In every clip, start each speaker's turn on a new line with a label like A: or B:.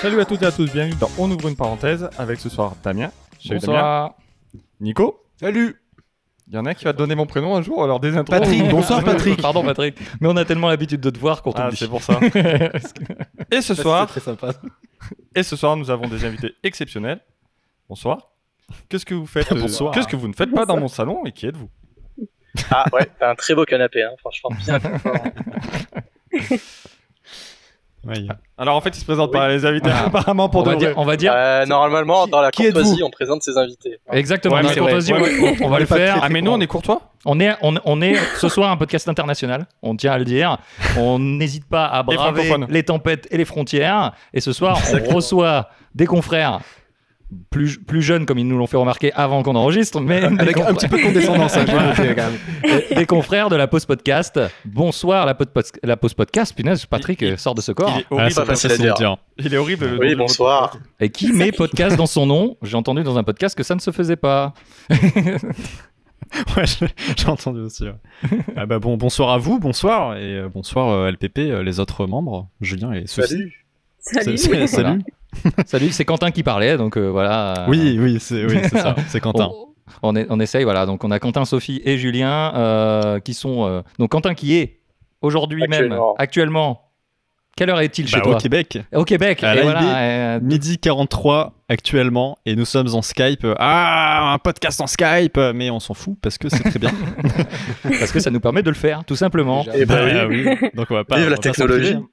A: Salut à toutes et à tous, bienvenue dans On ouvre une parenthèse avec ce soir Damien. Salut Damien. Nico.
B: Salut
A: Il y en a un qui va te donner mon prénom un jour, alors désintro.
B: Patrick, bonsoir Patrick
C: Pardon Patrick, mais on a tellement l'habitude de te voir qu'on
A: Ah,
C: t'oublie.
A: c'est pour ça. et ce soir,
B: très sympa.
A: et ce soir, nous avons des invités exceptionnels. Bonsoir. Qu'est-ce que vous faites euh,
B: Bonsoir.
A: Qu'est-ce que vous ne faites pas dans mon salon et qui êtes-vous
D: Ah ouais, t'as un très beau canapé, hein, franchement. Bien confort.
A: Alors en fait, ils se présentent par les invités apparemment pour
C: Ah. on, va
A: de vrai.
C: dire, on va dire
D: Euh, normalement,
B: Qui-
D: dans la
B: qui êtes-vous
D: courtoisie, on présente ses invités.
C: exactement.
A: Ouais,
C: dans
A: mais
C: la
A: ouais,
C: courtoisie,
A: ouais,
C: ouais, on, on va le faire.
A: Ah mais nous, on est courtois.
C: On est, on, on est ce soir un podcast international. On tient à le dire. On n'hésite pas à braver
A: francophones.
C: les tempêtes et les frontières. Et ce soir, on
D: Exactement.
C: reçoit des confrères plus plus jeunes, comme ils nous l'ont fait remarquer avant qu'on enregistre, mais des
B: Avec un
C: confrères-
B: petit peu de condescendance, hein, je vais noter, quand même.
C: des confrères de la pause podcast. Bonsoir la pause pod- la pause podcast. Punaise, Patrick
A: Il-
C: euh, sort de ce corps.
A: Il est horrible.
E: Ah,
D: c'est facile à dire.
A: Il est horrible. le nom
D: Oui,
A: du
D: bonsoir.
A: podcast.
C: Et qui met podcast dans son nom J'ai entendu dans un podcast que ça ne se faisait pas.
E: Ouais, je- j'ai entendu aussi. ouais. ah bah bon, bonsoir à vous, bonsoir et euh, bonsoir euh, LPP, euh, les autres membres, Julien et Sophie.
D: Salut.
E: Sa-
F: Salut.
E: sa- salut.
C: Salut, c'est Quentin qui parlait, donc euh, voilà.
E: Oui, oui, c'est oui, c'est ça, c'est Quentin.
C: On, on est- on essaye, voilà. Donc on a Quentin, Sophie et Julien euh, qui sont. euh, donc Quentin qui est aujourd'hui même,
D: Actuellement.
C: actuellement. Quelle heure est-il chez
E: Bah,
C: toi
E: au Québec,
C: Au Québec.
E: À
C: et
E: la
C: voilà, euh,
E: midi 43 actuellement et nous sommes en Skype. Ah, un podcast en Skype, euh, mais on s'en fout parce que c'est très bien.
C: euh, parce que ça nous permet de le faire, tout simplement.
D: Et bah, oui.
E: Bah, oui, Donc on va pas
D: Vive la
E: on va pas s'en
D: technologie.
E: priver.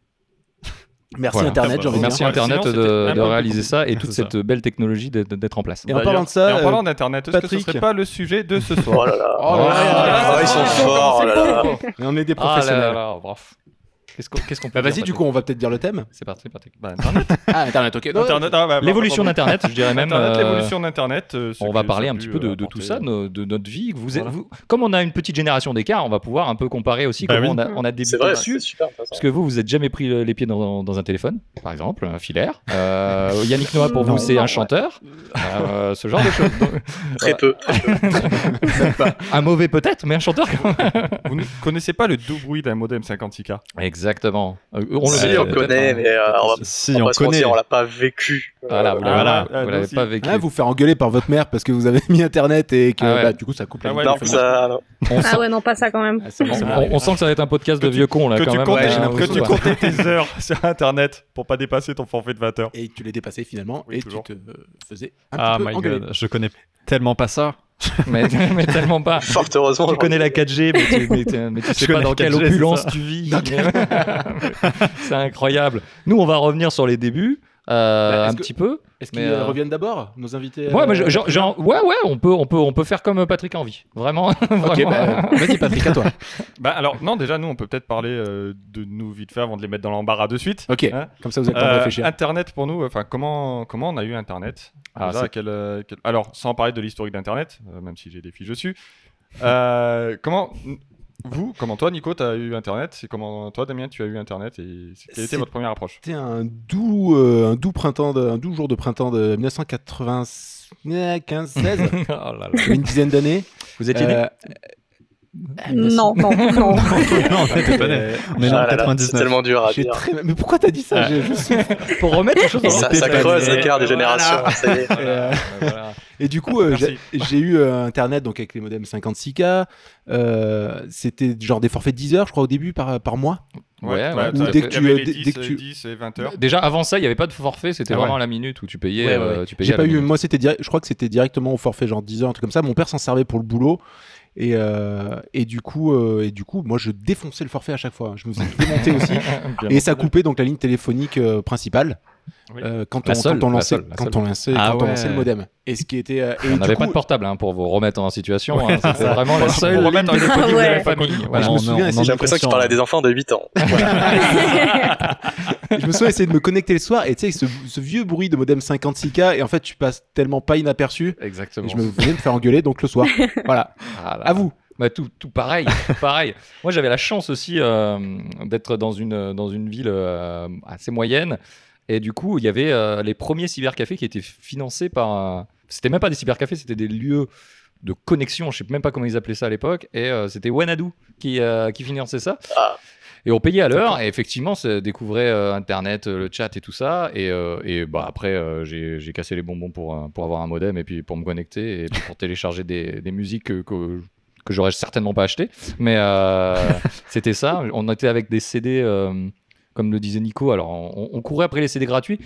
B: Merci
C: Voilà.
B: Internet, j'ai envie de
C: Merci
B: dire.
A: Ouais,
C: Internet
A: sinon,
C: de-
A: c'était un
C: de,
A: peu
C: réaliser ça et
E: C'est
C: toute
E: ça.
C: cette belle technologie d'être d'être en place.
B: Et en parlant de
A: Et
B: ça,
A: en
B: euh,
A: parlant d'Internet, est-ce que ce
B: Patrick.
A: serait pas le sujet de ce soir
D: Oh là là.
B: Oh là là.
D: Ah, ils sont forts. oh là là.
B: mais on est des
C: Ah là
B: professionnels.
C: là, bref. Qu'est-ce qu'on qu'est-ce qu'on peut
B: Bah vas-y,
C: dire,
B: du
C: Patrick
B: coup, on va peut-être dire le thème.
C: C'est parti, Patrick.
A: Bah, Internet.
B: Ah, Internet, ok. Non,
A: Internet, ah, bah, bah,
C: L'évolution
A: pardon.
C: d'Internet, je dirais même.
A: Internet,
C: euh,
A: l'évolution d'Internet. euh, ce
C: on va
A: que
C: parler
A: ça
C: un
A: a
C: petit
A: pu,
C: peu
A: euh,
C: de, de tout
A: apporter.
C: ça, nos- de notre vie. que Vous
A: Voilà.
C: vous- comme on a une petite génération d'écart, on va pouvoir un peu comparer aussi
E: Bah
C: comment
E: oui.
C: on, a, on a débuté
D: C'est vrai,
C: dessus.
D: c'est super. de toute façon.
C: Parce que vous, vous n'êtes jamais pris le- les pieds dans, dans un téléphone, par exemple, un filaire. Euh, Yannick Noah, pour vous, c'est un chanteur. Euh, ce genre de choses. Donc,
D: Très peu.
C: un mauvais peut-être, mais un chanteur quand même.
A: Vous ne connaissez pas le doux bruit d'un modem 56K
C: Exactement. Euh, on
D: Si,
C: mettra
D: on
C: peut-être,
D: connaît,
C: hein.
D: mais, euh, on va-
E: Si
D: on
E: on
D: va se
E: connaît.
D: mentir, on l'a pas vécu. Euh,
C: Voilà, vous l'avez
A: Voilà.
C: pas-
A: Ah,
C: vous
A: nous
C: l'avez
A: aussi.
C: pas vécu.
B: Ah, vous faire engueuler par votre mère parce que vous avez mis Internet et que
C: Ah ouais.
B: bah, du coup ça coupe la
A: Ah
B: vie.
A: ouais,
D: Non,
A: mais
D: ça, non.
C: On sent-
F: Ah ouais, non, pas ça quand même.
B: Ah, c'est bon,
C: on-
B: c'est bon.
C: on- on sent que ça va être un podcast de
A: Que tu-
C: vieux cons là
A: que
C: quand
A: tu,
C: même.
A: comptais,
C: Ouais,
A: que
C: j'ai
A: tu
C: l'impression, ouais.
A: comptais tes heures sur Internet pour pas dépasser ton forfait de 20 heures.
B: Et tu l'es dépassé finalement
A: Oui,
B: et
A: toujours.
B: tu te euh, faisais un
E: Ah
B: petit peu
E: my
B: engueuler.
E: god, je connais tellement pas ça.
C: mais, mais tellement pas.
D: Fort heureusement.
C: Tu connais la 4G, mais tu, mais tu- mais tu sais
E: Je
C: pas
E: connais
C: dans
E: la
C: quelle
E: 4G, c'est
C: opulence
E: ça.
C: tu vis. c'est incroyable. Nous, on va revenir sur les débuts. euh,
B: Bah, est-ce
C: un
B: que-
C: petit peu.
B: Est-ce qu'ils
C: Mais, euh,
B: reviennent d'abord, nos invités
C: Ouais,
B: euh,
C: bah, je- genre- genre- ouais, ouais, on peut, on peut, on peut faire comme Patrick Envie. Vraiment.
B: Ok,
C: vraiment.
B: bah, vas-y Patrick, à toi.
A: Bah alors, non, déjà, nous, on peut peut-être parler euh, de nous vite fait avant de les mettre dans l'embarras de suite.
B: Ok,
A: Hein
B: comme ça vous avez le temps de
A: Euh,
B: réfléchir.
A: Internet pour nous, enfin, comment, comment on a eu Internet
C: Ah,
A: Déjà,
C: c'est-
A: à quel, euh, quel- Alors, sans parler de l'historique d'Internet, euh, même si j'ai des fiches dessus, euh, comment. Vous, comment toi, Nico, t'as eu Internet Et comment toi, Damien, tu as eu Internet Et quelle était
B: C'est-
A: votre première approche
B: C'était un doux, euh, un doux printemps, de- un doux jour de printemps de 1995, 16,
C: Oh là là.
B: une dizaine d'années.
C: Vous étiez né
B: Euh,
F: Non, non, non.
E: non, en fait, t'es pas né.
B: euh,
E: On est né
D: Ah
E: en
D: là là, C'est
E: 99.
D: tellement dur à
B: j'ai
D: dire.
B: très- Mais pourquoi t'as dit ça J'ai- je suis-
C: pour remettre les choses
D: Et
C: dans
D: ça,
C: leur
D: ça
C: contexte.
D: creuse l'écart des
C: Voilà.
D: générations. ça y est.
C: Voilà, voilà.
B: Et du coup, euh,
A: Merci.
B: j'ai j'ai eu euh, Internet donc avec les modems 56K. euh, C'était genre des forfaits de 10 heures, je crois, au début par, par mois.
C: Ouais, ouais,
A: t'as-
C: ou
A: t'as-
B: dès que
A: il y
B: tu-
A: avait
B: euh,
A: les
B: dès-
A: 10,
B: dès que
A: euh,
B: tu-
A: 10 et 20 heures.
C: Déjà, avant ça, il n'y avait pas de forfait. C'était
E: Ah ouais.
C: vraiment à la minute où tu payais.
B: Ouais, ouais.
C: euh, tu payais
B: J'ai
C: à
B: pas
C: la
B: eu,
C: minute.
B: moi, c'était direct- je crois que c'était directement au forfait, genre 10 heures, un truc comme ça. Mon père s'en servait pour le boulot. Et, euh, et, du coup, euh, et du coup, moi, je défonçais le forfait à chaque fois. hein. Je me faisais démonter aussi.
A: Bien.
B: Et ça coupait donc la ligne téléphonique euh, principale
A: Oui.
B: euh, quand,
C: La
B: on,
C: seule,
B: quand on
C: la
B: lançait,
C: seule, la
B: quand
C: seule.
B: on lançait,
E: Ah
B: quand on
E: ouais.
B: lançait le modem. Et ce qui était, euh, et
C: On
B: du
C: n'avait pas
B: coup,
C: de portable hein, pour vous remettre en situation. hein. C'était
E: ça.
C: vraiment la
E: Voilà,
C: seule
A: pour
C: ligne
A: remettre
C: téléphonique
F: Ah
C: de la
F: ouais.
C: famille. Voilà.
B: je me souviens,
D: J'ai l'impression qu'il parle à des enfants de 8 ans.
B: je me souviens essayer de me connecter le soir et tu sais ce, ce vieux bruit de modem 56k et en fait tu passes tellement pas inaperçu.
C: Exactement.
B: Et je me venais me faire engueuler donc le soir. Voilà,
C: Ah là là.
B: à vous.
C: Bah, tout, tout pareil, tout pareil. Moi, j'avais la chance aussi euh, d'être dans une, dans une ville euh, assez moyenne. Et du coup, il y avait euh, les premiers cybercafés qui étaient financés par. euh, C'était même pas des cybercafés, c'était des lieux de connexion. Je sais même pas comment ils appelaient ça à l'époque. Et euh, c'était Wanadu qui, euh, qui finançait ça.
D: Ah.
C: Et on payait à l'heure, et effectivement, ça découvrait euh, Internet, euh, le chat et tout ça. Et, euh, et bah, après, euh, j'ai j'ai cassé les bonbons pour, euh, pour avoir un modem et puis pour me connecter et puis pour télécharger des, des musiques que, que, que j'aurais certainement pas acheté. Mais euh, c'était ça. On était avec des CD. euh, comme le disait Nico, alors on, on courait après les CD gratuits.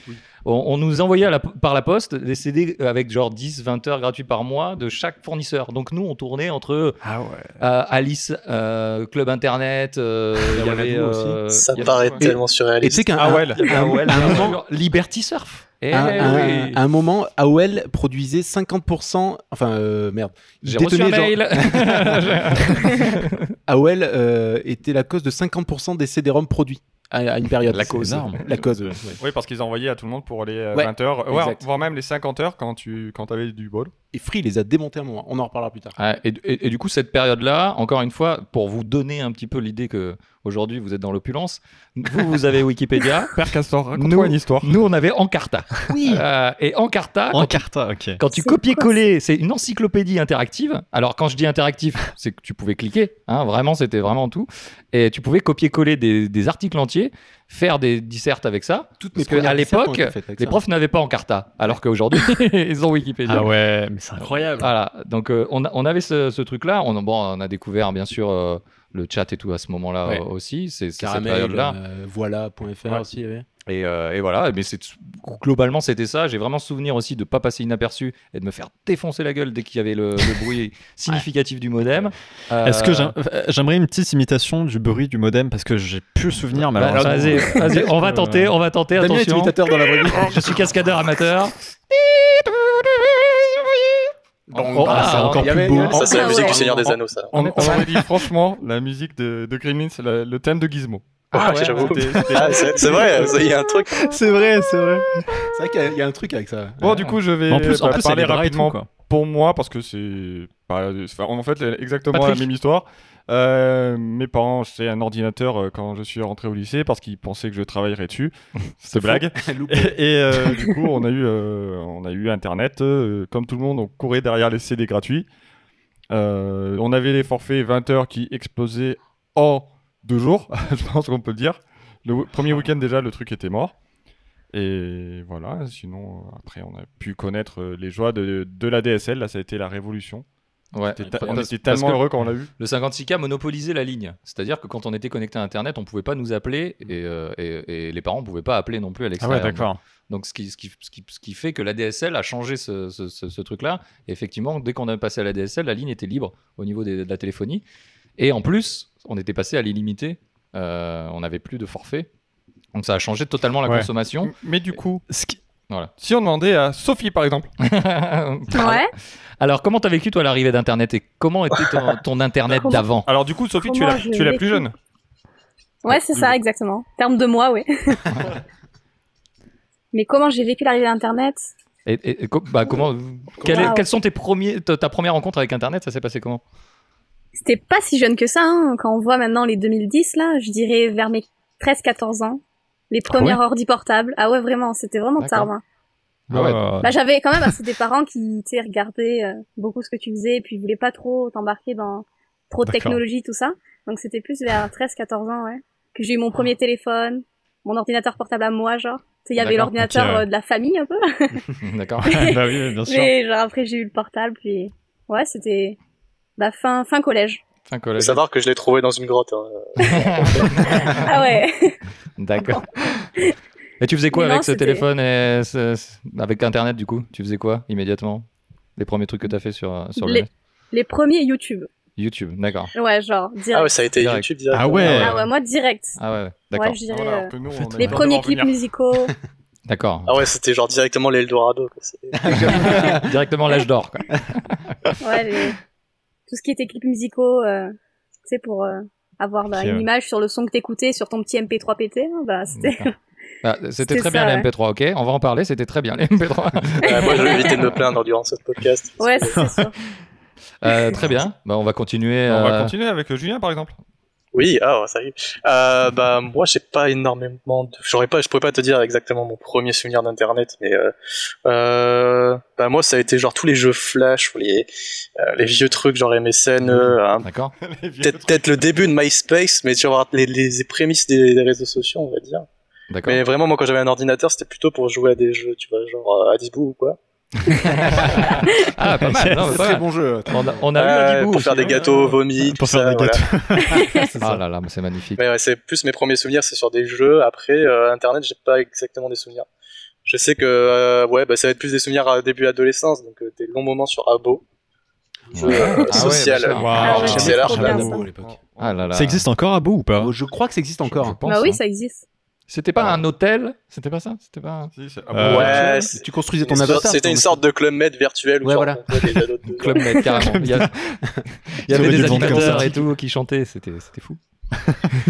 C: On, on nous envoyait à la- par la poste des CD avec genre 10, 20 heures gratuits par mois de chaque fournisseur. Donc nous, on tournait entre
E: Ah ouais.
C: euh, Alice, euh, Club Internet, euh, il y avait.
B: Wanadoo
C: euh,
D: Ça
C: il y avait-
D: paraît
B: Et-
D: tellement
B: Et tu
D: surréaliste.
B: sais qu'un
A: Ah ouais.
C: il y avait AOL,
B: à un
C: bien
B: moment-
C: sûr. Liberty Surf. Eh
B: à, à-
C: oui.
B: à un moment, AOL produisait 50%. Enfin, euh, merde.
C: J'ai reçu un
B: détenait genre-
C: mail.
B: AOL euh, était la cause de 50% des CD-ROM produits à, à une période.
C: La
B: C'est
C: cause.
B: énorme. La cause. ouais.
A: Oui, parce qu'ils envoyaient à tout le monde pour les euh,
B: Ouais,
A: 20 heures, voire,
B: exact.
A: voire même les 50 heures quand tu quand avais du bol.
B: Et Free les a démontés à un moment. On en reparlera plus tard.
C: Ah, et, et- et du coup, cette période-là, encore une fois, pour vous donner un petit peu l'idée que aujourd'hui vous êtes dans l'opulence, vous, vous avez Wikipédia.
A: Père Castor,
C: raconte-moi
A: raconte-moi
C: une
A: une histoire.
C: Nous, on avait Encarta.
F: Oui.
C: Euh, et Encarta,
E: En carta, ok.
C: Quand tu
F: C'est quoi
C: copies-collais, c'est une encyclopédie interactive. Alors, quand je dis interactif, c'est que tu pouvais cliquer. hein, vraiment, c'était vraiment tout. Et tu pouvais copier-coller des, des articles entiers, faire des dissertes avec ça.
B: Toutes
C: Parce que à l'époque, les
B: profs
C: profs n'avaient pas Encarta, alors qu'aujourd'hui, ils ont Wikipédia.
E: Ah ouais, mais c'est
B: Ah,
E: incroyable.
C: Voilà, donc euh, on, a- on avait ce, ce truc-là. On, a- bon, on a découvert, bien sûr, euh, le chat et tout à ce moment-là
B: Ouais.
C: euh, aussi. C'est c'est cette
B: Caramel,
C: période-là.
B: euh, voilà.fr
A: Ouais.
B: aussi. ouais.
C: Et, euh, et voilà, mais c'est globalement c'était ça. J'ai vraiment souvenir aussi de pas passer inaperçu et de me faire défoncer la gueule dès qu'il y avait le, le bruit significatif du modem. Euh,
E: Est-ce que j'aim- euh, j'aimerais une petite imitation du bruit du modem parce que j'ai plus le souvenir
C: Bah, alors,
E: malheureusement.
C: vas-y, vas-y, on va tenter, on va tenter.
B: Damien est
C: Attention,
B: imitateur dans la vraie vie.
C: je suis cascadeur amateur.
E: oh,
B: Bon,
C: ah,
B: c'est
C: ah,
B: encore
C: il y
B: plus
C: avait-
B: beau.
C: il y avait-
D: Ça, c'est
F: Ah
D: la musique
F: ouais.
D: du Seigneur des Anneaux, ça.
A: On, on avait dit franchement la musique de, de Gremlins, la- le thème de Gizmo.
C: Ah
D: Ouais,
C: ouais,
D: j'avoue.
A: C'était- c'était-
D: Ah, c'est c'est vrai, il y a un truc.
B: C'est vrai, c'est vrai. C'est vrai qu'il y a- il y, a un truc avec ça.
A: Bon, du coup, je vais
E: Mais en plus, en
A: bah,
E: plus
A: parler
E: elle est vraie et tout,
A: rapidement
E: quoi.
A: pour moi parce que c'est bah, enfin, en fait c'est exactement
E: Patrick.
A: la même histoire. Euh, mes parents achetaient un ordinateur euh, quand je suis rentré au lycée parce qu'ils pensaient que je travaillerais dessus. C'était blague. Et, et, euh, du coup on a eu euh, on a eu internet euh, comme tout le monde on courait derrière les CD gratuits. Euh, on avait les forfaits 20 heures qui explosaient en deux jours, je pense qu'on peut le dire. Le w- premier week-end déjà le truc était mort. Et voilà, sinon euh, après on a pu connaître euh, les joies de, de la DSL, là ça a été la révolution.
C: ouais.
A: C'était ta- on
C: Parce-
A: était
C: parce
A: tellement
C: que-
A: heureux quand on l'a eu.
C: Le 56K monopolisait la ligne. C'est-à-dire que quand on était connecté à Internet, on pouvait pas nous appeler et, euh, et- et les parents pouvaient pas appeler non plus à
E: Ah
C: l'extérieur. Donc, ce qui, ce, qui, ce, qui, ce qui fait que la DSL a changé ce, ce- ce- ce truc-là. Et effectivement, dès qu'on est passé à la DSL, la ligne était libre au niveau des- de la téléphonie. Et en plus, on était passé à l'illimité. Euh, on n'avait plus de forfait. Donc, ça a changé totalement la
E: Ouais.
C: consommation.
A: Mais du coup,
E: Ce qui-
A: si on demandait à Sophie par exemple,
F: Ouais.
C: Alors, comment t'as vécu, toi, l'arrivée d'Internet et comment était ton, ton Internet d'avant
A: alors du coup Sophie tu es la,
F: Comment je
A: tu es la
F: l'ai
A: plus
F: vécu
A: jeune.
F: Ouais, c'est ça, exactement. En termes de moi, oui. Mais comment j'ai vécu l'arrivée d'Internet
C: et, et- et co- bah, comment, quelle est-
F: Wow.
C: Quelles sont tes premiers, ta, ta première rencontre avec Internet Ça s'est passé comment
F: C'était pas si jeune que ça, hein. Quand on voit maintenant les 2010, là, je dirais vers mes 13-14 ans. Les premières ordi portables. Ah ouais, vraiment, c'était vraiment
C: D'accord.
F: tard, hein. moi.
C: Ah ouais.
E: Euh,
F: Bah, j'avais quand même assez des parents qui, tu sais, regardaient euh, beaucoup ce que tu faisais et puis voulaient pas trop t'embarquer dans trop de
E: D'accord.
F: technologie, tout ça. Donc c'était plus vers 13-14 ans, ouais, que j'ai eu mon premier téléphone, mon ordinateur portable à moi, genre. Tu sais, il y avait
C: D'accord,
F: l'ordinateur
E: ok, ouais.
F: euh, de la famille, un peu.
C: D'accord.
E: bah oui, bien sûr.
F: Mais genre après, j'ai eu le portable, puis ouais, c'était bah, fin, fin collège.
C: Fin
D: Faut
C: collège.
D: savoir que je l'ai trouvé dans une grotte. hein.
F: Ah ouais.
C: D'accord. Et tu faisais quoi
F: Mais
C: avec
F: non,
C: ce
F: c'était-
C: téléphone et ce- ce- avec Internet du coup Tu faisais quoi immédiatement Les premiers trucs que t'as fait sur, sur le
F: Les-
C: net
F: Les premiers YouTube.
C: YouTube, d'accord.
F: Ouais, genre, direct.
D: Ah ouais, ça a été
C: Direct.
D: YouTube direct.
E: Ah ouais.
F: Ah ouais, moi, direct.
C: Ah ouais, ouais,
F: ouais,
C: d'accord.
F: je dirais.
A: Voilà,
F: euh,
A: alors que nous, on a-
F: les
A: on a
F: premiers
A: devoir
F: clips
A: venir.
F: musicaux.
C: D'accord.
D: Ah ouais, c'était genre directement l'Eldorado. quoi. C'est-
C: Directement l'âge d'or. quoi.
F: Ouais, les- tout ce qui était clips musicaux, euh, tu sais, pour euh, avoir bah,
E: Ok,
F: une
E: ouais.
F: image sur le son que t'écoutais sur ton petit MP3 PT, hein, bah, c'était...
C: D'accord. Ah, C'était
F: C'était
C: très bien
F: ça,
C: les
F: ouais.
C: MP3, ok On va en parler, c'était très bien les MP3.
D: Ouais, moi, je vais éviter de me plaindre durant ce podcast.
F: Ouais, c'est sûr.
C: Euh, très bien, bah, on va continuer.
A: On va
C: euh,
A: continuer avec euh, Julien par exemple.
D: Oui, ah, ouais, ça arrive. Euh, bah, moi, j'ai pas énormément de... J'aurais pas, je pourrais pas te dire exactement mon premier souvenir d'Internet, mais, euh, euh, bah, moi, ça a été genre tous les jeux Flash, ou les, euh, les vieux trucs, genre MSN, euh, hein.
C: D'accord
A: Les vieux
D: peut-être,
A: trucs.
D: peut-être le début de MySpace, mais tu vas voir les, les prémices des, des réseaux sociaux, on va dire.
C: D'accord.
D: Mais vraiment, moi, quand j'avais un ordinateur, c'était plutôt pour jouer à des jeux, tu vois, genre, euh, à Dibou ou quoi.
C: Ah, pas mal. non, mais pas
B: Très
C: mal.
B: bon jeu.
C: On a, on a eu
D: Euh,
C: un dibou
D: pour faire
C: aussi,
D: des
C: hein.
D: gâteaux, vomi,
E: Pour
D: tout
E: faire
D: ça,
E: des
D: voilà.
E: gâteaux.
C: Ah là là, mais c'est magnifique.
D: Mais ouais, c'est plus mes premiers souvenirs, c'est sur des jeux. Après, euh, Internet, j'ai pas exactement des souvenirs. Je sais que euh, ouais, bah, ça va être plus des souvenirs à début adolescence, donc euh, des longs moments sur Abo, jeu
C: Ouais.
D: euh,
C: Ah ouais,
D: social.
C: bien sûr.
F: Ah ouais,
D: J'ai
F: c'est
D: l'air
F: trop
D: de
F: bien,
D: la-
F: ça.
B: Abo à l'époque.
C: Ah là là.
E: Ça existe encore à bout ou pas
B: Oh, Je crois que ça existe
C: Je
B: encore.
C: pense,
F: bah oui,
C: hein.
F: ça existe.
C: C'était pas un hôtel C'était pas ça C'était pas un
A: Si, c'est- ah
E: Euh,
A: ouais.
D: ouais,
B: Tu construisais ton
D: une sorte-
B: avatar.
D: C'était une sorte de club med virtuel où
C: Ouais,
D: tu
C: voilà.
D: rencontrais des ados de-
C: club med carrément Il y, a- il y
E: Ça aurait
C: avait
E: dû
C: des
E: le vendre comme
C: animateurs
E: ça.
C: et tout qui chantaient. C'était c'était fou.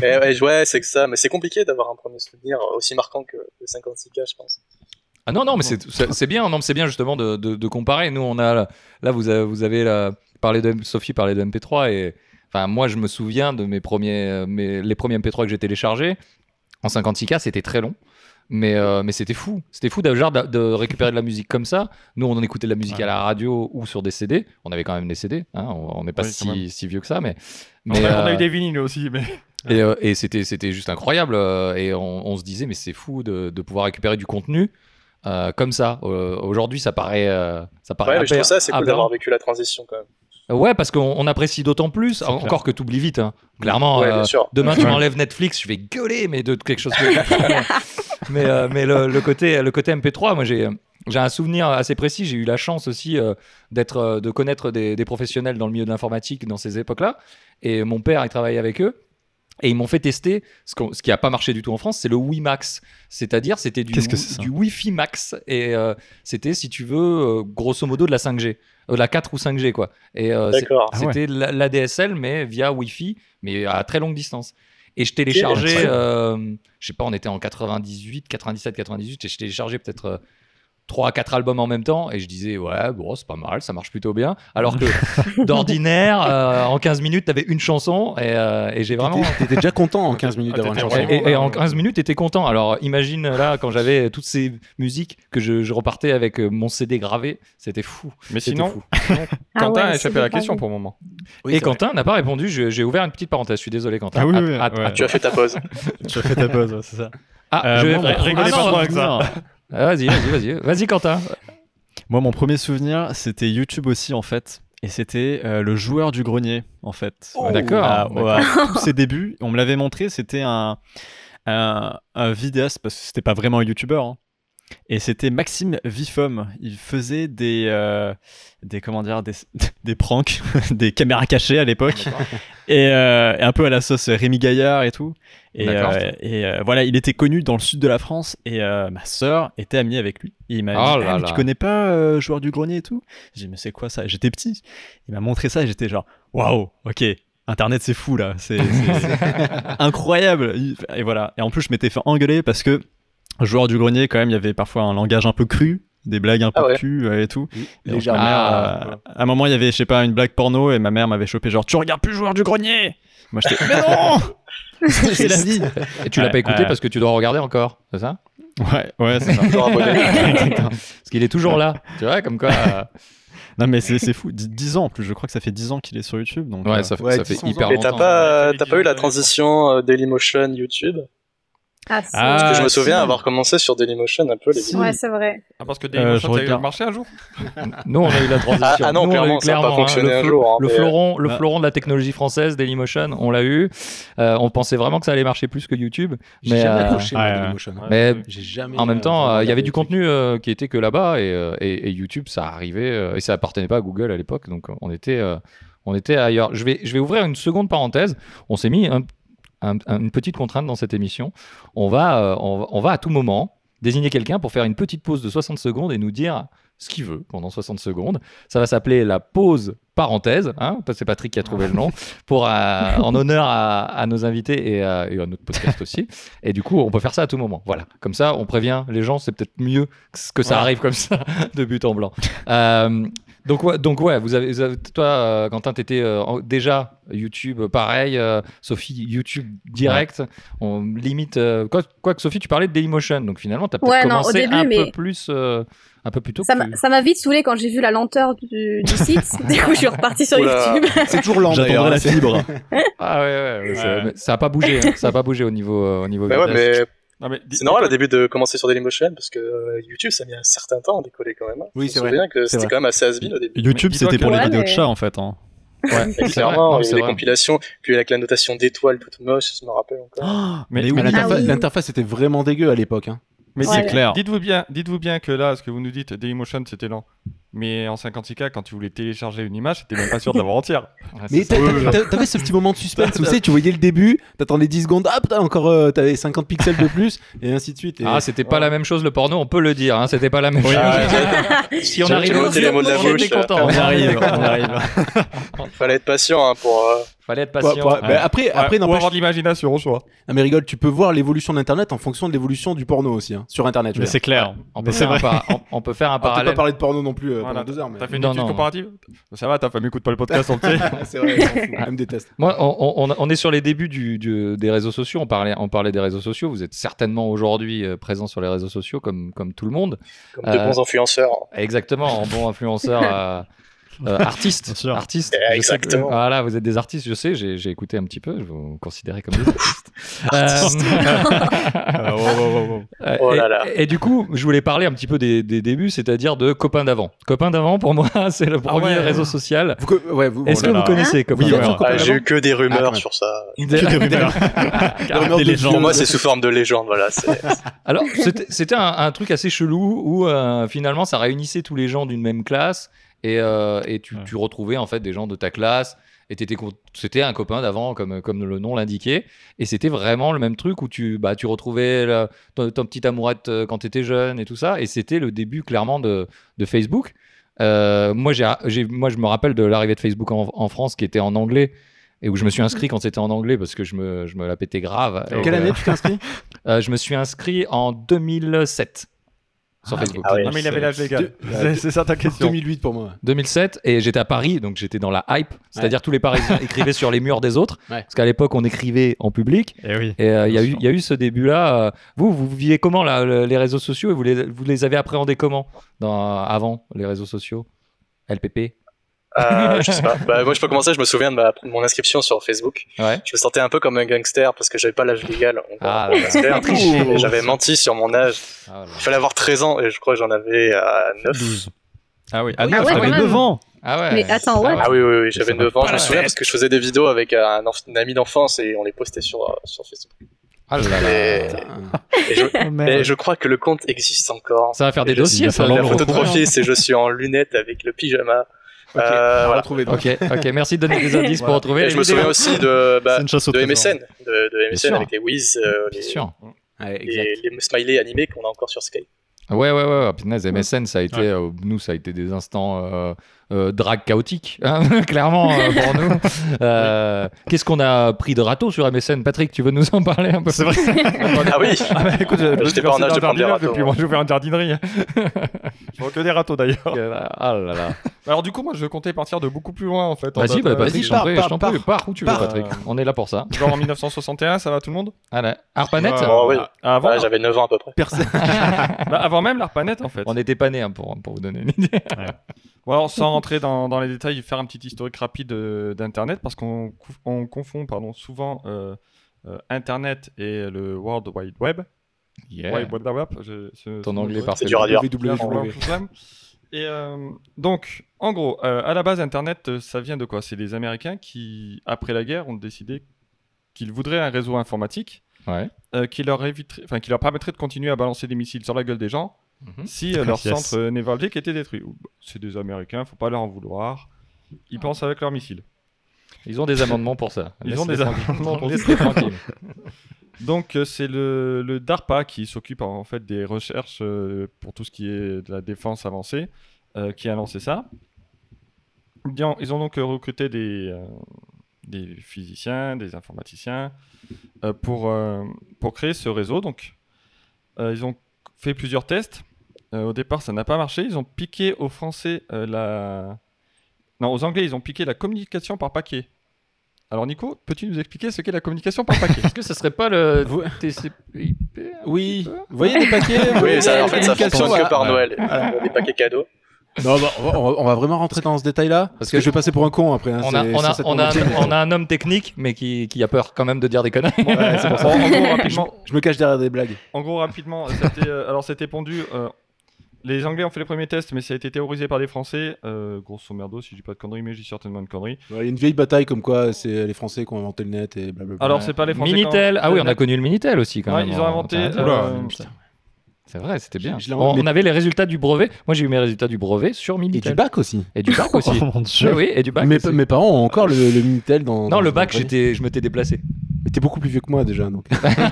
D: Mais Eh ouais, ouais, c'est que ça. Mais c'est compliqué d'avoir un premier souvenir aussi marquant que le 56K, je pense.
C: Ah non, non, mais c'est- c'est c'est bien, non, mais c'est bien justement de, de- de comparer. Nous, on a là, vous avez, vous avez là, parlé de Sophie parlait de MP3 et enfin moi, je me souviens de mes premiers, euh, mes- les premiers MP3 que j'ai téléchargés en 56K, c'était très long. Mais, euh, mais c'était fou, c'était fou d'avoir de, de récupérer de la musique comme ça. Nous, on en écoutait de la musique à la radio ou sur des CD. On avait quand même des CD, hein, on on n'est pas
A: Oui, quand
C: si, si vieux que ça, mais,
A: On,
C: mais,
A: a, on a
C: euh,
A: eu des vinyles aussi, mais
C: et, euh, et c'était, c'était juste incroyable. euh, Et on, on se disait, mais c'est fou de, de pouvoir récupérer du contenu euh, comme ça. Euh, aujourd'hui, ça paraît. euh, ça paraît
D: Ouais, mais je trouve
C: aber-
D: ça c'est cool
C: aberrant.
D: d'avoir vécu la transition quand même.
C: Ouais, parce qu'on on apprécie d'autant plus. en- Encore que tu oublies vite. hein. Clairement,
D: Ouais,
C: euh,
D: bien sûr.
C: demain, tu m'enlèves Netflix, je vais gueuler, mais de de quelque chose que. mais euh, mais le, le côté, le côté MP3, moi, j'ai. J'ai un souvenir assez précis. J'ai eu la chance aussi euh, d'être, euh, de connaître des, des professionnels dans le milieu de l'informatique dans ces époques-là. Et mon père, il travaillait avec eux. Et ils m'ont fait tester ce, qu'on- ce qui n'a pas marché du tout en France, c'est le WiMAX. C'est-à-dire, c'était du,
E: Qu'est-ce que c'est ça
C: du Wi-Fi Max. Et euh, c'était, si tu veux, euh, grosso modo de la 5G. Euh, de la 4 ou 5G, quoi. Et euh, c'est-
D: D'accord.
E: Ah ouais.
C: c'était la- l'ADSL, mais via Wi-Fi, mais à très longue distance. Et je téléchargeais, euh, je sais pas, on était en 98, 97, 98, et je téléchargeais peut-être. euh, trois à quatre albums en même temps et je disais ouais bon c'est pas mal ça marche plutôt bien alors que d'ordinaire euh, en 15 minutes t'avais une chanson et, euh, et j'ai vraiment
B: T'étais déjà content en 15 minutes
A: Ah,
B: d'avoir une
A: t'étais
B: chanson.
A: vraiment-
C: et, et en 15 minutes, t'étais content. Alors imagine là, quand j'avais toutes ces musiques, que je, je repartais avec euh, mon CD gravé, c'était fou.
A: mais
C: C'était
A: sinon,
C: fou.
F: Ah
A: Quentin
F: ouais,
A: a
F: c'est
A: échappé à la
F: des
A: question
F: paris.
A: pour le moment.
B: Oui,
C: et
B: c'est vrai.
C: Quentin n'a pas répondu, je- j'ai ouvert une petite parenthèse, je suis désolé Quentin.
E: Ah oui,
C: Att-
E: oui,
C: att-
E: ouais.
C: att-
D: Tu as fait ta pause.
E: Tu as fait ta pause, ouais, c'est ça.
C: Ah,
E: Euh,
C: je vais
E: moi, mon
C: Ah,
E: premier
A: rigolez pas
C: non, Ah,
A: trop avec ça.
E: souvenir-
C: Vas-y, vas-y, vas-y, vas-y Quentin.
E: Moi, mon premier souvenir, c'était YouTube aussi, en fait. Et c'était euh, le joueur du grenier, en fait.
C: Oh, d'accord.
E: À- à tous ses débuts, on me l'avait montré, c'était un, un, un vidéaste, parce que c'était pas vraiment un YouTuber. hein. Et c'était Maxime Vifom. Il faisait des, euh, des comment dire, des, des pranks, des caméras cachées à l'époque.
C: Ah,
E: et euh, et un peu à la sauce Rémi Gaillard et tout. Et,
C: D'accord.
E: euh, et, euh, voilà, il était connu dans le sud de la France et euh, ma sœur était amie avec lui. Et il m'a
C: Oh
E: dit
C: là
E: ah, mais
C: là.
E: Tu connais pas euh, Joueur du Grenier et tout J'ai dit Mais c'est quoi ça J'étais petit. Il m'a montré ça et j'étais genre Waouh, ok, Internet c'est fou là, c'est c'est- incroyable Il- Et voilà. Et en plus, je m'étais fait engueuler parce que Joueur du Grenier, quand même, il y avait parfois un langage un peu cru, des blagues un peu
D: Ah ouais.
E: cru euh, et tout. Et donc,
B: Légèrement.
E: ma mère,
C: Ah.
E: euh, à un moment, il y avait, je sais pas, une blague porno et ma mère m'avait chopé genre, tu regardes plus joueur du grenier Moi, j'étais, mais non C'est c'est la vie
C: Et tu l'as
E: Ouais,
C: pas écouté
E: euh,
C: parce que tu dois regarder encore, c'est ça
E: Ouais, ouais, c'est ça.
D: Toujours abonné.
C: Parce qu'il est toujours là, tu vois, comme quoi. euh,
E: Non, mais c'est c'est fou. Dix- 10 ans en plus, je crois que ça fait 10 ans qu'il est sur YouTube. Donc, euh,
C: Ouais, ça, fait-
B: Ouais,
C: ça fait
B: 10 ans.
C: hyper
D: Et t'as
C: longtemps.
A: ça,
D: pas,
A: ouais.
D: t'as pas eu la transition euh, Dailymotion YouTube
F: Ah, c'est-
E: Ah,
D: Parce que je me
E: si.
D: souviens avoir commencé sur Dailymotion un peu les
E: Si.
D: vidéos.
F: Ouais, c'est vrai.
A: Ah, parce que Dailymotion,
E: Dailymotion, ça a eu
A: ça a
E: regarde.
A: marché un jour
C: Euh, Nous, on a eu la transition.
D: Ah, ah non,
C: Nous, on a eu
D: clairement, ça a pas
C: clairement, hein,
D: fonctionné
C: le
D: un
C: fl-
D: jour, hein,
C: le
D: mais-
C: fleuron, le
E: Bah.
C: fleuron de la technologie française, Dailymotion, on l'a eu. Euh, on pensait vraiment que ça allait marcher plus que YouTube.
B: J'ai
C: Mais,
B: jamais
C: euh,
B: accroché
E: ouais,
B: à
E: ouais.
B: Dailymotion, hein.
C: Mais
B: J'ai jamais.
C: en même
B: euh,
C: temps, euh, il y avait
B: regardé
C: du
B: les trucs.
C: contenu euh, qui était que là-bas et, euh, et- et YouTube, ça arrivait euh, et ça appartenait pas à Google à l'époque, donc on était, euh, on était ailleurs. Je vais, je vais ouvrir une seconde parenthèse. On s'est mis un- un- un- une petite contrainte dans cette émission. On va, euh, on, va- on va à tout moment désigner quelqu'un pour faire une petite pause de 60 secondes et nous dire ce qu'il veut pendant 60 secondes. Ça va s'appeler la pause parenthèse, hein, parce que c'est Patrick qui a trouvé le nom, pour, euh, en honneur à, à nos invités et à- et à notre podcast aussi. Et du coup, on peut faire ça à tout moment. Voilà. Comme ça, on prévient les gens. C'est peut-être mieux que que ça
A: Ouais.
C: arrive comme ça, de but en blanc. Euh, Donc ouais, donc ouais, vous avez, vous avez- toi, euh, Quentin, t'étais euh, en- déjà YouTube, euh, pareil. euh, Sophie, YouTube direct. On limite. euh, quoi, quoi que Sophie, tu parlais de Dailymotion, donc finalement, t'as peut-être
F: Ouais, non, au
C: commencé
F: début,
C: un peu
F: mais-
C: plus, euh, un peu plus tôt.
F: Ça
C: que
F: m'a-
C: tu-
F: ça m'a vite saoulé quand j'ai vu la lenteur du, du site. du coup, je suis repartie sur
D: Oula.
F: YouTube.
B: C'est toujours lent d'ailleurs.
E: J'attendrai la
B: C'est-
E: fibre.
C: Ah ouais, ouais, ouais, ça-
E: Ouais.
C: mais ça a pas bougé. hein, ça a pas bougé au niveau, euh, au niveau.
D: Bah ouais,
C: vitesse.
D: mais
A: Non, mais dis-
D: c'est normal au début de commencer sur Dailymotion parce que euh, YouTube ça a mis un certain temps à décoller quand même. hein.
B: Oui, c'est
D: Je me
B: vrai.
D: souviens que
B: C'est
D: c'était
B: vrai.
D: quand même assez has-been au début.
E: YouTube,
A: Dis-toi
E: c'était
A: que-
E: pour les
F: Ouais,
E: vidéos de
F: mais-
E: chat en fait. hein.
C: Ouais,
D: Et
C: c'est vrai. Non,
D: Clairement,
C: mais
D: il y
C: c'est
D: avait les
C: vrai.
D: compilations, puis avec la notation d'étoiles toute moche, je me rappelle encore.
C: Oh,
A: Mais
E: Mais
B: Mais
E: oui,
B: l'interfa-
F: Ah oui.
B: L'interface était vraiment dégueu à l'époque. hein.
A: Mais
F: Ouais.
E: c'est clair.
A: Dites-vous bien, dites-vous bien que là, ce que vous nous dites, Dailymotion, c'était lent. Mais en 56K, quand tu voulais télécharger une image, t'étais même pas sûr de l'avoir entière.
C: Ouais, c'est
B: Mais
C: ça.
B: t'a- t'a- t'a- t'avais ce petit moment de suspense où tu sais, tu voyais le début, t'attendais 10 secondes, hop, t'as encore euh, t'avais 50 pixels de plus, et ainsi de suite. et-
C: Ah, c'était pas la même chose le porno, on peut le dire. Hein, c'était pas la même chose. si on
D: J'ai-
C: arrive
D: j'ai noté les mots de la
C: on était
D: bouche, là.
C: content.
E: On y arrive, on y arrive.
D: Fallait être patient hein, pour. euh,
C: Fallait être
B: Pas-
C: patient.
B: pas- bah, après, après
A: Ou
B: n'empêche.
A: avoir de l'imagination au choix.
B: Ah, mais rigole, tu peux voir l'évolution d'Internet en fonction de l'évolution du porno aussi, hein, sur Internet. Je veux
E: Mais
B: dire.
E: c'est clair.
C: On peut,
E: Mais c'est
C: faire un
E: vrai.
C: par- on- on peut faire un
B: Alors, t'as pas
C: parallèle.
B: parlé de porno non plus euh,
A: Voilà,
B: pendant deux heures, mais
A: T'as fait une
C: Non,
A: étude
C: non.
A: comparative Ça va, ta femme écoute pas le podcast entier.
B: c'est vrai, elle s'en fout, elle me déteste.
C: Moi, on, on- on est sur les débuts du, du- des réseaux sociaux. On parlait, on parlait des réseaux sociaux. Vous êtes certainement aujourd'hui euh, présent sur les réseaux sociaux comme, comme tout le monde.
D: comme de
C: Euh,
D: bons influenceurs. hein.
C: Exactement, en bon influenceur. euh, euh, artiste,
E: Bien sûr.
C: artiste.
D: Eh,
C: Je sais que-
D: exactement.
C: voilà, vous êtes des artistes, je sais. J'ai j'ai écouté un petit peu. Je vous considérez comme des artistes. Euh,
E: Ah, wow, wow, wow, wow.
C: Euh,
D: Oh
C: et,
D: là là.
C: et du coup, je voulais parler un petit peu des, des débuts, c'est-à-dire de copains d'avant. Copains d'avant, pour moi, c'est le premier
A: ouais.
C: réseau social.
B: Vous, co- ouais, vous,
C: Est-ce
E: Ah Oh là
C: que vous
E: là. Hein
C: connaissez copains
E: Oui,
C: d'avant
E: ouais.
D: Ah, j'ai
B: Complètement.
D: eu que des
B: Ah, quand
D: rumeurs
B: même.
D: sur ça.
E: Que des rumeurs.
B: rumeurs
E: Des
B: de
E: légendes.
D: Pour moi, c'est sous forme de légende, voilà. c'est-
C: Alors, c'était c'était un, un truc assez chelou où euh, finalement, ça réunissait tous les gens d'une même classe et, euh, et tu,
E: Ouais.
C: tu retrouvais en fait des gens de ta classe. Et t'étais con- c'était un copain d'avant, comme, comme le nom l'indiquait. Et c'était vraiment le même truc où tu, bah, tu retrouvais le- ton, ton petit amourette euh, quand t'étais jeune et tout ça. Et c'était le début clairement de, de Facebook. Euh, moi, j'ai, j'ai- moi, je me rappelle de l'arrivée de Facebook en, en France qui était en anglais et où je me suis inscrit quand c'était en anglais parce que je me, je me la pétais grave. Et,
B: Quelle
C: euh,
B: année tu t'es inscrit
C: euh, je me suis inscrit en 2007 sur Facebook.
D: ah ouais.
A: Non, mais il avait l'âge légal.
B: Deux-
A: C'est- C'est ça ta question.
B: 2008 pour moi.
C: 2007 et j'étais à Paris donc j'étais dans la hype c'est-à-dire tous les Parisiens écrivaient sur les murs des autres
B: Ouais.
C: parce qu'à l'époque on écrivait en public
E: Eh oui.
C: et euh, il y a
E: Bien
C: eu
E: sûr.
C: il y a eu ce début là vous vous viviez comment là, le- les réseaux sociaux et vous les vous les avez appréhendés comment dans, avant les réseaux sociaux LPP
D: Euh, je sais pas. Bah, moi, je peux commencer. Je me souviens de ma- mon inscription sur Facebook.
C: ouais
D: Je me sentais un peu comme un gangster parce que j'avais pas l'âge légal. en gros.
C: Ah, là, là.
D: Gangster.
C: T'as triché.
D: Et J'avais menti sur mon âge.
C: ah, là.
D: Il fallait avoir 13 ans et je crois que j'en avais euh, 9.
E: 12. Ah oui, à
F: Ah ouais, quand
E: 9,
F: même.
E: 9 ans.
C: Ah ouais
F: Mais attends, ouais.
D: Ah oui, oui, oui, j'avais
C: Ça va
D: 9 ans.
C: pas
D: Je
C: la
D: me souviens
C: tête.
D: parce que je faisais des vidéos avec un, enf- un ami d'enfance et on les postait sur, euh, sur Facebook.
C: Ah là là.
D: Et- Et je, et je crois que le compte existe encore.
C: ça va faire des
D: Et je-
C: dossiers
E: il va
C: ça,
E: falloir
D: La
E: le
C: le
D: photo de
C: retrouver.
D: profil, c'est je suis en lunettes avec le pyjama. Euh, voilà.
B: retrouvé.
C: ok ok merci de donner des indices pour
A: Voilà.
C: retrouver
D: Et
C: les
D: je me
C: vidéos.
D: souviens aussi de, bah,
E: C'est une chasse au
D: de
E: trésor.
D: MSN, de, de MSN
C: sûr.
D: avec les Wiz, euh,
C: bien
D: les,
C: sûr
B: Ouais, exact.
D: les, les smileys animés qu'on a encore sur Skype.
C: Ouais, ouais, ouais, ouais. Punaise, MSN, ça a été,
E: Ouais.
C: euh, nous, ça a été des instants euh, euh, drague chaotique, hein, clairement, euh, pour nous. Euh, Qu'est-ce qu'on a pris de râteau sur MSN Patrick, tu veux nous en parler un peu
E: C'est vrai.
D: Ah oui
A: Ah bah écoute, je- je
D: J'étais pas en
A: suis
D: âge de prendre des
A: jardinage
D: râteaux,
A: depuis
D: hein.
A: moi, j'ai ouvert une jardinerie. je vois que des râteaux d'ailleurs.
C: Ah là là.
A: Alors du coup, moi, je comptais partir de beaucoup plus loin en fait. en
C: Vas-y,
A: date,
C: bah,
A: euh,
C: Patrick,
B: vas-y,
C: je t'en
B: pars,
C: prie, je
B: pars,
C: t'en prie.
B: pars.
C: Pars où tu veux,
B: Pars.
C: Patrick. On est là pour ça.
A: Genre en 1961, ça va tout le monde
C: Ah là, Arpanet
A: Ouais,
D: Bon, oui. Bah,
A: ah, Avant,
D: Ouais, J'avais 9 ans à peu près.
B: Personne-
A: bah, avant même l'ARPANET en fait.
C: On n'était pas nés hein, pour, pour vous donner une idée.
A: Bon, alors, sans rentrer dans, dans les détails, faire un petit historique rapide euh, d'Internet, parce qu'on cou- on confond pardon, souvent euh, euh, Internet et le World Wide Web.
C: Yeah.
A: Wide Web, Web, je- ce-
C: Ton
A: ce-
C: anglais
A: ce-
C: parfait.
D: C'est dur à dire.
A: Web,
B: WW.
A: Web. hein, Et euh, donc, en gros, euh, à la base, Internet, euh, ça vient de quoi C'est les Américains qui, après la guerre, ont décidé qu'ils voudraient un réseau informatique
C: Ouais.
A: euh, qui, leur éviterait, enfin, qui leur permettrait de continuer à balancer des missiles sur la gueule des gens
C: Mhm.
A: si euh, leur
E: Yes.
A: centre euh, névralgique était détruit. Ou- bah, C'est des Américains, faut pas leur en vouloir. Ils pensent avec leurs missiles.
C: Ils ont des amendements pour ça.
A: Ils ont
C: Laisse-les
A: des
C: tranquilles.
A: amendements pour ça.
C: Laisse-les tranquilles.
A: Donc euh, c'est le, le DARPA qui s'occupe en fait des recherches euh, pour tout ce qui est de la défense avancée, euh, qui a lancé ça. Bien, ils ont donc euh, recruté des, euh, des physiciens, des informaticiens euh, pour, euh, pour créer ce réseau. Donc Euh, ils ont fait plusieurs tests Euh, au départ, ça n'a pas marché. Ils ont piqué aux Français euh, la. Non, aux Anglais, ils ont piqué la communication par paquet. Alors, Nico, peux-tu nous expliquer ce qu'est la communication par paquet
C: Est-ce que ça serait pas le
B: Vous-
C: TCP
B: Oui, vous voyez les paquets vous voyez
D: Oui, ça, en
B: les
D: fait, ça
B: communications,
D: fonctionne que
B: voilà.
D: par Noël.
B: Ah.
D: Euh, Des paquets cadeaux.
B: Non, bah, on, va, on va- on va vraiment rentrer dans ce détail-là. Parce que, je vais passer pour un con après. hein,
C: on a,
B: c'est-
C: on, a,
B: c'est cette
C: on, a
B: volonté.
C: un, on a un homme technique, mais qui, qui a peur quand même de dire des conneries.
B: Ouais, c'est pour ça.
A: En- en gros, rapidement,
B: Je me cache derrière des blagues.
A: En gros, rapidement, c'était, euh, alors c'était pendu. euh, les Anglais ont fait les premiers tests, mais ça a été théorisé par les Français. euh, grosso merdo, si je dis pas de conneries, mais j'ai certainement de conneries.
B: Ouais, Il y a une vieille bataille comme quoi c'est les Français qui ont inventé le net et blablabla.
A: Alors, c'est pas les Français.
C: Minitel.
A: quand-
C: Ah oui, on a connu le Minitel aussi quand
A: Ouais,
C: même.
A: ils ont inventé,
C: T'as raison.
A: euh,
C: Oula, putain. C'est vrai, c'était bien.
B: Je- je l'ai
C: on,
B: inventé.
C: on avait les résultats du brevet. Moi, j'ai eu mes résultats du brevet sur
B: Et du
C: Minitel.
B: bac aussi.
C: Et du bac aussi.
E: Oh mon
C: Oui,
E: dieu.
C: oui, et du bac.
B: mes,
C: aussi.
B: mes parents ont encore le, le Minitel dans.
C: Non,
B: dans-
C: le
B: dans
C: bac,
B: panier.
C: j'étais, je m'étais déplacé. Ah,
B: Mais t'es beaucoup plus vieux que moi déjà. Donc.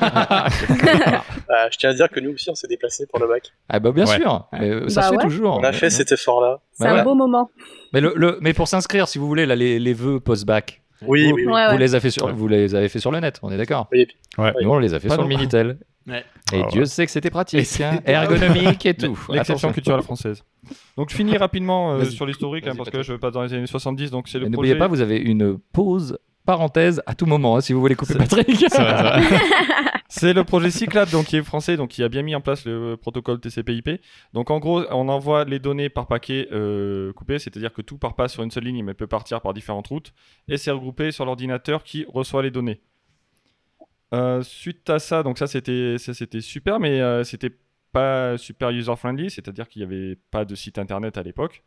D: Euh, je tiens à dire que nous aussi, on s'est déplacés pour le bac.
C: Ah bah bien
E: Ouais.
C: sûr, mais euh, ça
F: Bah
C: se fait
F: ouais.
C: toujours.
D: On a
C: Mais-
D: fait cet effort-là.
F: C'est
C: Bah
F: un
C: ouais.
F: beau moment.
C: Mais, le, le- mais pour s'inscrire, si vous voulez, là, les, les vœux post-bac,
D: Oui,
C: Vous-
D: oui, oui.
F: Ouais,
C: vous,
F: ouais.
C: les avez fait sur, vous les avez fait sur le net, on est d'accord
D: Oui.
E: Ouais.
C: Nous, on les a fait
A: Pas
C: sur le
A: non.
C: Minitel.
B: Ouais.
C: Et
E: Ah
C: Dieu sait que c'était
B: Et
C: pratique,
B: c'est-
C: hein, ergonomique et tout.
A: L'exception
C: Attention.
A: culturelle française. Donc, je finis rapidement euh,
B: Vas-y.
A: sur l'historique, hein,
C: Vas-y,
A: parce que
C: Patrick.
A: je vais pas dans les années 70, donc c'est
C: Et
A: le
C: N'oubliez
A: projet.
C: pas, vous avez une pause parenthèse à tout moment, hein, si vous voulez couper Patrick.
E: C'est vrai, c'est vrai.
A: C'est le projet Cyclab, donc qui est français, donc qui a bien mis en place le euh, protocole TCP/IP. Donc en gros, on envoie les données par paquet euh, coupé, c'est-à-dire que tout part pas sur une seule ligne, mais peut partir par différentes routes, et c'est regroupé sur l'ordinateur qui reçoit les données. Euh, suite à ça, donc ça c'était ça, c'était super, mais euh, c'était pas super user friendly, c'est-à-dire qu'il n'y avait pas de site internet à l'époque.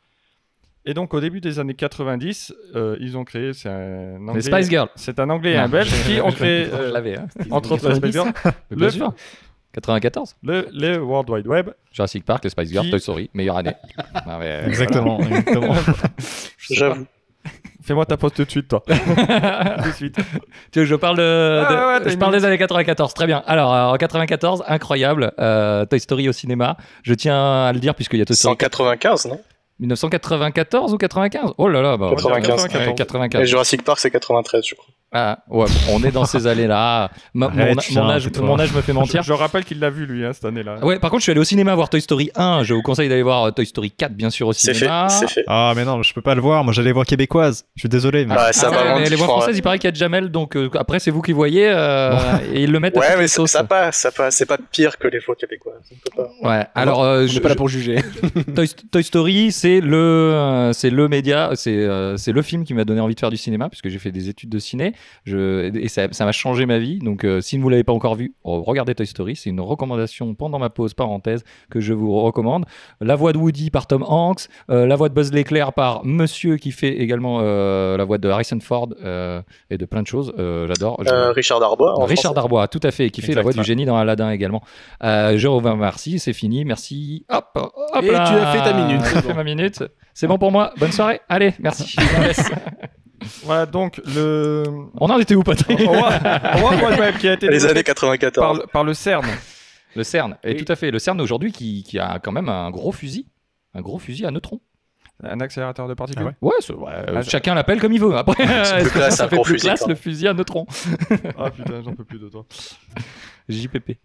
A: Et donc au début des années 90, euh, ils ont créé c'est un
C: Les
A: anglais,
C: Spice Girls.
A: c'est un anglais et un belge qui ont créé
C: Je
A: euh,
C: l'avais, hein.
A: entre autres les Spice Girls,
C: Mais
A: Le-
C: bien sûr. 94.
A: le, le World Wide Web.
C: Jurassic Park, les Spice Girls,
A: Qui-
C: Toy Story, meilleure année. Ah ouais, euh,
E: Exactement. exactement.
D: J'avoue.
A: Fais-moi ta pause tout de suite, toi.
C: voilà.
A: Tout de suite.
C: Tu veux que je parle de,
A: Ah ouais,
C: de-
A: ouais, t'as
C: je
A: une
C: parle
A: minute.
C: des années 94, très bien. Alors euh, en 94, incroyable, euh, Toy Story au cinéma. Je tiens à le dire puisqu'il y a Toy Story
D: 195, non
C: 1994 ou 95 Oh là là, bah,
D: 95.
C: ouais,
D: Et
C: 95.
D: Jurassic Park, c'est 93, je crois.
C: Ah, ouais, on est dans ces allées-là. Ma- mon-
E: Arrête,
C: mon,
E: chien,
C: âge,
E: tais-toi.
C: mon âge me fait mentir.
A: Je, je rappelle qu'il l'a vu, lui, hein, cette année-là.
C: Ouais, par contre, je suis allé au cinéma voir Toy Story 1. Je vous conseille d'aller voir euh, Toy Story 4, bien sûr, au
D: C'est fait,
C: cinéma.
D: c'est fait.
E: Ah, mais non, je peux pas le voir. Moi, j'allais voir québécoise. Je suis désolé. Mais...
D: Ah, ça
C: Ah,
D: va
C: mais
D: vraiment.
C: les voix
D: différent.
C: françaises, il paraît qu'il y a de Jamel, donc euh, après, c'est vous qui voyez. euh, et ils le mettent à
D: Ouais,
C: toutes
D: mais
C: les
D: ça,
C: sauces.
D: ça passe, ça passe. C'est pas pire que les voix québécoises. On peut pas.
C: Ouais, alors, euh,
B: On
C: je-
B: n'est pas là pour juger.
C: Toy, Toy Story, c'est le, euh, c'est le média, c'est, euh, c'est le film qui m'a donné envie de faire du cinéma, puisque j'ai fait des études de ciné, je, et ça, ça m'a changé ma vie. Donc, euh, si vous ne l'avez pas encore vu, oh, regardez Toy Story, c'est une recommandation pendant ma pause parenthèse que je vous recommande. La voix de Woody par Tom Hanks, euh, la voix de Buzz l'éclair par Monsieur qui fait également euh, la voix de Harrison Ford euh, et de plein de choses. Euh, j'adore. Je-
D: Euh, Richard Darbois. en
C: Richard
D: français.
C: Darbois, tout à fait, qui fait la
E: Exact,
C: voix du
E: ouais.
C: génie dans Aladdin également. Euh, je reviens, merci, c'est fini, merci. Hop, hop
B: Et
C: là.
B: tu as fait ta minute, c'est
C: J'ai fait
B: bon.
C: ma minute. C'est bon pour moi. Bonne soirée. Allez, merci.
A: Voilà, donc, le.
C: On en était où,
A: Au
C: Patrick
A: revoir, au revoir, World Web, qui a été
D: Les
A: développé
D: années 94.
A: par, le- par le CERN.
C: Le CERN. Et
A: Oui.
C: tout à fait, le CERN aujourd'hui qui, qui a quand même un gros fusil. Un gros fusil à neutrons.
A: Un accélérateur de particules.
E: Ah ouais.
C: Ouais, c'est- ouais, euh,
A: Ah, ça-
C: chacun l'appelle comme il veut. Après, est-ce
D: plus
C: que
D: classe,
C: ça
D: un
C: fait
D: gros
C: plus
D: fusil,
C: classe
D: quand
C: le fusil à neutrons.
A: Ah putain, j'en peux plus de toi.
C: JPP.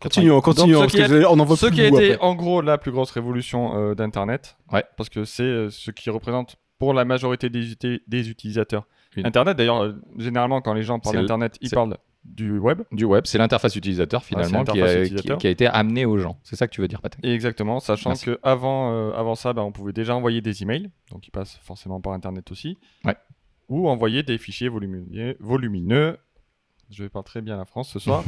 B: Continuons, continuons.
A: Donc, ce
B: parce
A: qui
B: que on en voit
A: ce
B: plus
A: qui
B: le
A: a
B: bout,
A: été
B: après.
A: en gros la plus grosse révolution euh, d'Internet.
C: Ouais.
A: Parce que c'est euh, ce qui représente pour la majorité des, uti- des utilisateurs.
C: Oui.
A: Internet, d'ailleurs, euh, généralement, quand les gens parlent
C: C'est le-
A: d'Internet, ils
C: c'est-
A: parlent du web.
C: Du web, c'est l'interface utilisateur finalement qui,
A: l'interface
C: a, qui-
A: utilisateur.
C: qui a été amenée aux gens. C'est ça que tu veux dire, Patrick
A: Et exactement, sachant
C: Merci.
A: que avant, euh, avant ça, bah, on pouvait déjà envoyer des emails, donc ils passent forcément par Internet aussi,
C: Ouais.
A: ou envoyer des fichiers volumineux. volumineux. Je vais pas très bien la France ce soir.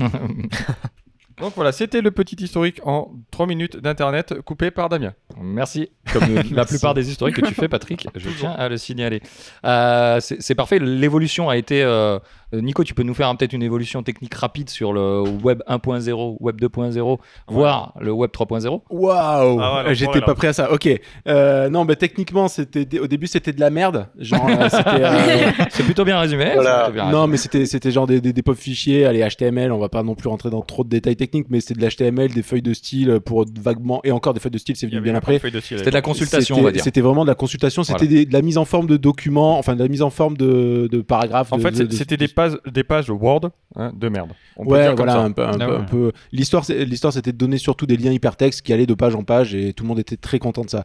A: donc voilà, c'était le petit historique en 3 minutes d'Internet coupé par Damien.
C: Merci. Comme la plupart des historiques que tu fais, Patrick, je tiens à le signaler. Euh, c'est c'est parfait. L'évolution a été. euh, Nico, tu peux nous faire hein, peut-être une évolution technique rapide sur le web 1.0, web 2.0, voire le web 3.0.
B: Waouh
A: Ah ouais, alors,
B: J'étais
A: voilà.
B: pas prêt à ça. Ok. Euh, non, mais techniquement, c'était au début, c'était de la merde. Genre, euh, c'était. euh,
C: C'est plutôt bien résumé.
D: Voilà.
C: c'est plutôt bien
B: non, mais c'était c'était genre des, des, des pauvres fichiers, allez HTML, on va pas non plus rentrer dans trop de détails techniques, mais c'était de l'HTML, des feuilles de style pour vaguement et encore des feuilles de style, c'est
A: Il y
B: venu
A: avait
B: bien
A: pas de
B: après.
A: feuille de style à
C: C'était de la la consultation, on
B: C'était-
C: va dire.
B: C'était vraiment de la consultation, c'était des- de la mise en forme de documents, enfin de la mise en forme de, de paragraphes.
A: En
B: de-
A: fait,
B: de-
A: c'est-
B: de-
A: c'était des pages, des pages Word hein, de merde. On peut
B: ouais,
A: dire comme
B: voilà,
A: ça.
B: un peu, un
E: Ah
B: peu-
E: ouais.
B: un peu. L'histoire, c'est- l'histoire, c'était de donner surtout des liens hypertextes qui allaient de page en page et tout le monde était très content de ça.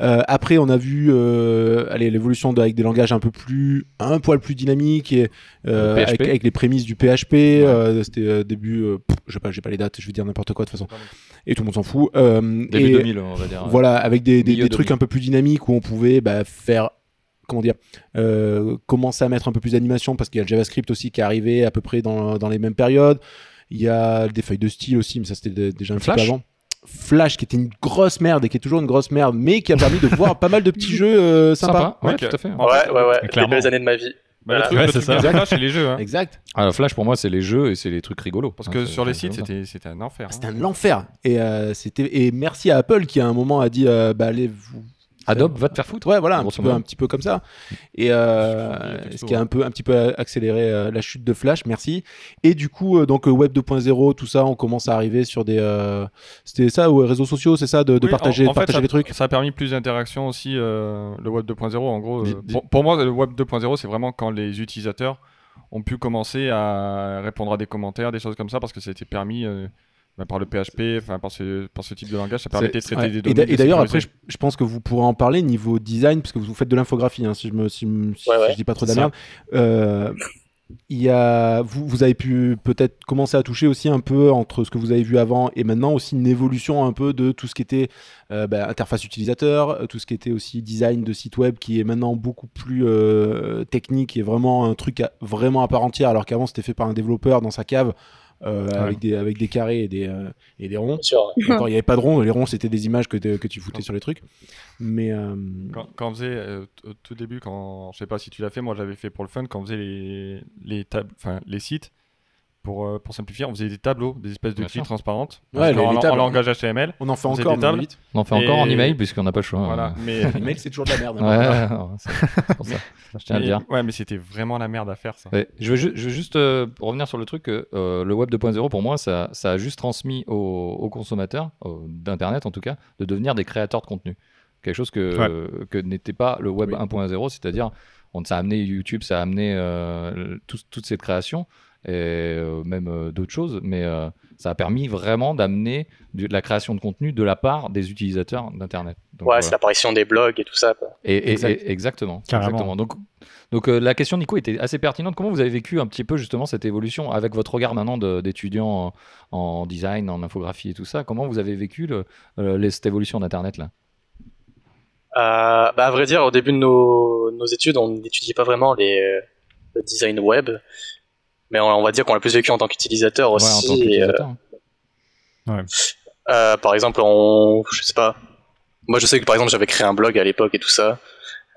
B: Euh, après, on a vu, euh, allez, l'évolution de- avec des langages un peu plus, un poil plus dynamique et euh,
C: Le PHP.
B: avec, avec les prémices du PHP. euh, c'était euh, début, euh, pff, je sais pas, j'ai pas les dates, je vais dire n'importe quoi de toute façon. Et tout le monde s'en fout. Euh,
C: Début
B: et-
C: 2000, on va dire. ouais.
B: voilà, avec des, des-
C: Milieu
B: des trucs
C: 2000.
B: un peu plus dynamiques où on pouvait bah, faire, comment dire, euh, commencer à mettre un peu plus d'animation parce qu'il y a le JavaScript aussi qui est arrivé à peu près dans, dans les mêmes périodes. Il y a des feuilles de style aussi, mais ça c'était de- déjà un petit peu
C: Flash
B: avant. Flash qui était une grosse merde et qui est toujours une grosse merde, mais qui a permis de voir pas mal de petits jeux euh,
C: Sympa,
B: sympas.
C: ouais,
A: Ok.
C: tout à fait. hein. euh,
A: En
D: Ouais,
A: fait,
D: ouais, ouais. Les
A: clairement.
D: belles années de ma vie.
A: Bah, le
D: Voilà.
A: truc,
E: Ouais,
A: le
E: c'est
A: truc
E: ça.
A: bien flash, c'est les jeux. hein.
B: Exact.
C: Ah, Flash, pour moi, c'est les jeux et c'est les trucs rigolos.
A: Parce
C: Hein,
A: que
C: c'est-
A: sur les
C: c'est
A: sites,
C: comme ça.
A: c'était c'était un enfer. hein.
B: C'était un enfer. Et, euh, c'était et merci à Apple qui à un moment a dit euh, bah, allez, vous,
C: Adobe, va te faire foutre.
B: Ouais, voilà, un
C: Grosso
B: petit, peu,
C: modo.
B: un petit peu comme ça. Et
A: Je
B: euh,
A: suis fou,
B: ce qui a un peu, un petit peu accéléré euh, la chute de Flash, merci. Et du coup, euh, donc euh, Web 2.0, tout ça, on commence à arriver sur des. euh, C'était ça, ou réseaux sociaux, c'est ça, de, de
A: Oui,
B: partager,
A: en- en fait,
B: partager
A: ça-
B: les trucs.
A: Ça a permis plus d'interactions aussi, euh, le Web 2.0. En gros, euh,
E: Dis-
A: pour-
E: dis-
A: pour, moi, le Web 2.0, c'est vraiment quand les utilisateurs ont pu commencer à répondre à des commentaires, des choses comme ça, parce que ça a été permis euh, bah, par le PHP, enfin, par ce, par ce type de langage, ça permettait de traiter
B: Ouais.
A: des
B: Et
A: données.
B: d'a-
A: de
B: et d'ailleurs, après, je,
A: sécuriser.
B: je pense que vous pourrez en parler niveau design, parce que vous faites de l'infographie, hein, si je me, si, me- si
D: Ouais, ouais.
B: je dis pas trop de
E: C'est
B: la
E: ça.
B: merde. Euh, il y a, vous, vous avez pu peut-être commencer à toucher aussi un peu entre ce que vous avez vu avant et maintenant aussi une évolution un peu de tout ce qui était euh, bah, interface utilisateur, euh, tout ce qui était aussi design de site web qui est maintenant beaucoup plus euh, technique et vraiment un truc à- vraiment à part entière, alors qu'avant c'était fait par un développeur dans sa cave euh, avec, des, avec des carrés et des, euh, et des ronds.
D: Bien sûr.
B: Et Encore, il n'y avait pas de ronds. Les ronds, c'était des images que, t'es- que tu foutais sur les trucs. Mais euh,
A: Quand, quand on faisait, euh, t- au tout début, quand, je sais pas si tu l'as fait, moi j'avais fait pour le fun, quand on faisait les, les, tab- enfin, les sites, pour, euh, pour simplifier, on faisait des tableaux, des espèces de
C: Bien
A: clés
C: sûr.
A: transparentes,
B: Ouais,
A: parce
B: les-
A: qu'en-
B: les
A: en,
B: tables.
A: langage HTML.
B: on en fait
A: Vous avez
B: encore.
A: des
B: mais
A: tables
B: vite.
C: On en fait encore en
A: Et-
C: email, puisqu'on n'a pas le choix.
A: Voilà, mais...
B: Les mecs, c'est toujours de la merde. hein.
C: Ouais, ouais, c'est pour ça. Je tiens à le
A: mais-
C: dire.
A: ouais, mais c'était vraiment la merde à faire, ça.
C: Ouais, je, veux ju- je veux juste euh, revenir sur le truc que euh, le web 2.0 pour moi ça, ça a juste transmis aux, aux consommateurs aux- euh, d'internet en tout cas de devenir des créateurs de contenu quelque chose que,
E: Ouais.
C: euh, que n'était pas le web 1.0 c'est-à-dire on, ça a amené YouTube ça a amené euh, le- tout- toute cette création et euh, même euh, d'autres choses mais euh, ça a permis vraiment d'amener du- de la création de contenu de la part des utilisateurs d'internet Donc,
D: Ouais,
C: voilà.
D: c'est l'apparition des blogs et tout ça. quoi.
C: Et, et-
E: Exact.
C: et- exactement.
E: Carrément.
C: exactement. Donc, donc euh, la question, Nico, était assez pertinente. Comment vous avez vécu un petit peu justement cette évolution avec votre regard maintenant de- d'étudiant en, en design, en infographie et tout ça Comment vous avez vécu le- euh, les- cette évolution d'Internet là
D: Euh, bah, à vrai dire, au début de nos, nos études, on n'étudiait pas vraiment les, euh, le design web, mais on, on va dire qu'on l'a plus vécu en tant qu'utilisateur
C: Ouais, en
D: aussi.
C: tant
D: et, euh,
C: qu'utilisateur.
D: euh, par exemple, on, je sais pas. Moi, je sais que par exemple, j'avais créé un blog à l'époque et tout ça.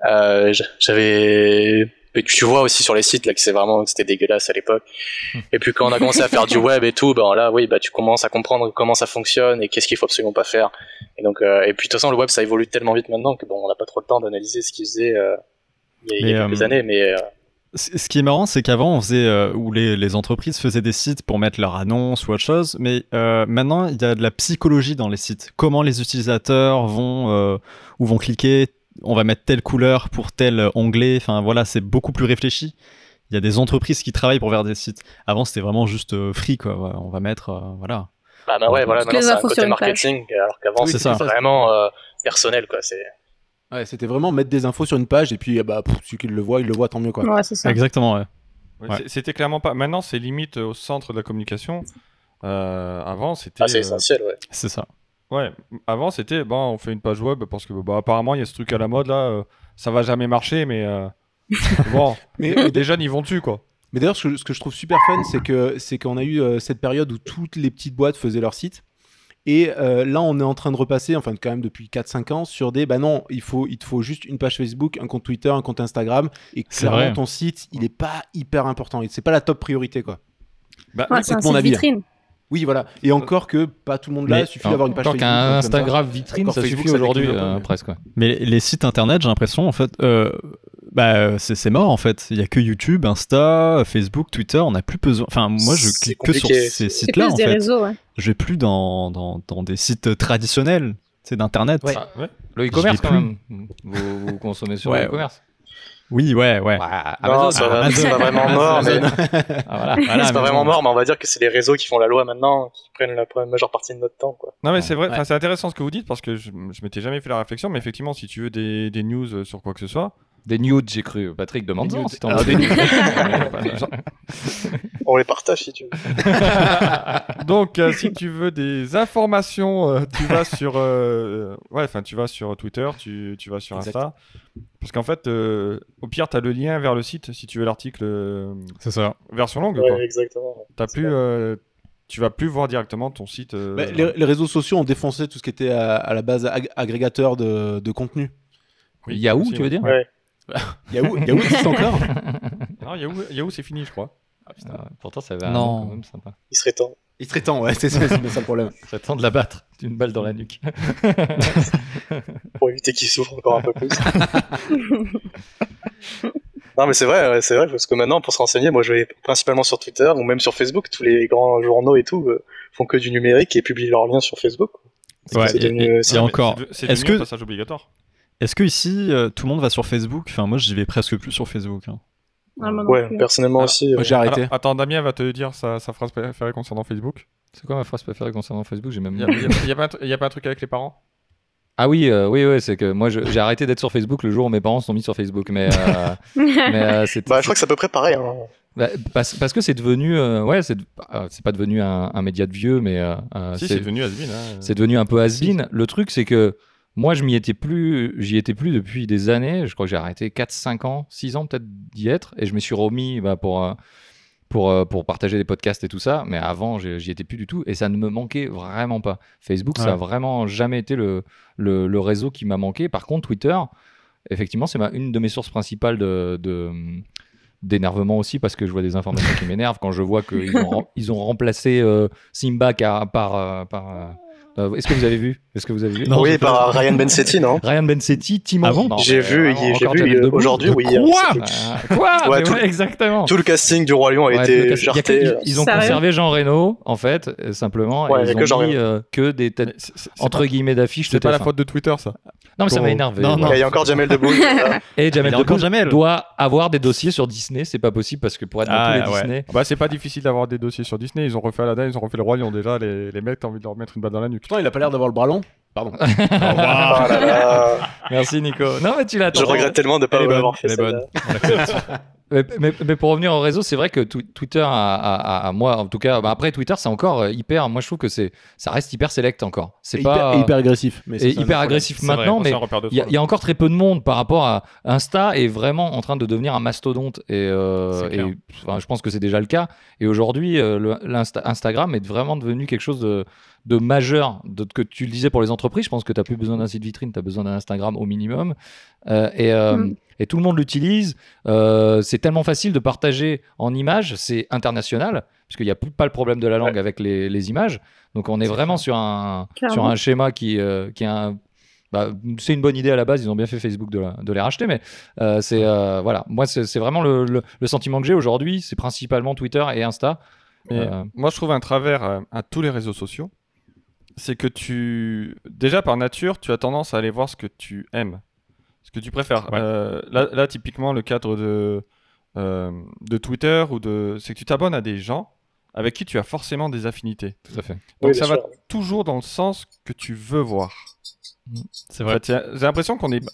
D: Euh, j- j'avais, mais tu vois aussi sur les sites là que c'est vraiment, que c'était dégueulasse à l'époque. Et puis quand on a commencé à faire du web et tout, ben là, oui, bah tu commences à comprendre comment ça fonctionne et qu'est-ce qu'il faut absolument pas faire. Et donc, euh, et puis de toute façon, le web ça évolue tellement vite maintenant que bon, on n'a pas trop le temps d'analyser ce qu'ils faisaient euh, il y a- il y a
E: Mais,
D: quelques
E: euh,
D: années, mais euh,
E: C- Ce qui est marrant, c'est qu'avant, on faisait, euh, ou les, les entreprises faisaient des sites pour mettre leur annonce ou autre chose, mais euh, maintenant, il y a de la psychologie dans les sites. Comment les utilisateurs vont, euh, ou vont cliquer, on va mettre telle couleur pour tel onglet, enfin voilà, c'est beaucoup plus réfléchi. Il y a des entreprises qui travaillent pour faire des sites. Avant, c'était vraiment juste euh, free, quoi. Ouais, On va mettre, euh, voilà.
D: bah, bah ouais, voilà,
F: Toutes
D: maintenant
F: les
D: c'est un
F: infos sur
D: côté
F: une page.
D: marketing, alors qu'avant
E: Oui, c'est
D: c'était
E: ça.
D: vraiment euh, personnel quoi. C'est
B: Ouais, C'était vraiment mettre des infos sur une page et puis eh bah, pff, celui qui le voit, il le voit, tant mieux. Quoi.
F: Ouais, c'est ça.
E: Exactement, ouais.
A: Ouais,
E: Ouais.
A: c'est- C'était clairement pas. Maintenant, c'est limite au centre de la communication. Euh, avant, c'était.
D: ah, c'est
A: euh,
D: essentiel, ouais.
E: C'est ça.
A: ouais, avant, c'était. Bon, on fait une page web parce que, bah, apparemment, il y a ce truc à la mode là. euh, ça va jamais marcher, mais. euh, bon,
B: Mais, euh,
A: les jeunes, ils vont dessus, quoi.
B: mais d'ailleurs, ce, que- ce que je trouve super fun, c'est que c'est qu'on a eu euh, cette période où toutes les petites boîtes faisaient leur site. Et euh, là, on est en train de repasser, enfin quand même depuis 4-5 ans, sur des, bah non, il, faut, il te faut juste une page Facebook, un compte Twitter, un compte Instagram. Et
E: C'est
B: clairement,
E: vrai.
B: ton site, il n'est pas hyper important. Et C'est pas la top priorité, quoi.
F: Ouais, Bah, c'est
B: c'est
F: un
B: mon
F: site
B: avis, hein.
F: vitrine.
B: Oui, voilà. Et encore que pas tout le monde l'a, il suffit d'avoir une page
C: tant
B: Facebook.
C: qu'un
B: un truc comme ça.
C: Instagram vitrine,
B: Encore
C: ça
B: Facebook,
C: suffit
B: ça
C: aujourd'hui
B: décline un peu,
C: euh,
B: mais-
C: presque. ouais.
E: Mais les sites internet, j'ai l'impression, en fait, euh, bah, euh, c'est c'est mort, en fait. Il y a que YouTube, Insta, Facebook, Twitter, on n'a plus besoin. Enfin, moi, je
D: C'est
E: clique que sur
D: compliqué.
E: ces
F: C'est
E: sites-là,
F: plus
E: en
F: des
E: fait.
F: réseaux, ouais.
E: Je vais plus dans, dans, dans des sites euh, traditionnels. Tu C'est d'Internet.
G: Ouais. Le e-commerce,
E: Je l'ai
G: quand même. Vous, vous consommez sur
E: Ouais,
G: le e-commerce.
E: Oui, ouais, ouais.
G: Bah,
C: Ah,
D: Non,
G: Amazon,
D: ça
G: bah,
C: hein.
D: va- c'est pas vraiment mort, mais-
G: ah, voilà.
E: Voilà,
D: c'est pas
E: mais bon.
D: vraiment mort, mais on va dire que c'est les réseaux qui font la loi maintenant, qui prennent la pre- majeure partie de notre temps. Quoi.
A: Non mais c'est vrai,
E: Ouais.
A: enfin, c'est intéressant ce que vous dites parce que je, je m'étais jamais fait la réflexion, mais effectivement si tu veux des, des news euh, sur quoi que ce soit,
G: Des nudes, j'ai cru. Patrick, demande
E: Des
G: en
E: nudes.
G: si t'en
E: Ah,
G: as
E: des nudes.
D: On les partage si tu veux.
A: donc euh, si tu veux des informations, euh, tu vas sur, euh, ouais, enfin tu vas sur Twitter, tu, tu vas sur
B: Exact.
A: Insta, parce qu'en fait euh, au pire t'as le lien vers le site si tu veux l'article euh,
E: C'est ça.
A: version longue, quoi.
D: Ouais, exactement.
A: T'as plus, euh, tu vas plus voir directement ton site. euh,
B: Bah, les, les réseaux sociaux ont défoncé tout ce qui était à, à la base ag- agrégateur de, de contenu.
A: oui,
G: Yahoo,
A: aussi,
G: tu veux
A: ouais.
G: dire
D: Ouais.
B: Yahoo, Yahoo existe encore.
A: Non, Yahoo, Yahoo c'est fini je crois.
G: Ah, Pourtant, ça avait un
E: Non.
G: nom quand même sympa.
D: Il serait temps.
B: Il serait temps, ouais, c'est ça, c'est bien ça le problème.
G: Ça tente de la battre d'une balle dans la nuque.
D: pour éviter qu'il souffre encore un peu plus. non, mais c'est vrai, ouais, c'est vrai, parce que maintenant, pour se renseigner, moi, je vais principalement sur Twitter ou même sur Facebook. Tous les grands journaux et tout euh, font que du numérique et publient leurs liens sur Facebook.
E: Ouais,
D: C'est
E: et-
D: devenu- euh,
E: et-
D: c'est-
E: et encore.
A: C'est de- C'est
E: Est-ce
A: devenu un
E: que-
A: passage obligatoire.
E: Est-ce que ici euh, tout le monde va sur Facebook Enfin, moi, j'y vais presque plus sur Facebook. hein.
F: Ah, moi non
D: Ouais,
F: plus.
D: personnellement
A: Ah,
D: aussi. euh.
B: Moi, j'ai arrêté.
A: Alors, attends, Damien va te dire sa, sa phrase préférée concernant Facebook.
G: C'est quoi ma phrase préférée concernant Facebook J'ai même.
A: Il n'y a, pas un tru- y a pas un truc avec les parents
G: Ah oui, euh, oui, oui, c'est que moi je- j'ai arrêté d'être sur Facebook le jour où mes parents se sont mis sur Facebook, mais, euh, mais euh, c'était-
D: Bah, je crois que c'est à peu près pareil. hein.
G: Bah, parce, parce que c'est devenu, euh, ouais, c'est de- euh, c'est pas devenu un, un média de vieux, mais euh, euh,
A: Si,
G: c'est
A: c'est devenu Asmin. hein.
G: Euh, c'est devenu un peu has-been. Le truc, c'est que moi, je m'y étais plus, j'y étais plus depuis des années. Je crois que j'ai arrêté 4, 5 ans, 6 ans peut-être d'y être. Et je me suis remis bah, pour, euh, pour, euh, pour partager des podcasts et tout ça. Mais avant, j'ai- j'y étais plus du tout. Et ça ne me manquait vraiment pas. Facebook,
E: Ouais.
G: ça a vraiment jamais été le, le, le réseau qui m'a manqué. Par contre, Twitter, effectivement, c'est ma- une de mes sources principales de. de- d'énervement aussi parce que je vois des informations qui m'énervent quand je vois qu'ils ont, rem- ils ont remplacé euh, Simba car- par, euh, par, euh, euh, Est-ce que vous avez vu Est-ce que vous avez vu
E: Non,
D: oui,
E: j'ai
D: par Ryan Bensetti, non
G: Ryan Bensetti, Timon.
E: Ah bon
G: Non,
D: J'ai
G: mais
D: vu,
G: vraiment,
D: il- j'ai
G: encore
D: vu
G: Jamel
D: il-
G: Debbouze.
D: aujourd'hui,
G: De
D: oui.
G: quoi
D: euh, c'était-
G: Ah, Quoi
D: Ouais,
G: Mais
D: tout-
G: ouais, Exactement.
D: Tout le casting du Roi Lion a
G: Oh. Ouais, tout le
D: été
G: casse- il y a que-
D: jarté. euh,
G: ils ont
F: Sérieux
G: conservé Jean Reno, en fait, euh, simplement. et
D: Ouais, il y a
G: ils
D: que Jean
G: ont mis
D: Reno.
G: euh, que des
A: Mais
G: têtes,
A: c'est- c'est- c'est
G: entre
A: pas-
G: guillemets, d'affiches. de
A: C'est pas la
G: TF1.
A: faute de Twitter, ça.
G: Non, mais ça
A: pour-
G: m'a énervé.
E: Non, non.
D: Il y a encore Jamel Debbouze. euh,
G: Et Jamel
E: Il y a encore
G: Debbouze
E: Jamel.
G: doit avoir des dossiers sur Disney. C'est pas possible parce que pour être dans
E: Ah,
G: tous les
E: ouais.
G: Disney.
A: Bah, c'est pas difficile d'avoir des dossiers sur Disney. Ils ont refait Aladdin, ils ont refait le Roi Lion. Déjà, les, les mecs, t'as envie de leur mettre une balle dans la nuque.
B: Pourtant, il a pas l'air d'avoir le bras long. Pardon.
D: ah là là.
G: Merci, Nico. Non, mais tu l'attends.
D: Je regrette tellement de ne pas
E: Elle est bonne,
D: l'avoir fait.
E: elle est
D: celle-là.
E: bonne.
G: Mais, mais- mais pour revenir au réseau, c'est vrai que tu- Twitter, à, moi, en tout cas, bah, après Twitter, c'est encore euh, hyper. Moi, je trouve que c'est, ça reste hyper select encore. C'est
B: Et
G: pas euh,
B: hyper, et hyper agressif. Mais
G: et
B: ça, c'est un
G: hyper
B: autre
G: agressif
A: C'est
G: maintenant,
A: vrai, c'est
G: mais
A: un repère de
G: il y, a-
A: trop,
G: il y a encore très peu de monde par rapport à Insta est vraiment en train de devenir un mastodonte et, euh,
E: C'est clair.
G: et, enfin, je pense que c'est déjà le cas. Et aujourd'hui, euh, le- l'Insta- Instagram est vraiment devenu quelque chose de, de majeur. De, que tu le disais pour les entreprises, je pense que tu n'as plus besoin d'un site vitrine, tu as besoin d'un Instagram au minimum. Euh, et, euh,
F: Mm.
G: et tout le monde l'utilise. Euh, c'est tellement facile de partager en images, c'est international, puisqu'il n'y a plus pas le problème de la langue avec les, les images. Donc on est, vraiment sur un,
F: Clairement.
G: sur un schéma qui, euh, qui est un bah, c'est une bonne idée à la base, ils ont bien fait Facebook de, la- de les racheter, mais euh, c'est euh, voilà, moi c'est c'est vraiment le, le- le sentiment que j'ai aujourd'hui, c'est principalement Twitter et Insta.
A: Mais
G: Euh,
A: Moi, je trouve un travers euh, à tous les réseaux sociaux, c'est que tu, déjà par nature, tu as tendance à aller voir ce que tu aimes, ce que tu préfères.
E: Ouais.
A: Euh, là, là, typiquement, le cadre de, euh, de Twitter ou de, c'est que tu t'abonnes à des gens avec qui tu as forcément des affinités.
G: tout à fait.
A: Donc
D: Oui,
A: ça
D: bien
A: va
D: sûr.
A: toujours dans le sens que tu veux voir.
G: Mm.
E: C'est
A: En
E: vrai.
A: fait, J'ai j'ai l'impression qu'on est,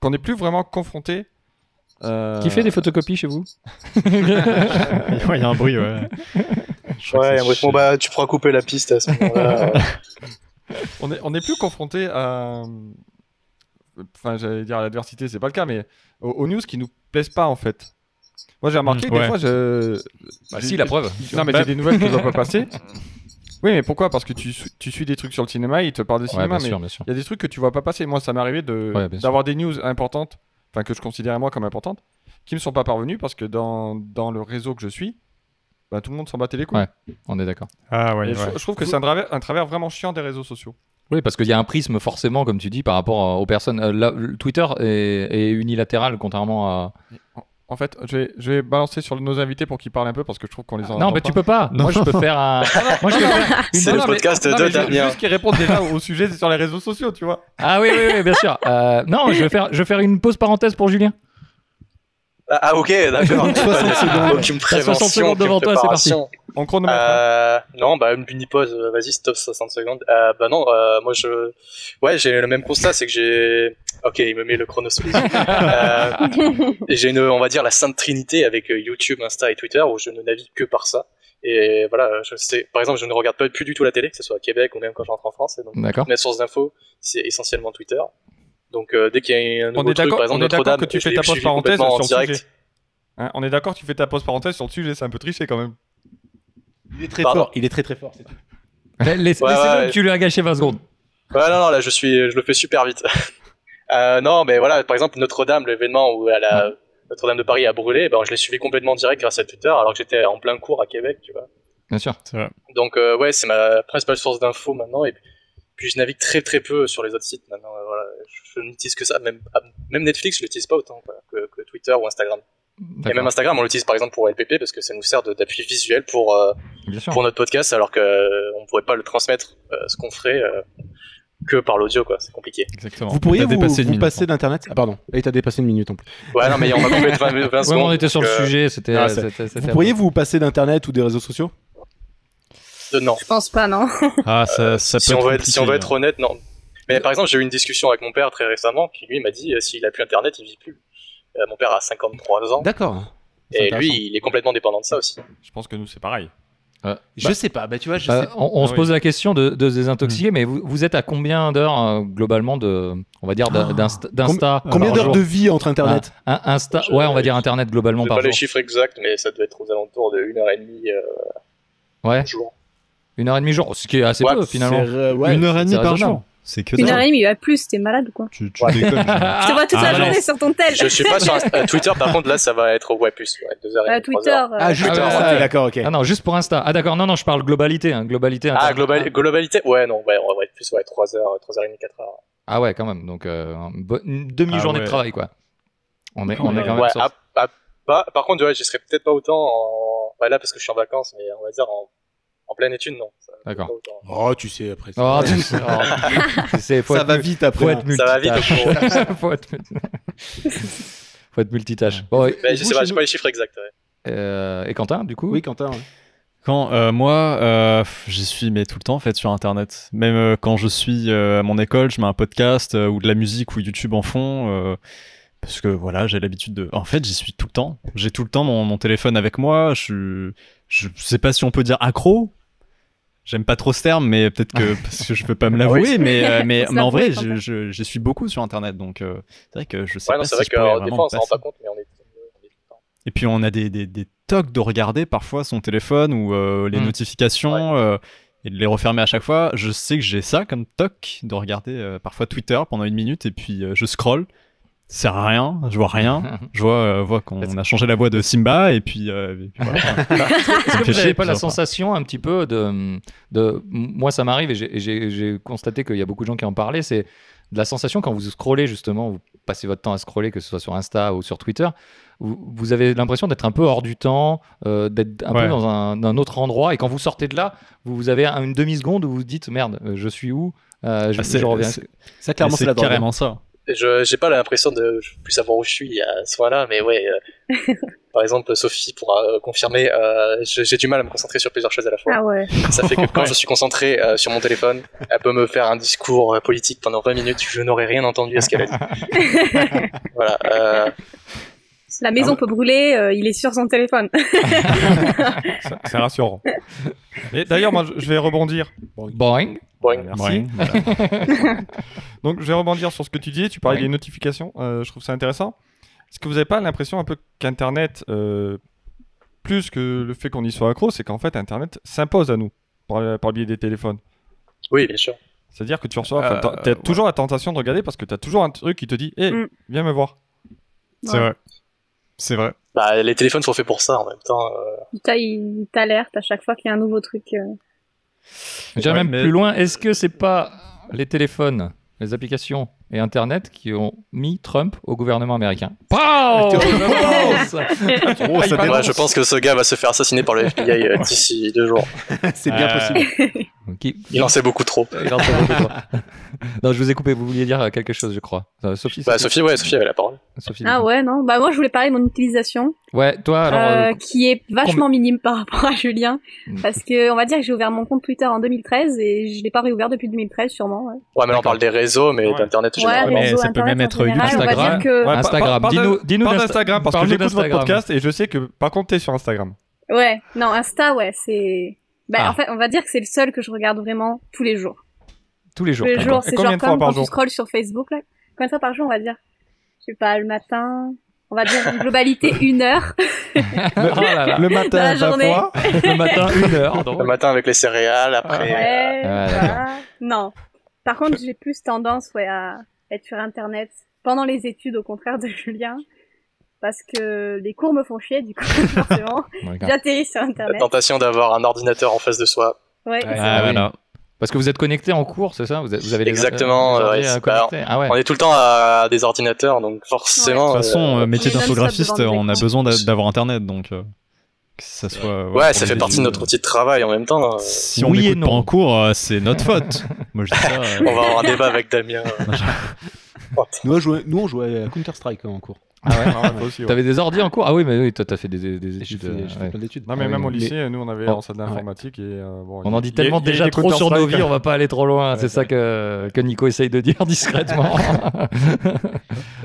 A: qu'on n'est plus vraiment confronté. euh,
G: Qui fait des photocopies chez vous
E: Il y a un bruit, ouais. Je crois que
D: Ouais,
E: c'est
D: bref,
E: chez-
D: bon, bah, tu pourras couper la piste à ce moment-là.
A: on est, on est plus confronté à. Enfin, j'allais dire à l'adversité, c'est pas le cas, mais aux, aux news qui nous plaisent pas en fait. Moi, j'ai remarqué
E: Mm,
A: des
E: ouais.
A: fois, je.
G: Bah
A: j'ai-
G: si, la Bah. preuve.
A: Non, mais j'ai des nouvelles qui ne doivent pas passer. Oui, mais pourquoi Parce que tu, su- tu suis des trucs sur le cinéma, ils te parlent de
G: Ouais,
A: cinéma,
G: bien
A: mais
G: sûr, bien sûr.
A: il y a des trucs que tu vois pas passer. Moi, ça m'est arrivé de-
G: Ouais, bien sûr.
A: d'avoir des news importantes, enfin que je considérais moi comme importantes, qui me sont pas parvenues parce que dans, dans le réseau que je suis, bah, tout le monde s'en battait les couilles.
G: Ouais, On est d'accord.
E: Ah
A: Et
E: ouais,
A: je,
E: ouais.
A: je trouve que c'est un travers, un travers vraiment chiant des réseaux sociaux.
G: Oui, parce qu'il y a un prisme forcément, comme tu dis, par rapport euh, aux personnes. Euh, là, le Twitter est, est unilatéral, contrairement à,
A: En fait, je vais, je vais balancer sur nos invités pour qu'ils parlent un peu parce que je trouve qu'on les entend.
C: Non, mais tu peux pas. Moi, je peux faire un. Moi, je peux faire une
D: C'est
A: Non,
D: le
A: non, mais-
D: podcast
A: non,
D: de
A: mais ju-
D: dernière.
A: Juste qu'ils répondent déjà au sujet c'est sur les réseaux sociaux, tu vois.
C: Ah oui, oui, oui, bien sûr. Euh, non, je vais, faire, je vais faire une pause parenthèse pour Julien.
D: Ah, ah, ok, d'accord.
B: 60 secondes.
D: Aucune
C: T'as 60
D: prévention,
C: secondes devant
D: aucune
C: toi, c'est parti.
D: préparation.
A: On chronomètre. hein.
D: Euh, non, bah une mini-pause, euh, vas-y, stop 60 secondes. Euh, bah non, euh, moi je... Ouais, j'ai le même constat, c'est que j'ai... Ok, il me met le chrono sous les yeux. Euh, et j'ai une, on va dire, la sainte trinité avec euh, YouTube, Insta et Twitter, où je ne navigue que par ça. Et voilà, euh, je sais... Par exemple, je ne regarde pas plus du tout la télé, que ce soit à Québec ou même quand je rentre en France. Et donc,
C: D'accord.
D: ma source d'infos, c'est essentiellement Twitter. Donc euh, dès qu'il y a un nouveau
A: On est
D: truc,
A: d'accord-
D: par exemple
A: on est d'accord
D: Notre-Dame,
A: que tu
D: je
A: fais
D: l'ai
A: ta pause
D: suivi
A: parenthèse
D: complètement en
A: sur le
D: direct.
A: sujet. Hein, on est d'accord, tu fais ta pause parenthèse sur le sujet, c'est un peu triché quand même.
B: Il est très
D: Pardon.
B: fort. Il est très très fort. c'est tout.
C: Laisse- Laissez-le,
D: Ouais, ouais.
C: tu lui as gâché 20 secondes.
D: Ouais, non, non, là, je suis, je le fais super vite. Euh, non, mais voilà, par exemple, Notre-Dame, l'événement où elle a- Notre-Dame de Paris a brûlé, ben, je l'ai suivi complètement en direct grâce à Twitter, alors que j'étais en plein cours à Québec, tu vois.
C: Bien sûr.
E: C'est vrai.
D: Donc, euh, ouais, c'est ma principale source d'infos maintenant, et puis, puis je navigue très très peu sur les autres sites maintenant, euh, voilà. Je, je n'utilise que ça, même, ah, même Netflix, je l'utilise pas autant quoi, que, que Twitter ou Instagram. Et même
C: D'accord.
D: Instagram, on l'utilise par exemple pour LPP parce que ça nous sert de- d'appui visuel pour, euh,
C: Bien sûr.
D: pour notre podcast, alors que euh, on pourrait pas le transmettre, euh, ce qu'on ferait, euh, que par l'audio, quoi. C'est compliqué.
E: Exactement.
B: Vous pourriez
E: T'as
B: vous,
E: dépassé une
B: vous
E: minute,
B: passer d'internet. Ah pardon. Là, il t'a dépassé une minute en plus.
D: Ouais, non, mais on m'a coupé de 20, 20
C: Ouais,
D: secondes.
C: mais on était sur le
D: donc, euh,
C: sujet, c'était.
B: Ah, c'est-
C: c'était- c'était-
B: Vous pourriez vous passer d'internet ou des réseaux sociaux
D: de- euh, non.
F: Je pense pas, non.
E: Ah, ça, ça peut
D: Si on, veut être,
E: compliqué,
D: si on veut être
E: hein.
D: honnête, non. Mais par exemple, j'ai eu une discussion avec mon père très récemment qui lui m'a dit euh, s'il a plus internet, il vit plus. Euh, mon père a 53 ans
B: D'accord. C'est
D: et lui,
B: intéressant.
D: il est complètement dépendant de ça aussi.
A: Je pense que nous, c'est pareil.
B: Je sais pas. Bah tu vois, je
C: Bah,
B: sais.
C: on on
A: Ah
C: se
A: oui.
C: pose la question de, de se désintoxiquer, mais vous, vous êtes à combien d'heures euh, globalement de, on va dire, d'in-
B: Ah.
C: d'insta- d'Insta
B: Combien
C: par
B: d'heures
C: jour
B: de vie entre internet
C: Un- Insta,
D: Je-
C: ouais, on va dire Internet globalement
D: J'ai
C: par
D: pas les
C: jour.
D: chiffres exacts, mais ça doit être aux alentours de 1h30 euh,
C: Ouais,
D: jour.
C: une heure et demie jour, ce qui est assez
G: Ah,
D: Ouais,
C: peu finalement.
B: C'est, euh, ouais.
E: Une heure et
C: c'est
E: demie par
C: raisonnable.
E: jour. C'est que
F: Une
E: dalle.
F: heure et demie, ouais, plus, t'es malade ou quoi
E: Tu, tu déconnes. Julien.
F: Je te vois toute
E: ah,
F: la
E: balance.
F: journée sur ton tel.
D: Je suis pas sur Insta- euh, Twitter, par contre, là, ça va être ouais, plus. Ouais, 2h30.
F: Euh, Twitter. euh,
B: Ah juste.
C: Ah, ouais,
B: ah,
C: ouais.
B: ok, D'accord. Ok.
C: Ah non, juste pour Insta. Ah d'accord, non non, je parle globalité, hein, globalité.
D: Ah,
C: Internet.
D: global- globalité Ouais, non, ouais, on va être plus, ouais, euh, 3h, 3h30, 4h.
C: Ah ouais, quand même. Donc euh, un bo- une demi-journée
E: Ah ouais.
C: de travail quoi. On est, on est quand même
D: Ouais, ah,
C: sur-
D: à- à- bah, par contre, ouais, je serais peut-être pas autant en... bah, là parce que je suis en vacances, mais on va dire en, en pleine étude, non. Ça-
C: D'accord.
D: pas autant.
B: Oh, tu sais après.
C: Oh, tu sais, oh, tu sais, faut
B: ça
C: être
B: va
C: mu-
B: vite après.
C: Faut
B: hein.
C: être
D: Ça va vite,
C: multitâche. faut, être... faut être multitâche. Bon, et-
D: Mais je
C: vous,
D: sais pas,
C: chez
D: j'ai
C: vous-
D: pas les chiffres exacts. ouais.
C: Euh, et Quentin, du coup
B: Oui, Quentin. ouais.
E: Quand euh, moi, euh, pff, j'y suis mais tout le temps en fait sur Internet. Même euh, quand je suis euh, à mon école, je mets un podcast euh, ou de la musique ou YouTube en fond. euh, parce que voilà, j'ai l'habitude de. En fait, j'y suis tout le temps. J'ai tout le temps mon, mon téléphone avec moi. Je, je sais pas si on peut dire accro. J'aime pas trop ce terme, mais peut-être que parce que je peux pas me l'avouer. mais euh, mais,
F: Faut se
E: mais en vrai, je,
F: l'avouer,
E: je, je suis beaucoup sur Internet, donc euh, c'est vrai que je sais
D: Ouais,
E: pas
D: non,
E: si
D: c'est vrai
E: je pourrais
D: que euh, des
E: vraiment
D: fois on s'en rend
E: passer.
D: pas compte, mais on est. on est tout le temps.
E: Et puis on a des, des, des tocs de regarder parfois son téléphone ou euh, les
C: Mm.
E: notifications euh, et de les refermer à chaque fois. Je sais que j'ai ça comme toc de regarder euh, parfois Twitter pendant une minute et puis euh, je scroll. Ça sert à rien, je vois rien. Je vois, euh, vois qu'on a changé la voix de Simba et puis, euh, et puis voilà.
C: Est-ce
E: Ça me
C: que
E: fait
C: vous
E: chier,
C: n'avez pas la
E: plusieurs fois.
C: sensation un petit peu de, de moi ça m'arrive et j'ai- et j'ai j'ai constaté qu'il y a beaucoup de gens qui en parlaient, c'est de la sensation quand vous scrollez justement, vous passez votre temps à scroller, que ce soit sur Insta ou sur Twitter, vous, vous avez l'impression d'être un peu hors du temps, euh, d'être un
E: Ouais.
C: peu dans un, dans un autre endroit et quand vous sortez de là, vous, vous avez un- une demi seconde où vous vous dites merde, euh, je suis où Euh, je,
E: Ah, c'est-
C: je reviens.
E: c'est-
B: Ça clairement,
E: mais
B: c'est la
E: c'est
B: drogue.
E: carrément ça.
D: Et Je j'ai pas l'impression de je plus savoir où je suis à ce moment-là, mais ouais. euh, par exemple, Sophie pourra euh, confirmer. euh, je- j'ai du mal à me concentrer sur plusieurs choses à la fois.
F: Ah ouais.
D: Ça fait que quand je suis concentré euh, sur mon téléphone, elle peut me faire un discours euh, politique pendant 20 minutes, je n'aurais rien entendu à ce qu'elle a dit. voilà. euh,
F: La maison peut brûler, euh, il est sur son téléphone.
A: Ça- C'est rassurant. Et D'ailleurs, moi, je- je vais rebondir.
C: Boing.
D: boring.
A: Merci.
E: Ouais, voilà.
A: Donc, je vais rebondir sur ce que tu dis. Tu parlais
C: Ouais.
A: des notifications. euh, je trouve ça intéressant. Est-ce que vous n'avez pas l'impression un peu qu'Internet, euh, plus que le fait qu'on y soit accro, c'est qu'en fait, Internet s'impose à nous par, par le biais des téléphones
D: Oui, bien sûr.
A: C'est-à-dire que tu reçois,
E: Euh,
A: enfin, t'as t'as
E: ouais.
A: toujours la tentation de regarder parce que t'as toujours un truc qui te dit, hé,
F: Mm.
A: viens me voir.
E: C'est vrai. C'est vrai.
D: Bah, les téléphones sont faits pour ça en même temps. euh.
F: Putain, il t'alerte à chaque fois qu'il y a un nouveau truc. euh.
C: J'irais
E: Ouais,
C: même
E: mais-
C: plus loin. Est-ce que c'est pas les téléphones les applications et Internet qui ont mis Trump au gouvernement américain.
E: Pow Oh, ça
C: Ah,
D: Ouais,
E: dénonce.
D: je pense que ce gars va se faire assassiner par le FBI euh, d'ici deux jours.
B: C'est bien
E: Euh,
B: possible.
C: Ok.
D: Il en sait beaucoup trop.
C: Il en sait beaucoup, quoi. non, je vous ai coupé, vous vouliez dire euh, quelque chose, je crois. Euh, Sophie,
D: Bah,
C: c'est-
D: Sophie, ouais, Sophie avait la parole.
C: Sophie,
F: Ah ouais, non. Bah moi, je voulais parler de mon utilisation,
C: Ouais, toi, alors.
F: euh,
C: euh,
F: qui est vachement minime par rapport à Julien,
E: Hmm.
C: Mm.
F: parce que on va dire que j'ai ouvert mon compte Twitter en 2013 et je l'ai pas réouvert depuis 2013 sûrement. ouais.
D: Ouais, mais là, on parle des réseaux, mais
A: Ouais.
D: d'Internet,
F: Ouais,
D: généralement.
E: mais
F: réseaux,
E: ça peut
F: Internet
E: même
F: en
E: être
F: général, Ah, On va
C: Instagram.
F: dire que
A: Ouais, par-
C: Instagram.
A: par-
C: Dis-nous- dis-nous
A: parle
C: d'Insta-
A: d'Instagram parce que
C: parle-nous
A: j'écoute votre
C: d'Instagram.
A: podcast et je sais que par contre t'es sur Instagram.
F: Ouais, non, Insta, ouais, c'est. Bah,
C: Ah.
F: en fait, on va dire que c'est le seul que je regarde vraiment tous les jours.
C: tous les jours.
F: Tous les
C: d'accord.
F: jours, c'est
A: Combien
F: genre
A: de fois
F: comme
A: par
F: quand tu
A: jour
F: scrolles sur Facebook, là. Combien de fois par jour, on va dire Je sais pas, le matin. On va dire en globalité une heure.
C: Oh là là.
A: Le matin,
F: la
A: à vingt
F: journée.
A: fois.
C: le matin, une heure. donc.
D: Le matin avec les céréales, après. euh,
F: Ouais,
C: Ah,
F: voilà. Non. Par contre, j'ai plus tendance, ouais, à être sur Internet pendant les études, au contraire de Julien. Parce que les cours me font chier, du coup, forcément.
C: D'accord.
F: J'atterris sur
D: La
F: Internet.
D: tentation d'avoir un ordinateur en face de soi.
F: Ouais,
C: Ah,
F: c'est
E: Ah,
C: oui.
E: voilà.
C: Parce que vous êtes connecté en cours, c'est ça vous, êtes- vous avez les-
D: Exactement,
C: les
D: euh,
C: ordi,
D: ouais,
C: euh,
D: c'est pas-
C: connectés Ah ouais.
D: On est tout le temps à des ordinateurs, donc forcément.
E: De toute façon,
D: euh,
E: euh, métier
F: les non-stop
E: d'infographiste,
F: devant des
E: on a
F: écrans.
E: besoin d'a- d'avoir internet, donc euh, que ça soit. euh,
D: ouais,
E: voilà,
D: ça
E: pour
D: fait
E: les
D: partie de
E: études,
D: notre outil de travail en même temps.
E: euh,
D: euh,
E: Si on
C: Oui et
E: n'écoute pas
C: non.
E: en cours, euh, c'est notre faute. Moi, je dis ça. euh,
D: On va avoir un débat avec Damien. euh.
B: Nous, on jouait, nous, on jouait à Counter-Strike hein, en cours.
C: Ah ouais.
A: Ah, toi aussi, ouais.
C: T'avais des ordi en cours Ah oui, mais oui, toi, t'as fait des, des- des
B: J'ai
C: études.
B: fait,
C: euh,
B: j'ai fait
C: ouais.
B: plein d'études.
A: Non mais
C: Ouais,
A: même au
C: mais-
A: lycée, euh, nous on avait
C: Oh,
A: en salle d'informatique et euh, bon,
C: On en dit
A: il y a-
C: tellement
A: il y a
C: déjà
A: des
C: trop sur nos
A: Counter-Strike.
C: vies, on va pas aller trop loin. C'est
A: Ouais.
C: ça que, que Nico essaye de dire discrètement.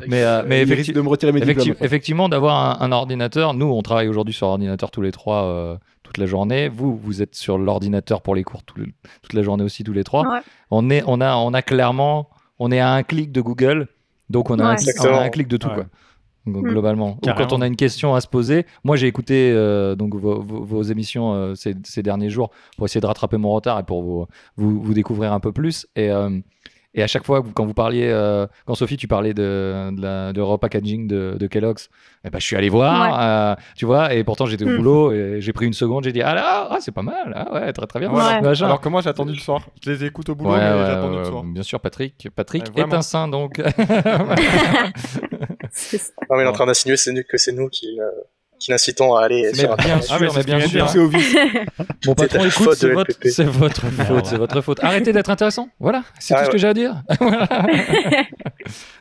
C: mais euh, mais
B: Il risque
C: effecti-
B: de me retirer mes
C: effecti-
B: diplômes. après.
C: effectivement, d'avoir un, un ordinateur, nous, on travaille aujourd'hui sur ordinateur tous les trois euh, toute la journée. Vous, vous êtes sur l'ordinateur pour les cours tout le- toute la journée aussi, tous les trois.
F: Ouais.
C: On, est, on, a, on a clairement, on est à un clic de Google, donc on a, un,
F: Ouais.
C: clic- on a
D: Exactement.
C: un clic de tout.
A: Ouais.
C: Quoi. Donc,
F: Mm.
C: globalement. Ou quand
A: Carrément.
C: on a une question à se poser. Moi, j'ai écouté euh, donc vos, vos- vos émissions euh, ces, ces derniers jours pour essayer de rattraper mon retard et pour vous, vous, vous découvrir un peu plus. Et, euh, et à chaque fois, que vous- quand vous parliez, euh, quand Sophie, tu parlais de, de, la- de repackaging de, de Kellogg's, eh ben, je suis allé voir, euh, tu vois, et pourtant j'étais au
F: Mm.
C: boulot, et j'ai pris une seconde, j'ai dit, ah là, ah, c'est pas mal, ah ouais, très très bien.
A: Ouais.
C: machin.
A: Alors que moi j'ai attendu le soir. Je les écoute au boulot,
C: hein. Ouais,
A: mais
C: ouais,
A: j'ai attendu
C: ouais,
A: le soir.
C: bien sûr, Patrick. Patrick
A: Ouais,
C: est
A: vraiment.
C: un saint, donc.
F: c'est ça.
D: Non, mais il est en train d'insinuer c'est nous- que c'est nous qui, euh, qui l'incitons à aller
C: mais
D: sur Internet.
C: bien sûr,
A: mais
C: mais
A: c'est
C: bien
A: ce qu'il vient
C: sûr.
A: de
B: C'est au vice.
C: Mon
D: C'est
C: patron
D: ta
C: écoute,
D: faute
C: c'est
D: de
C: votre,
D: LPP.
C: c'est votre
E: Ah,
C: faute, c'est votre faute. Arrêtez d'être intéressant, voilà, c'est
D: Ah
C: tout ce
D: ouais.
C: que j'ai à dire. Voilà.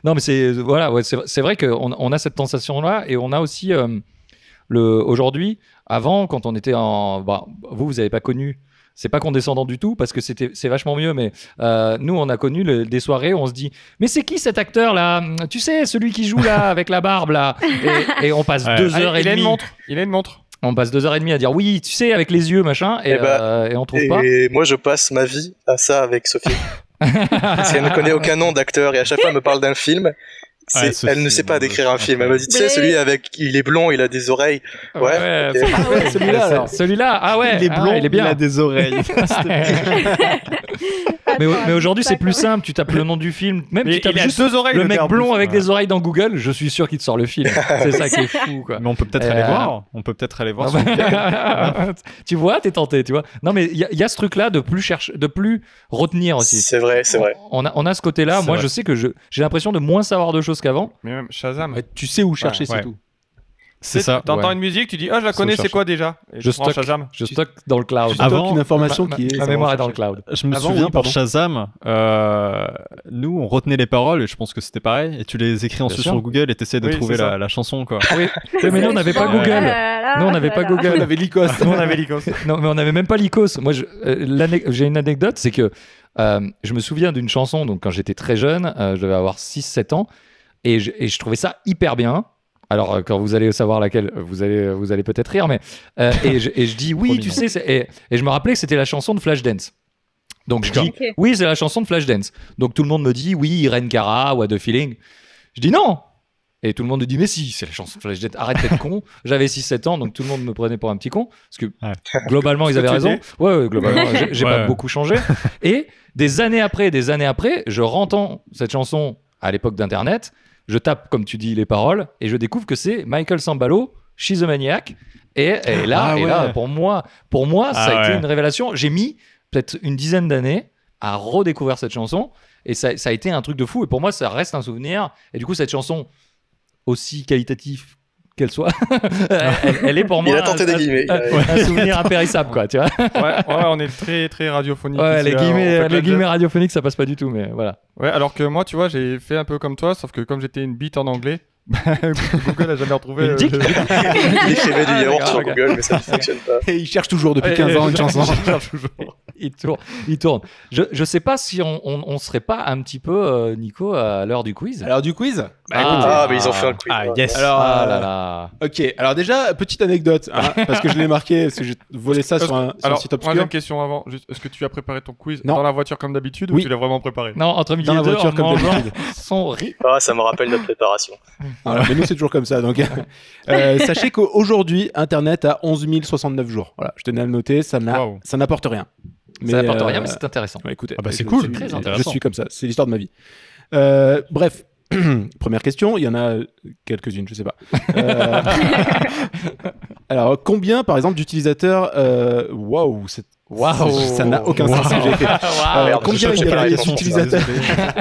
C: non, mais c'est voilà, ouais, c'est, c'est vrai qu'on on a cette sensation-là et on a aussi euh, le aujourd'hui, avant, quand on était en, bah, vous, vous n'avez pas connu. C'est pas condescendant du tout parce que c'était c'est vachement mieux, mais euh, nous on a connu le- des soirées où on se dit mais c'est qui cet acteur là Tu sais celui qui joue là avec la barbe là et, et on passe
E: Ouais.
C: deux
A: Allez,
C: heures et
A: Ah, il a une
C: demie
A: montre. Il a une montre.
C: on passe deux heures et demie à dire oui, tu sais, avec les yeux, machin, et,
D: Eh bah,
C: euh, et on trouve pas.
D: Et moi, je passe ma vie à ça avec Sophie. Parce qu'elle ne connaît aucun nom d'acteur et à chaque fois, elle me parle d'un film. C'est-
E: Ouais, Sophie,
D: elle ne sait pas
E: euh,
D: décrire un
E: je
D: film. Elle
E: comprends.
D: me dit, tu sais, celui avec, il est blond, il a des oreilles. Ouais.
C: c'est-
B: Ah ouais, celui-là,
C: c'est-
B: alors.
C: celui-là, ah ouais,
E: il est
C: ah,
E: blond,
C: il est bien.
E: a des oreilles.
C: mais mais aujourd'hui,
F: Attends,
C: c'est plus simple, tu tapes le nom du film, même
A: Mais
C: tu tapes
A: il a
C: juste
A: deux oreilles.
C: le mec
A: gars, en plus.
C: blond avec
A: Ouais.
C: des oreilles dans Google, je suis sûr qu'il te sort le film. c'est ça qui est fou, quoi.
E: Mais on peut peut-être
C: Euh,
E: aller voir. On peut peut-être aller voir.
C: Ah bah, tu vois, t'es tenté, tu vois. Non, mais il y, a- il y a ce truc-là de plus chercher, de plus retenir aussi.
D: C'est vrai, c'est vrai.
C: On a, on a ce côté-là.
E: C'est
C: Moi,
E: vrai.
C: je sais que je- j'ai l'impression de moins savoir de choses qu'avant.
A: Mais même Shazam.
B: Ouais, Tu sais où chercher, c'est
E: ouais.
B: tout.
E: C'est ça.
A: T'entends
C: ouais.
A: une musique, tu dis ah je la
C: Faut
A: connais, c'est
C: chercher.
A: quoi déjà Et
C: Je
A: tu prends
C: stocke.
A: Shazam.
C: Je stocke dans le cloud.
E: Ah, Avant-
B: Avant, une information
C: ma-
B: qui est.
C: Ma mémoire est dans le cloud.
E: Je me
B: Avant,
E: souviens
B: oui,
E: pour
B: pardon.
E: Shazam, euh, nous on retenait les paroles et je pense que c'était pareil. Et tu les écris ensuite
C: sûr.
E: sur Google et t'essayais de
A: Oui,
E: trouver
A: c'est ça.
E: la, la chanson quoi.
C: Ah oui. mais nous, on n'avait pas
E: Ouais.
C: Google.
F: Ah
C: Nous, on n'avait pas Google.
B: On avait l'ICOS.
A: Nous on avait l'icos.
C: Ah, Non, mais on n'avait même pas l'icos. Moi, je- euh, l'ane- j'ai une anecdote, c'est que euh, je me souviens d'une chanson, donc quand j'étais très jeune, euh, je devais avoir 6-7 ans, et je, et je trouvais ça hyper bien. Alors, euh, quand vous allez savoir laquelle, euh, vous allez, vous allez peut-être rire, mais. euh, et, je, et je dis oui,
E: Promis,
C: tu
E: non.
C: sais, c'est- et, et je me rappelais que c'était la chanson de Flashdance. Donc, je dis
F: Ok.
C: oui, c'est la chanson de Flashdance. Donc, tout le monde me dit oui, Irene Cara, What the Feeling. Je dis non! Et tout le monde me dit, mais si, c'est la chanson de Flashdance, arrête d'être con. J'avais 6-7 ans, donc tout le monde me prenait pour un petit con. Parce que globalement ils avaient
A: tu
C: raison ouais, ouais, globalement j'ai- j'ai
E: Ouais.
C: pas beaucoup changé et des années après des années après je rentends cette chanson à l'époque d'internet je tape comme tu dis les paroles et je découvre que c'est Michael Sambalo She's a Maniac et, et là
E: Ah
C: et
E: ouais.
C: là pour moi pour moi ça
E: Ah
C: a été
E: ouais.
C: une révélation j'ai mis peut-être une dizaine d'années a redécouvert cette chanson et ça, ça a été un truc de fou. Et pour moi, ça reste un souvenir. Et du coup, cette chanson, aussi qualitative qu'elle soit, elle, elle est pour
D: Il
C: moi
D: a tenté
C: un-
D: des
C: un-
D: guillemets. Il
C: un,
D: a-
C: un souvenir impérissable, quoi. Tu vois
A: Ouais, ouais, on est très très radiophonique.
C: ouais,
A: ici,
C: les
A: là,
C: guillemets, euh,
A: on fait
C: les
A: plein de
C: guillemets radiophoniques, ça passe pas du tout, mais voilà.
A: Ouais, alors que moi, tu vois, j'ai fait un peu comme toi, sauf que comme j'étais une bite en anglais, bah, Google a jamais retrouvé.
C: Une
A: euh,
C: dick
A: le-
D: Il écrivait du
C: Ah,
D: yaourt
C: d'accord,
D: sur
C: ok.
D: Google, mais ça ne fonctionne pas.
B: Et il cherche toujours depuis
A: Ouais,
B: 15 ans
A: ouais,
B: une
A: je-
B: chanson.
A: je cherche toujours.
C: Il tourne, il tourne. Je, je sais pas si on, on, on serait pas un petit peu, euh, Nico, à l'heure du quiz.
B: Alors du quiz
D: Ah, mais ils ont fait un quiz.
E: Ah,
D: ouais.
E: yes.
B: Alors,
C: Ah
B: euh,
C: là là.
B: ok. Alors déjà, petite anecdote, hein, parce que je l'ai marqué, parce que j'ai volé ça sur un, sur un
A: Alors,
B: site
A: moi, j'ai
B: obscur.
A: une question avant. Juste, Est-ce que tu as préparé ton quiz
B: Non.
A: dans la voiture comme d'habitude ou
B: Oui.
A: tu l'as vraiment préparé
C: Non, entre midi
B: Dans la
C: et deux,
B: voiture
C: en
B: comme
C: mangeant
B: d'habitude.
C: son riz.
D: Ah, ça me rappelle notre préparation.
B: Voilà, mais nous, c'est toujours comme ça. Donc, euh, sachez qu'aujourd'hui, Internet a 11 069 jours. Voilà, je tenais à le noter, ça n'a-
A: Waouh.
B: ça n'apporte rien. Mais,
C: ça n'apporte
B: euh,
C: rien, mais c'est intéressant.
B: bah, écoutez,
E: Ah bah, c'est
B: je
E: cool.
B: suis-
E: Très
B: Je
E: intéressant.
B: suis comme ça, c'est l'histoire de ma vie. Euh, bref, première question, il y en a quelques-unes, je sais pas. Euh, Alors, combien, par exemple, d'utilisateurs... euh, Waouh, c'est-
D: Ah,
C: Waouh.
B: ça n'a aucun sens ce que j'ai fait.
C: Waouh.
B: Euh,
D: oh. merde,
B: combien,
D: je- je
B: il y
D: sais pas la
B: avait
D: réponse, hein,
B: d'utilisateurs...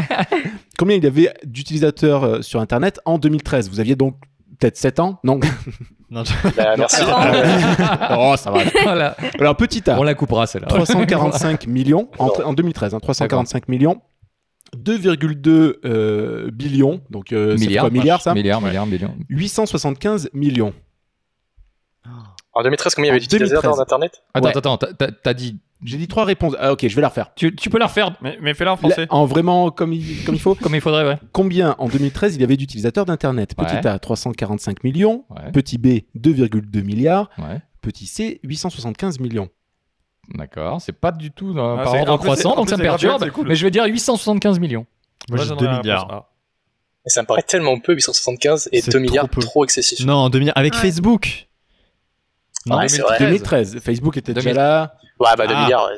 B: combien il y avait d'utilisateurs euh, sur Internet en 2013 Vous aviez donc peut-être 7 ans Non.
D: Bah, merci.
B: oh, ça va.
C: Voilà.
B: Alors, petit A,
C: On la coupera celle-là.
B: 345 millions en,
D: Non.
B: en 2013, hein, 345 millions. 2,2 euh, billions, donc euh, ça fait quoi, milliards ça
C: Milliards, milliards, millions.
B: 875 millions.
D: En 2013, combien il y
B: En
D: avait d'utilisateurs
B: 2013.
D: dans Internet
C: Attends,
B: Ouais.
C: attends, t'as- t'as t'as dit.
B: J'ai dit trois réponses. Ah, ok, je vais la refaire.
C: Tu, tu peux la refaire
A: Mais, mais fais-la en
B: La-
A: français. Ah,
B: en vraiment comme il, comme il faut.
C: comme il faudrait, ouais.
B: Combien en 2013 il y avait d'utilisateurs d'Internet Petit
C: Ouais.
B: A, 345 millions.
C: Ouais,
B: Petit B, 2,2 milliards.
C: ouais.
B: Petit C, 875 millions.
C: D'accord, c'est pas du tout euh,
A: Ah,
C: par
A: c'est-
C: ordre
A: en plus,
C: croissant,
A: c'est- en
C: donc
A: plus,
C: ça me
A: c'est graduel,
C: perturbe.
A: c'est cool.
C: Mais je vais dire 875 millions.
E: Moi, j'ai
A: j'en ai
E: 2
A: la réponse
E: milliards.
A: A.
D: Et ça me paraît tellement peu, 875 et
E: C'est
D: 2 milliards,
E: trop
D: trop,
E: peu.
D: excessif.
E: Non, 2 milliards. Avec
F: Ouais.
E: Facebook
D: Ouais,
E: Non,
D: c'est vrai.
B: 2013, Facebook était déjà
C: 2000.
B: là.
D: Ouais, bah 2
E: Ah.
D: milliards. ouais.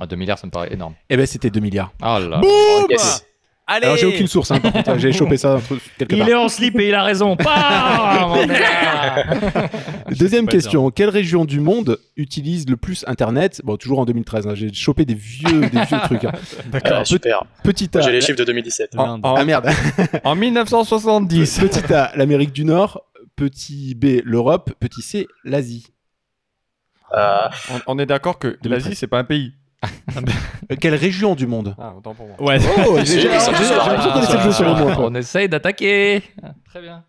C: Ah, 2 milliards, ça me paraît énorme.
B: Eh ben c'était 2 milliards.
C: Ah là.
E: Oh, bah.
D: Yes.
E: Allez
B: Alors j'ai aucune source, hein, par contre. j'ai chopé ça entre- quelque part.
C: Il est en slip et il a raison. Bam On est là.
B: Deuxième
E: Ah, pas dire.
B: question, quelle région du monde utilise le plus Internet Bon, toujours en 2013, hein, j'ai chopé des vieux, des vieux trucs. hein.
D: Ah,
B: Alors, pe-
D: super.
B: petit A,
D: J'ai les chiffres de 2017.
A: En, en-
B: ah merde,
A: en 1970.
B: petit A, l'Amérique du Nord, petit B, l'Europe, petit C, l'Asie.
D: Euh,
A: On, on est d'accord que l'Asie, c'est pas un pays.
B: Euh, quelle région du monde
A: Ah, autant pour moi.
E: Ouais.
B: Oh, j'ai
D: j'ai-
B: j'ai- j'ai
D: ils sont tous là.
B: l'impression de connaître le jeu sur le mot. quoi.
C: On essaye d'attaquer. Très bien.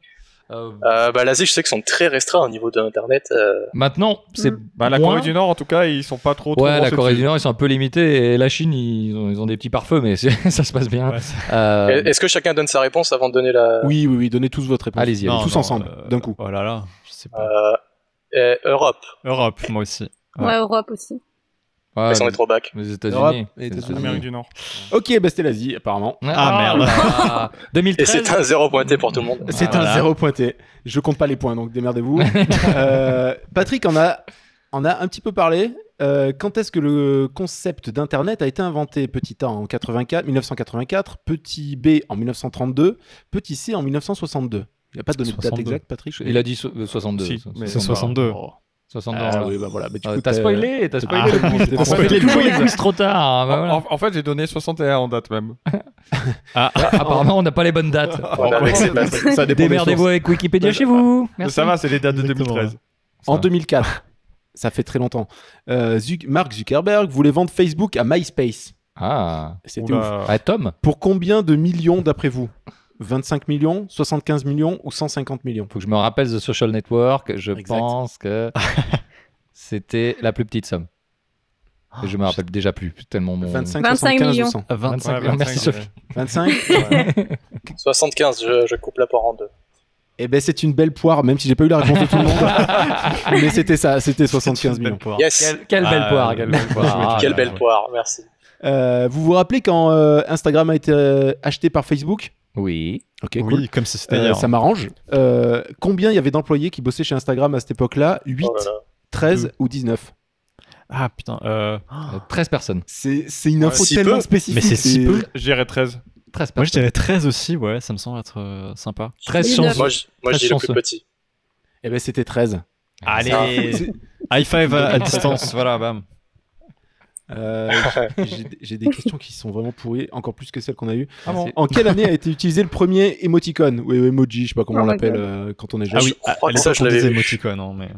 C: Euh,
D: euh, bah, L'Asie, je sais qu'ils sont très restreints au niveau de l'Internet. euh,
C: Maintenant, c'est
A: Bah, la
C: moins-
A: Corée du Nord, en tout cas, ils sont pas trop. trop
C: Ouais, la
A: lancés
C: Corée du
A: dessus.
C: Nord, ils sont un peu limités. Et la Chine, ils ont, ils ont des petits pare-feux, mais c'est- ça se passe bien.
E: Ouais, c'est-
C: Euh,
D: Est-ce que chacun donne sa réponse avant de donner la.
B: Oui, oui, oui, donnez tous votre réponse.
C: Allez-y,
E: Non,
B: tous
E: non,
B: ensemble,
E: euh,
B: d'un coup.
E: Oh là là, je sais pas.
D: Euh, euh, Europe,
E: Europe, moi aussi.
F: Ouais, Europe aussi.
C: ouais,
D: ils sont trop bac.
C: les
B: Europe
C: États-Unis.
B: et
C: Les
B: États-Unis.
A: Amérique du Nord.
B: Ok, bah c'était l'Asie, apparemment.
E: Ah, merde.
C: là.
D: Et
C: 2013.
D: c'est un zéro pointé pour tout le monde.
B: C'est
C: Ah,
E: Voilà.
B: un zéro pointé. Je compte pas les points, donc démerdez-vous. Euh, Patrick en a, en a un petit peu parlé. Euh, quand est-ce que le concept d'Internet a été inventé Petit A en 84, 1984, petit B en 1932, petit C en 1962. Il n'y a pas donné de date
E: 62.
B: exacte, Patrick
C: Il a dit so- euh, 62.
A: Si, mais
E: C'est 62.
C: 62.
B: Ah,
C: voilà.
B: oui, bah voilà. Bah, du
C: Euh,
B: coup,
C: T'as
B: t'as-
C: spoilé, t'as
B: Ah,
C: spoilé le quiz.
B: c'est
C: T'as
B: spoilé
C: spoilé
B: le
C: toujours
B: quiz.
C: le quiz trop tard. hein, bah voilà.
A: En, en- en fait, j'ai donné 61 en date même.
C: Apparemment, on n'a pas les bonnes dates.
D: Voilà, avec ses bases.
B: bah, Ça dépend des
C: Démerdez-vous
B: sources.
C: avec Wikipédia chez vous. Merci.
A: Ça va, c'est les dates de
E: Exactement,
A: 2013.
B: En 2004, ça fait très longtemps, euh, Zuc- Mark Zuckerberg voulait vendre Facebook à MySpace.
C: Ah,
B: C'était ouf.
A: Oula.
C: Ah, Tom
B: Pour combien de millions d'après vous 25 millions, 75 millions ou 150 millions
C: Faut que je me rappelle The Social Network. Je
B: Exact.
C: pense que c'était la plus petite somme. Et je me
B: Ah,
C: rappelle déjà plus tellement mon.
B: 25,
F: 25
B: 75
F: millions.
B: ou 100
C: 25
A: Ouais,
C: millions. Merci
A: 25,
C: Sophie.
B: 25
A: ouais.
D: 75, je, je coupe la part en deux.
B: Eh ben c'est une belle poire, même si j'ai pas eu la réponse de tout le monde. Mais c'était ça, c'était 75 millions.
D: Yes!
C: Quelle, quelle belle
E: Ah,
C: poire, quelle belle poire. Ah,
D: Quelle
C: là,
D: belle
C: ouais.
D: poire, merci.
B: Euh, vous vous rappelez quand euh, Instagram a été euh, acheté par Facebook
C: Oui.
B: Ok,
E: Oui,
B: cool.
E: comme si c'était
B: Euh,
E: hier.
B: ça m'arrange. Euh, combien il y avait d'employés qui bossaient chez Instagram à cette époque-là 8,
D: Oh là là.
B: 13 ou 19
E: Ah putain. euh,
C: Euh, 13 personnes.
B: C'est c'est une info
D: si
B: tellement
D: peu.
B: spécifique.
E: Mais c'est si peu.
A: J'irai 13.
C: 13
E: Moi je
C: personnes.
E: dirais 13 aussi, ouais, ça me semble être euh, sympa.
C: 13
F: 19.
C: chances.
D: Moi, je, moi, je
C: Très
D: dis le plus
C: chanceux.
D: petit.
B: Eh ben c'était 13.
E: Allez High five à, à distance, voilà, bam.
B: Euh, j'ai- J'ai des questions qui sont vraiment pourries, encore plus que celles qu'on a eues.
C: Ah bon
B: En quelle année a été utilisé le premier émoticône ou emoji, je sais pas comment
F: Oh
B: on
F: my
B: l'appelle
F: God.
B: euh, quand on est jeune
E: Ah
D: Je
E: oui,
D: crois
E: à- à
D: que ça,
E: l'époque,
D: je
E: on
D: l'avais
E: disait
D: vu.
E: émoticône, hein, mais...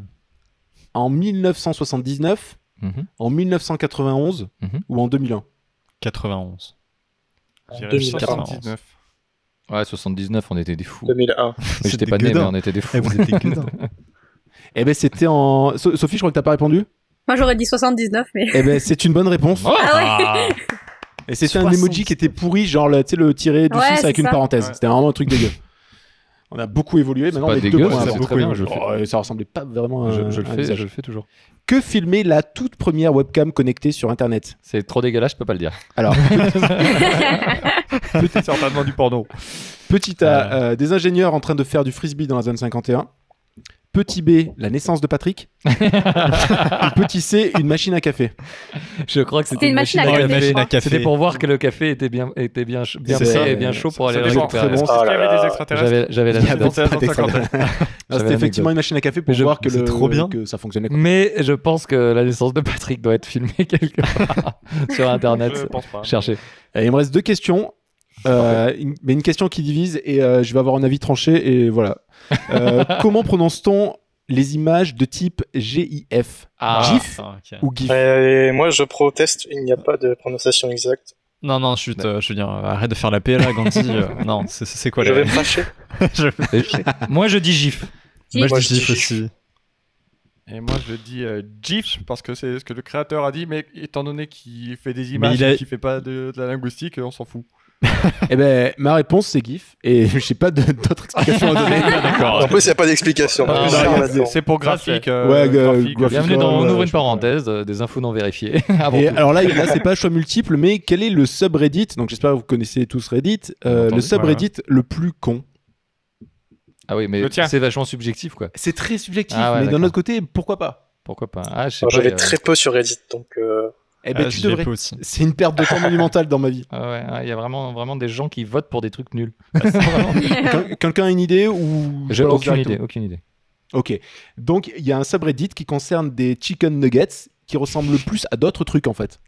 B: En 1979,
C: Mhm.
B: en 1991
C: Mhm.
B: ou en 2001
E: 91.
D: En
A: Je dirais
D: 2001.
A: 79.
C: Ouais, 79, on était des fous.
D: 2001.
C: Mais
E: C'était
C: j'étais pas né, mais
E: gueudin.
C: on était des fous.
E: Eh, vous étiez gueudin.
B: Eh ben c'était en. So- Sophie, je crois que t'as pas répondu
F: Moi, j'aurais dit 79, mais.
B: Eh ben c'est une bonne réponse.
C: Oh
F: Ah
B: Et c'était un emoji qui était pourri, genre le- tu sais, le tiré du
F: Ouais,
B: 6 avec
F: c'est
B: une
F: ça.
B: parenthèse.
A: Ouais.
B: C'était vraiment un truc dégueu. On a beaucoup évolué, maintenant
C: pas
B: on est deux
C: dégueu,
B: points
C: c'est
B: avant.
C: très bien, je le
B: Oh, et ça ressemblait pas vraiment à
C: Je, je le
B: à un
C: fais,
B: visage.
C: je le fais toujours.
B: Que filmait la toute première webcam connectée sur Internet
C: C'est trop dégueulasse, je peux pas le dire.
B: Alors,
A: Peut-être certainement du porno.
B: petit
C: Ah.
B: A, euh, des ingénieurs en train de faire du frisbee dans la zone 51. Petit B, la naissance de Patrick. Et petit C, une machine à café.
C: Je crois que
F: C'était une machine à
E: Oh,
D: Ah,
F: café.
E: une machine à
F: je crois.
E: café.
C: C'était pour voir que le café était bien, était bien, ch- bien
B: C'est
C: prêt
B: ça.
C: et bien chaud pour aller
A: Ça
C: le
A: dépend, très
C: récupérer.
A: bon.
D: Ah
A: Est-ce qu'il y
D: là
A: avait des
D: là.
A: extraterrestres
C: J'avais j'avais la
B: Il y avait
C: chance.
A: C'était
B: pas
A: en 50.
B: d'extraterrestre. Non,
C: J'avais
B: C'était effectivement
C: l'anecdote.
B: une machine à café pour
C: Mais je-
B: voir que,
E: c'est
B: le-
E: trop bien.
B: que ça fonctionnait. quoi.
C: Mais je pense que la naissance de Patrick doit être filmée quelque part sur
A: Je
C: Internet.
A: pense pas.
C: Cherchez.
B: Et il me reste deux questions. Euh, une- mais une question qui divise et euh, je vais avoir un avis tranché et voilà. Euh, comment prononce-t-on les images de type GIF
C: Ah,
B: GIF
E: Ah, ok.
B: ou GIF
D: Et Euh, moi, je proteste, il n'y a pas de prononciation exacte.
E: Non, non, chut, euh, je veux dire, euh, arrête de faire la paix là, Gandhi. euh, non, c'est- c'est c'est quoi
D: je
E: la...
D: vais cracher.
E: Je-
C: Et- Moi, je dis GIF.
E: Moi je
D: Moi,
E: dis
D: je dis
E: GIF
D: GIF.
E: aussi.
A: Et moi, je dis euh, GIF parce que c'est ce que le créateur a dit, mais étant donné qu'il fait des
E: Mais
A: images,
E: il a-
A: et qu'il fait pas de, de la linguistique, euh, on s'en fout.
B: Eh ben ma réponse c'est GIF et j'ai pas de- d'autres explications à donner.
D: En plus, il n'y a pas d'explication.
C: Ah,
D: Donc,
C: bah,
D: c'est
A: Non,
D: un
A: non,
D: là-dedans.
A: c'est pour
C: Ça,
A: graphique.
B: c'est- Ouais, gra- graphique.
C: Bienvenue dans
B: Ouais,
C: On
B: ouais,
C: ouvre
B: je
C: une
B: comprends.
C: parenthèse, euh, des infos non vérifiées. Avant
B: Et euh,
C: tout.
B: alors là, là c'est pas choix multiple mais quel est le subreddit Donc j'espère que vous connaissez tous Reddit. Euh,
E: Entendu,
B: le subreddit le plus con.
C: Ah oui, mais
A: Le tien.
C: c'est vachement subjectif, quoi.
B: C'est très subjectif
C: Ah ouais,
B: mais d'un
C: d'accord.
B: autre côté pourquoi pas
C: Pourquoi pas Ah, je sais
D: Alors,
C: pas.
D: je vais
C: euh,
D: Oh, très peu sur Reddit, donc euh,
B: Eh ben
E: Ah,
B: tu
E: j'y vais
B: devrais.
E: pas aussi.
B: C'est une perte de temps monumentale dans ma vie.
C: ah ouais, ah, il y a vraiment, vraiment des gens qui votent pour des trucs nuls.
B: Quel- Quelqu'un a une idée ou je
C: J'ai
B: balance
C: aucune
B: directement
C: idée, aucune idée.
B: Ok. Donc, il y a un subreddit qui concerne des chicken nuggets qui ressemblent le plus à d'autres trucs, en fait.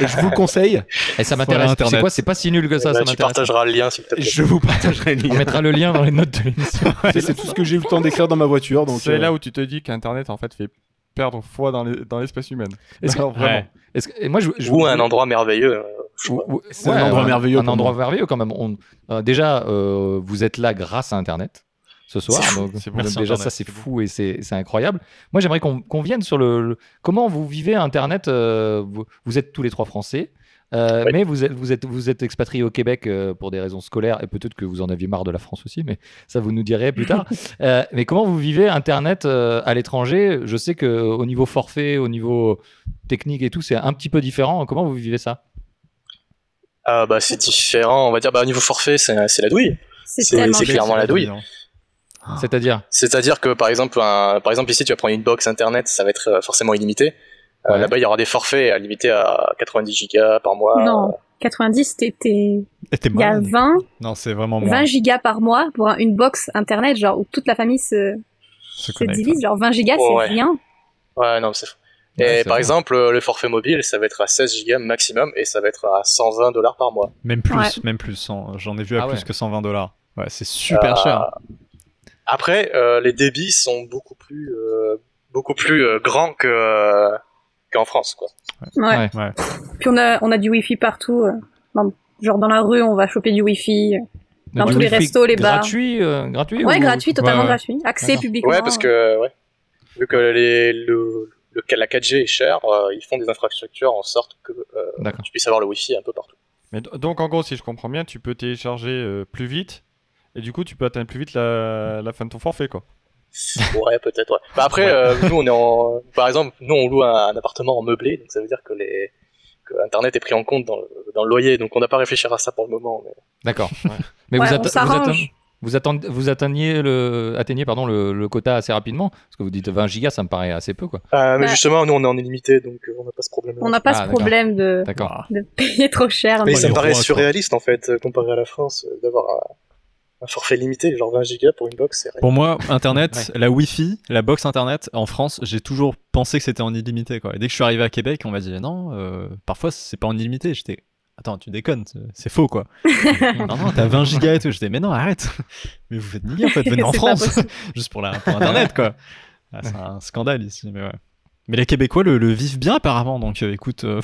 B: Et je vous le conseille,
C: Et ça
E: Voilà,
C: m'intéresse. C'est
E: Internet.
C: quoi C'est pas si nul que ça,
D: bah,
C: ça
D: tu
C: m'intéresse.
D: partageras le lien s'il te plaît.
B: je vous partagerai le
C: On
B: lien.
C: mettra le lien dans les notes de l'émission.
B: C'est c'est tout ce que j'ai eu le temps d'écrire dans ma voiture. donc,
A: C'est
B: euh,
A: là où tu te dis qu'Internet, en fait, fait perdre foi dans les- dans l'espèce humaine.
C: Est-ce que-
A: Alors, vraiment.
E: Ouais.
C: Est-ce que- et moi, je, je-
D: Ou un endroit merveilleux. euh, je
C: Ou- ou-
B: C'est un endroit merveilleux
C: Un
B: pour
C: endroit
B: moi.
C: merveilleux quand même. On- euh, déjà, euh, vous êtes là grâce à Internet ce soir. donc,
A: C'est bon.
C: donc
E: Merci,
C: déjà,
E: Internet.
C: ça c'est fou et c'est c'est incroyable. Moi, j'aimerais qu'on qu'on vienne sur le, le- comment vous vivez Internet. euh, vous, vous êtes tous les trois français. euh,
D: Ouais.
C: Mais vous êtes, vous, êtes, vous êtes expatriés au Québec euh, pour des raisons scolaires et peut-être que vous en aviez marre de la France aussi, mais ça vous nous direz plus tard. Euh, mais comment vous vivez Internet euh, à l'étranger Je sais que euh, au niveau forfait, au niveau technique et tout, c'est un petit peu différent. Comment vous vivez ça
D: Ah bah c'est différent, on va dire. Bah au niveau forfait, c'est c'est la douille.
F: C'est
D: C'est-
F: tellement.
D: c'est clairement la douille.
C: C'est-à-dire
D: C'est-à-dire que par exemple, un- par exemple ici, tu vas prendre une box internet, ça va être euh, forcément illimité. Euh,
C: Ouais.
D: Là-bas, il y aura des forfaits euh, limités à 90 gigas par mois.
F: Non, 90, t'étais.
E: Et t'es
F: Il y a
E: malade.
F: 20,
E: Non, c'est vraiment moi.
F: 20 gigas par mois pour un- une box internet, genre où toute la famille se,
E: Je
F: se
E: connais.
F: divise. Genre 20 gigas, c'est
D: Oh, Ouais.
F: rien.
D: Ouais, non, mais c'est fou.
C: Ouais,
D: Et
C: c'est
D: par
C: vrai.
D: exemple, euh, le forfait mobile, ça va être à 16 gigas maximum et ça va être à 120 dollars par mois.
E: Même plus,
F: Ouais.
E: même plus. cent- J'en ai vu à
C: Ah
E: plus
C: ouais.
E: que 120 dollars. Ouais, c'est super cher.
D: Après, euh, les débits sont beaucoup plus, euh, beaucoup plus euh, grands que euh, qu'en France, quoi.
F: Ouais.
C: Ouais.
E: Ouais.
F: Puis on a, on a du wifi partout. euh, dans- genre dans la rue, on va choper du wifi. euh, Dans
C: Du
F: tous les
C: wifi
F: restos, les bars.
C: Gratuit, euh, gratuit
F: Eh ben. Ouais,
C: ou-
F: gratuit, totalement
E: ouais.
F: gratuit. Accès
C: D'accord.
F: public.
D: Ouais, parce que euh, ouais, vu que les, le, le, la 4G est chère, euh, ils font des infrastructures en sorte que euh,
C: D'accord.
D: tu puisses avoir le Wi-Fi un peu partout.
A: Mais do- donc, en gros, si je comprends bien, tu peux télécharger euh, plus vite. Et du coup, tu peux atteindre plus vite la, la fin de ton forfait, quoi.
D: Ouais, peut-être. Ouais. Bah après,
A: Ouais.
D: euh, nous, on est en, par exemple, nous, on loue un, un appartement en meublé, donc ça veut dire que les que Internet est pris en compte dans le, dans le loyer, donc on n'a pas réfléchi à ça pour le moment. Mais...
C: D'accord.
A: Ouais.
C: Mais
F: Ouais,
C: vous,
F: on
C: atte- vous
F: s'arrange.
C: atte- vous, atten- vous atteignez le, atteignez pardon, le, le quota assez rapidement Parce que vous dites 20 gigas, ça me paraît assez peu. quoi.
D: Euh, mais
F: Bah-
D: justement, nous, on est en illimité, donc euh, on n'a pas ce problème.
F: On n'a pas
C: Ah,
F: ce
C: d'accord.
F: problème de,
C: D'accord.
F: de payer trop cher.
D: Mais
E: Pas
D: ça
E: les
D: me paraît
E: rois, quoi.
D: surréaliste en fait, euh, comparé à la France, euh, d'avoir un forfait limité, genre 20 gigas pour une box, c'est rien.
E: Pour moi, Internet, la Wi-Fi, la box Internet, en France, j'ai toujours pensé que c'était en illimité. Quoi. Et dès que je suis arrivé à Québec, on m'a dit non, euh, parfois c'est pas en illimité. J'étais, attends, tu déconnes, c'est- c'est faux quoi. non, non, t'as 20 gigas et tout. J'étais, mais non, arrête. Mais vous faites nier en fait, venez en
F: C'est pas
E: France,
F: possible.
E: juste pour, la, pour Internet quoi. Ah, c'est un scandale ici, mais ouais. Mais les Québécois le, le vivent bien apparemment, donc euh, écoute, euh,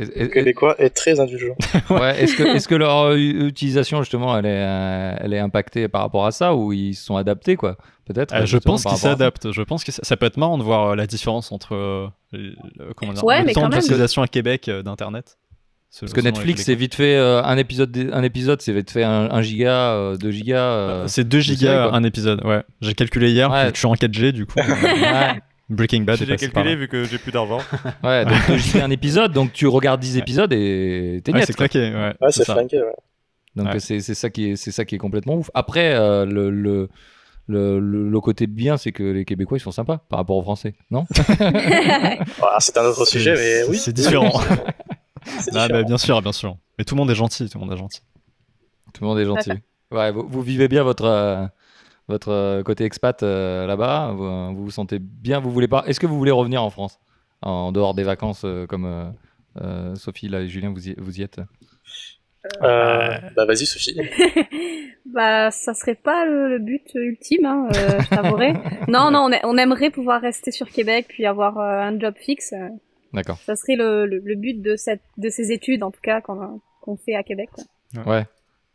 C: Et-
D: Le
C: et-
D: Québécois est très indulgent.
C: Ouais, est-ce que, est-ce que leur euh, u- utilisation, justement, elle est, euh, elle est impactée par rapport à ça ou ils se sont adaptés, quoi Peut-être.
E: Euh, je
C: justement,
E: pense
C: par
E: qu'ils
C: rapport à ça.
E: s'adaptent. Je pense que ça, ça peut être marrant de voir euh, la différence entre euh, le, le- comment dire,
F: Ouais,
E: le
F: mais
E: temps
F: quand même.
E: d'utilisation à Québec euh, d'Internet.
C: Parce que Netflix, c'est vite fait euh, un épisode, des- un épisode, c'est vite fait un, un giga, euh, deux gigas. euh,
E: c'est 2
C: séries,
E: gigas
C: quoi.
E: un épisode. Ouais, j'ai calculé hier.
C: Ouais.
E: vu que Je suis en 4G du coup. euh,
C: ouais,
E: Breaking Bad est
A: J'ai
E: passé par
A: calculé
E: là.
A: vu que j'ai plus d'argent.
C: ouais, donc deux gigas un épisode, donc tu regardes 10
E: Ouais.
C: épisodes et t'es
E: Ouais,
C: net,
E: c'est
C: quoi.
E: claqué. Ouais,
D: Ouais,
E: c'est
D: Ah, c'est
E: ça.
D: flingué, ouais.
C: Donc
E: Ouais.
C: euh, c'est c'est ça qui est c'est ça qui est complètement ouf. Après euh, le, le le, le- le côté bien, c'est que les Québécois ils sont sympas par rapport aux Français, non
D: Ah, c'est un autre
E: C'est-
D: sujet, mais
E: c'est-
D: oui.
E: C'est différent.
D: c'est
E: Ah, bah,
D: différent.
E: bien sûr, bien sûr. Mais tout le monde est gentil. Tout le monde est gentil.
C: Tout le monde est gentil. Ouais, vous, vous vivez bien votre euh, votre euh, côté expat euh, là-bas. Vous, euh, vous vous sentez bien. Vous voulez pas Est-ce que vous voulez revenir en France en dehors des vacances euh, comme euh, euh, Sophie là et Julien vous y, vous y êtes
E: Ah.
D: Euh, bah vas-y Sophie.
F: Bah, ça serait pas le, le but ultime, hein, euh, je t'avouerai. non, non, on, a- on aimerait pouvoir rester sur Québec puis avoir euh, un job fixe. euh,
C: D'accord.
F: Ça serait le, le, le but de, cette, de ces études, en tout cas, qu'on a- qu'on fait à Québec. quoi.
C: Ouais.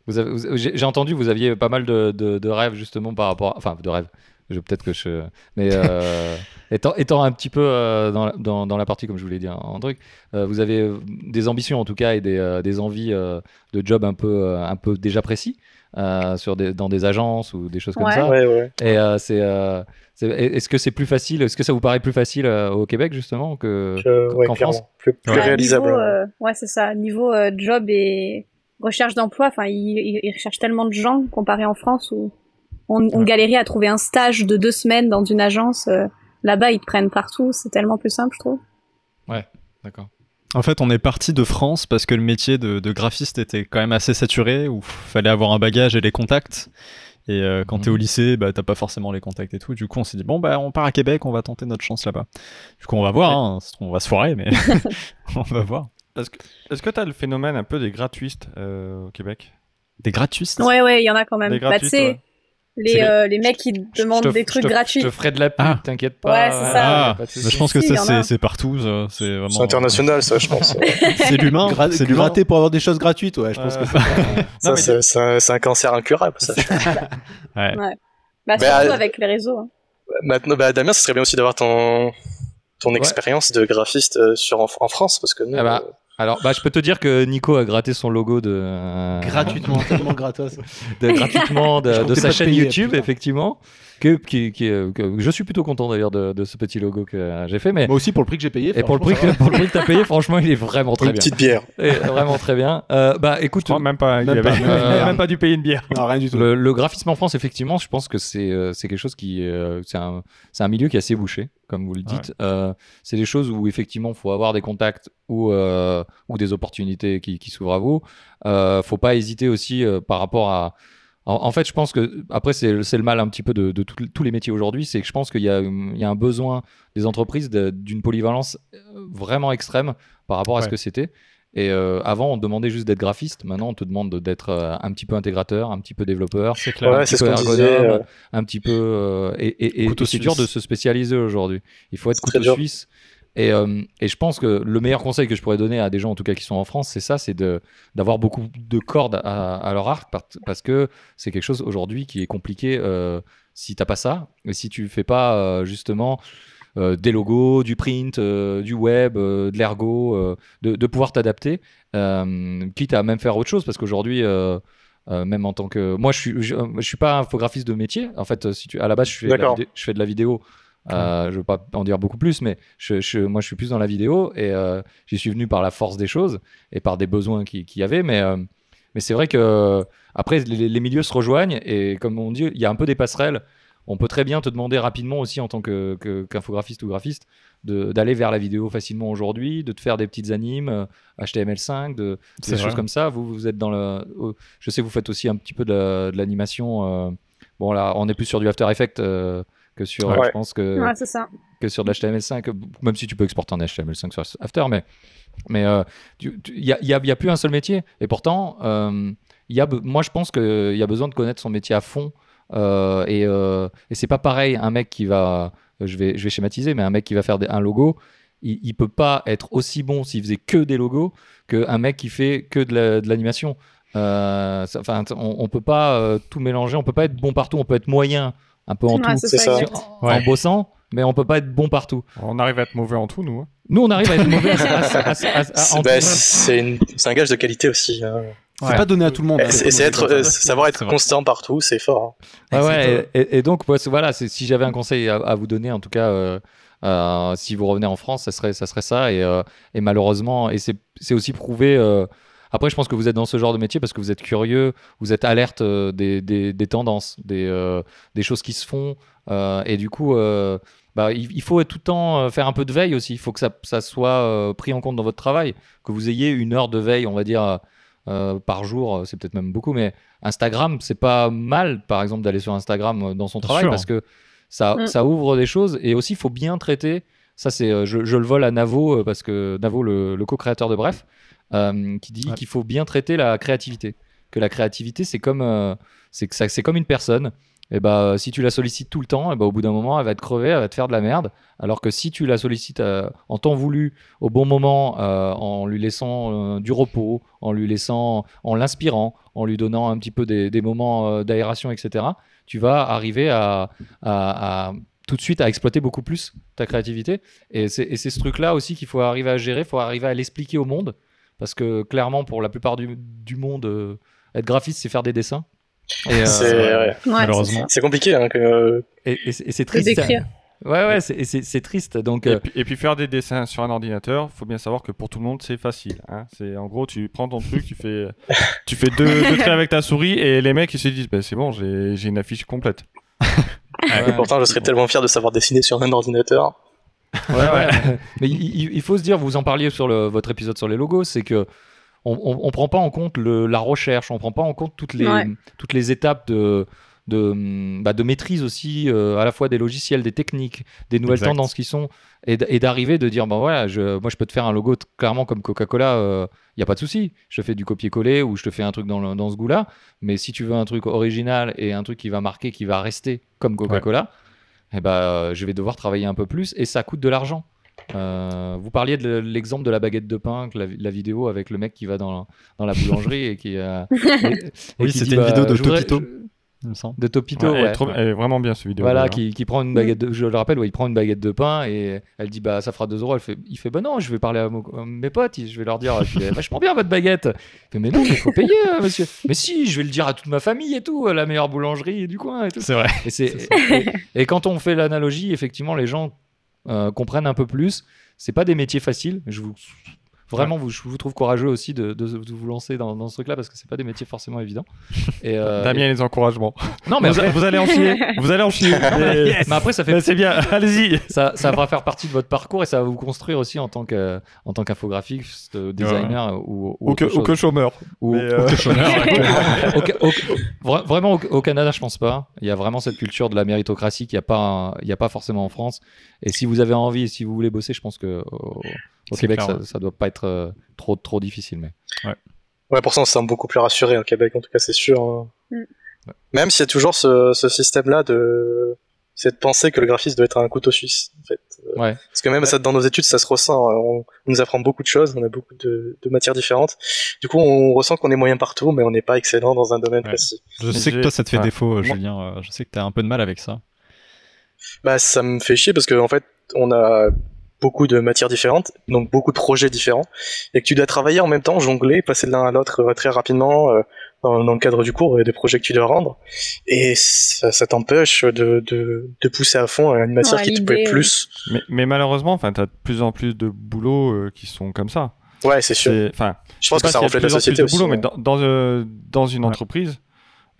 C: Vous avez- vous- j'ai j'ai entendu que vous aviez pas mal de, de- de rêves justement par rapport, à- enfin de rêves. Je peut-être que je, mais euh, étant, étant un petit peu euh, dans, la, dans, dans la partie comme je voulais dire en truc, euh, vous avez euh, des ambitions en tout cas et des, euh, des envies euh, de job un peu euh, un peu déjà précis euh, sur des, dans des agences ou des choses comme
F: Ouais.
E: Ah.
C: ça.
D: Ouais, ouais.
C: Et euh, c'est euh, c'est- est-ce que c'est plus facile, est-ce que ça vous paraît plus facile euh, au Québec justement que
D: Euh, ouais,
C: qu'en
D: clairement.
C: France
D: Plus, plus
E: Ouais.
D: réalisable.
F: Niveau, euh, ouais, c'est ça. Niveau euh, job et recherche d'emploi, enfin, ils, ils- ils recherchent tellement de gens comparé en France où on, on
E: Ouais.
F: galérait à trouver un stage de deux semaines dans une agence. euh, Là-bas, ils te prennent partout. C'est tellement plus simple, je trouve.
C: D'accord.
E: En fait, on est parti de France parce que le métier de, de graphiste était quand même assez saturé, où fallait avoir un bagage et les contacts. Et euh, quand
C: Mhm.
E: t'es au lycée, bah, t'as pas forcément les contacts et tout. Du coup, on s'est dit, bon, bah, on part à Québec, on va tenter notre chance là-bas. Du coup, on va voir, hein. on va se foirer, mais on va voir.
A: Est-ce que est-ce que t'as le phénomène un peu des gratuistes euh, au Québec
E: Des gratuites
F: Ouais, ouais, il y en a quand même.
A: Des
F: Bah, tu
A: gratuites,
F: sais,
A: ouais.
F: les,
E: C'est-
F: euh, les mecs qui
C: Je- je
F: demandent
C: te-
F: des
C: je
F: trucs
C: te-
F: gratuits.
C: Je te ferai de la pub,
E: Ah.
C: t'inquiète pas.
F: Ouais, c'est ça.
E: Ah,
C: pas de soucis.
E: bah, je pense que
F: Si,
E: ça,
F: y en a.
E: c'est- c'est partout, ça, c'est vraiment.
D: C'est international ça, je pense.
E: C'est l'humain,
B: Gra-
E: c'est l'humain.
B: gratter pour avoir des choses gratuites, ouais, je pense que
A: Euh,
B: c'est
D: Ça,
A: mais-
D: c'est- c'est un, c'est un cancer incurable. Ça.
E: Ouais.
F: Bah,
D: Mais,
F: surtout
D: euh,
F: avec les réseaux. hein.
D: Maintenant, bah, Damien, ce serait bien aussi d'avoir ton ton expérience de graphiste euh, sur en, en France parce que nous,
C: Ah bah.
D: euh,
C: Alors, bah, je peux te dire que Nico a gratté son logo de, euh,
B: gratuitement, tellement gratos.
C: de- gratuitement
B: Je
C: de,
B: comptais
C: de sa
B: pas te
C: chaîne
B: payer,
C: YouTube,
B: putain.
C: effectivement. Que, qui- qui, euh, que- je suis plutôt content d'ailleurs de, de ce petit logo que euh, j'ai fait, mais
B: Moi aussi, pour le prix que j'ai payé.
C: et pour le prix que pour le prix que t'as payé, franchement, il est vraiment
D: une
C: très bien,
D: petite bière.
C: Et vraiment très bien. Euh, bah, écoute,
A: Je crois même pas. Il
B: Même
A: avait-
B: pas.
A: il avait même pas dû payer une bière.
B: Non, rien du tout.
C: Le, le graphisme en France, effectivement, je pense que c'est euh, c'est quelque chose qui euh, c'est un c'est un milieu qui est assez bouché, comme vous le dites. Euh, c'est des choses où effectivement, faut avoir des contacts ou euh, ou des opportunités qui, qui s'ouvrent à vous. Euh, faut pas hésiter aussi euh, par rapport à en, en fait, je pense que après c'est c'est le mal un petit peu de, de tout- tous les métiers aujourd'hui, c'est que je pense qu'il y a hum, il y a un besoin des entreprises de- d'une polyvalence euh, vraiment extrême par rapport à ce
E: Ouais.
C: que c'était. Et euh, avant, on te demandait juste d'être graphiste. Maintenant, on te demande d'être euh, un petit peu intégrateur, un petit peu développeur,
E: C'est clair.
D: Ouais,
C: petit
D: c'est ce
C: peu
D: qu'on disait.
C: ergonome,
D: euh,
C: un petit peu. euh, et et, et-
E: Couteau
C: et c'est dur
E: suisse.
C: de se spécialiser aujourd'hui. Il faut être
D: C'est très
C: couteau
D: dur.
C: suisse. Et, euh, et je pense que le meilleur conseil que je pourrais donner à des gens, en tout cas qui sont en France, c'est ça, c'est de d'avoir beaucoup de cordes à, à leur arc par- parce que c'est quelque chose aujourd'hui qui est compliqué euh, si t'as pas ça et si tu fais pas euh, justement euh, des logos, du print, euh, du web, euh, de l'ergo, euh, de, de pouvoir t'adapter, euh, quitte à même faire autre chose parce qu'aujourd'hui euh, euh, même en tant que moi je suis je, euh, je suis pas infographiste de métier en fait euh, si tu à la base je fais de la,
D: D'accord.
C: vidé- je fais de la vidéo euh, je veux pas en dire beaucoup plus mais je, je- moi je suis plus dans la vidéo et euh, j'y suis venu par la force des choses et par des besoins qui- qu'il y avait mais euh, mais c'est vrai que après les, les milieux se rejoignent et comme on dit il y a un peu des passerelles on peut très bien te demander rapidement aussi en tant que, que- qu'infographiste ou graphiste de- d'aller vers la vidéo facilement aujourd'hui, de te faire des petites animes euh, HTML5, de,
E: C'est
C: des
E: vrai.
C: choses comme ça. Vous, vous êtes dans le. au- Je sais que vous faites aussi un petit peu de, la- de l'animation. euh, bon, là, on est plus sur du After Effects euh, que sur.
D: Ouais.
C: Je pense
D: euh,
C: que
F: Ouais, c'est ça.
C: que sur de l'HTML5, même si tu peux exporter un HTML5 sur After, mais mais euh, tu- tu- il n'y a, il y a- il y a plus un seul métier. Et pourtant, euh, il y a, be- moi je pense qu'il y a besoin de connaître son métier à fond. euh, et euh, et c'est pas pareil, un mec qui va, je vais, je vais schématiser, mais un mec qui va faire des- un logo, il, il peut pas être aussi bon s'il faisait que des logos qu'un mec qui fait que de la- de l'animation. Euh, ça- Enfin, on, on peut pas euh, tout mélanger, on peut pas être bon partout, on peut être moyen un peu en
F: Ouais,
C: tout
F: c'est
D: c'est
F: ça.
D: ça.
F: exact.
C: en
E: Ouais.
C: bossant, mais on peut pas être bon partout.
A: On arrive à être mauvais en tout, nous. hein.
C: Nous, on arrive à être mauvais à- à- à-
E: Ah,
C: à- à- en
D: C'est bah,
C: tout.
D: c'est une- c'est un gage de qualité aussi. hein.
B: Bah, C'est
E: Ouais.
B: pas donné à tout le monde. hein,
D: Et c'est- et c'est être, euh, savoir
E: C'est
D: être
E: vrai.
D: constant partout, c'est fort. hein.
C: Ouais, ouais,
E: Exactement.
C: et, et- et donc, moi, c'est- voilà, c'est- si j'avais un conseil à, à vous donner, en tout cas, euh, euh, si vous revenez en France, ça serait ça. Serait ça et, euh, et malheureusement, et c'est c'est aussi prouvé. euh, après, je pense que vous êtes dans ce genre de métier parce que vous êtes curieux, vous êtes alerte euh, des, des- des tendances, des, euh, des choses qui se font. euh, et du coup, euh, bah, il, il faut tout le temps euh, faire un peu de veille aussi. Il faut que ça, ça soit euh, pris en compte dans votre travail, que vous ayez une heure de veille, on va dire, euh, par jour. C'est peut-être même beaucoup, mais Instagram, c'est pas mal, par exemple, d'aller sur Instagram euh, dans son
E: Bien
C: travail
E: sûr.
C: parce que ça,
F: Mm.
C: ça ouvre des choses. Et aussi, il faut bien traiter. Ça, c'est, euh, je, je le vole à Navo euh, parce que Navo, le, le co-créateur de Bref, euh, qui dit
E: Ouais.
C: qu'il faut bien traiter la créativité. Que la créativité, c'est comme, euh, c'est que ça- c'est comme une personne. Et bah, si tu la sollicites tout le temps, et bah, au bout d'un moment, elle va te crever, elle va te faire de la merde. Alors que si tu la sollicites euh, en temps voulu, au bon moment, euh, en lui laissant euh, du repos, en lui laissant, en l'inspirant, en lui donnant un petit peu des, des moments euh, d'aération, etc., tu vas arriver à, à- à- tout de suite à exploiter beaucoup plus ta créativité. Et c'est et c'est ce truc-là aussi qu'il faut arriver à gérer, il faut arriver à l'expliquer au monde. Parce que clairement, pour la plupart du, du monde, euh, être graphiste, c'est faire des dessins. Et, euh,
D: C'est ouais.
F: Ouais,
E: Malheureusement.
D: C'est compliqué. hein, que, euh,
C: et- et c'est- et c'est
F: c'est- de
C: triste.
F: décrire.
C: Ouais, ouais, c'est- et c'est c'est triste. Donc,
A: Et,
C: euh,
A: puis, et puis faire des dessins sur un ordinateur, faut bien savoir que pour tout le monde c'est facile. hein. C'est en gros tu prends ton truc, tu fais, tu fais deux, deux traits avec ta souris et les mecs ils se disent bah, c'est bon j'ai j'ai une affiche complète.
C: ouais.
D: Pourtant, je serais tellement fier de savoir dessiner sur un ordinateur.
C: Ouais, ouais. Mais il, il- il faut se dire, vous en parliez sur le- votre épisode sur les logos, c'est que on, on, on prend pas en compte le- la recherche, on prend pas en compte toutes les
F: Ouais.
C: toutes les étapes de de, hum, bah, de maîtrise aussi euh, à la fois des logiciels, des techniques, des nouvelles
E: Exact.
C: tendances qui sont et d- et d'arriver de dire bah voilà, je, moi je peux te faire un logo t- clairement comme Coca-Cola, il y a pas de souci, je te fais du copier-coller ou je te fais un truc dans, le- dans ce goût-là, mais si tu veux un truc original et un truc qui va marquer, qui va rester comme Coca-Cola, eh ben, euh, je vais devoir travailler un peu plus et ça coûte de l'argent. Euh, vous parliez de l'exemple de la baguette de pain, que la, la vidéo avec le mec qui va dans, dans la boulangerie et qui. euh, et- et
E: Oui,
C: qui
E: c'était
C: dit,
E: une
C: bah,
E: vidéo de
C: je voudrais-
E: Topito.
C: je-
E: il me semble.
C: de Topito,
A: Ouais, elle est
C: ouais.
A: trop- elle est vraiment bien ce vidéo.
C: Voilà,
A: d'ailleurs.
C: qui, qui prend une baguette de, je le rappelle, ouais, il prend une baguette de pain et elle dit bah ça fera 2 euros. Elle fait, il fait bah non, je vais parler à, mo- à mes potes, je vais leur dire, je fais, vachement bien votre baguette. Il fait mais non, il faut payer euh, monsieur. Mais si, je vais le dire à toute ma famille et tout, euh, la meilleure boulangerie du coin et tout.
E: C'est vrai.
C: Et, c'est- et- et quand on fait l'analogie, effectivement, les gens euh, comprennent un peu plus. C'est pas des métiers faciles. Je vous vraiment, vous, je vous trouve courageux aussi de, de- de vous lancer dans, dans ce truc-là parce que c'est pas des métiers forcément évidents. Et, euh,
A: Damien les encouragements.
C: et- non mais
A: vous,
C: après,
A: vous allez en chier, vous allez en chier. Mais-
C: mais après, ça fait
A: mais c'est bien, allez-y.
C: ça, ça va faire partie de votre parcours et ça va vous construire aussi en tant que en tant qu'infographiste, euh, designer ou, ou
A: Ou que,
C: autre
A: ou que
C: chose.
A: chômeur.
C: Ou-
A: Mais, euh,
C: au Ca- au- vra- vraiment au, au Canada, je pense pas. Il y a vraiment cette culture de la méritocratie qu'il n'y a pas, un- il y a pas forcément en France. Et si vous avez envie et si vous voulez bosser, je pense que au, au
E: C'est
C: Québec,
E: clair,
C: ça, ça doit pas être euh, trop trop difficile. Mais
D: Ouais, pour ça, on se sent beaucoup plus rassuré au Québec, en tout cas, c'est sûr. hein.
F: Mm.
D: Même s'il y a toujours ce, ce système-là de cette pensée que le graphiste doit être un couteau suisse, en fait. Euh,
C: Ouais.
D: Parce que même ça, dans nos études, ça se ressent. hein. On, on nous apprend beaucoup de choses, on a beaucoup de, de matières différentes. Du coup, on ressent qu'on est moyen partout, mais on n'est pas excellent dans un domaine
E: Ouais.
D: précis.
E: Je sais que toi, ça te fait
A: Ouais.
E: défaut, euh,
A: Moi-
E: Julien. euh, Je sais que t'as un peu de mal avec ça.
D: Bah, ça me fait chier parce que en fait, on a beaucoup de matières différentes, donc beaucoup de projets différents, et que tu dois travailler en même temps, jongler, passer de l'un à l'autre euh, très rapidement euh, dans, dans le cadre du cours et des projets que tu dois rendre, et ça, ça t'empêche de, de, de pousser à fond à une matière
F: Ouais,
D: qui te
F: l'idée,
D: plaît
F: ouais.
D: plus.
A: mais, mais malheureusement, enfin, t'as de plus en plus de boulots euh, qui sont comme ça.
D: Ouais, c'est sûr.
A: C'est- Enfin,
D: Je pense
A: sais pas
D: que
A: Bah, s'il y
D: ça
A: a de
D: reflète la
A: plus en plus
D: société
A: de
D: aussi. hein.
A: boulot, mais
D: ouais.
A: dans, dans, euh, dans une
E: Ouais.
A: entreprise,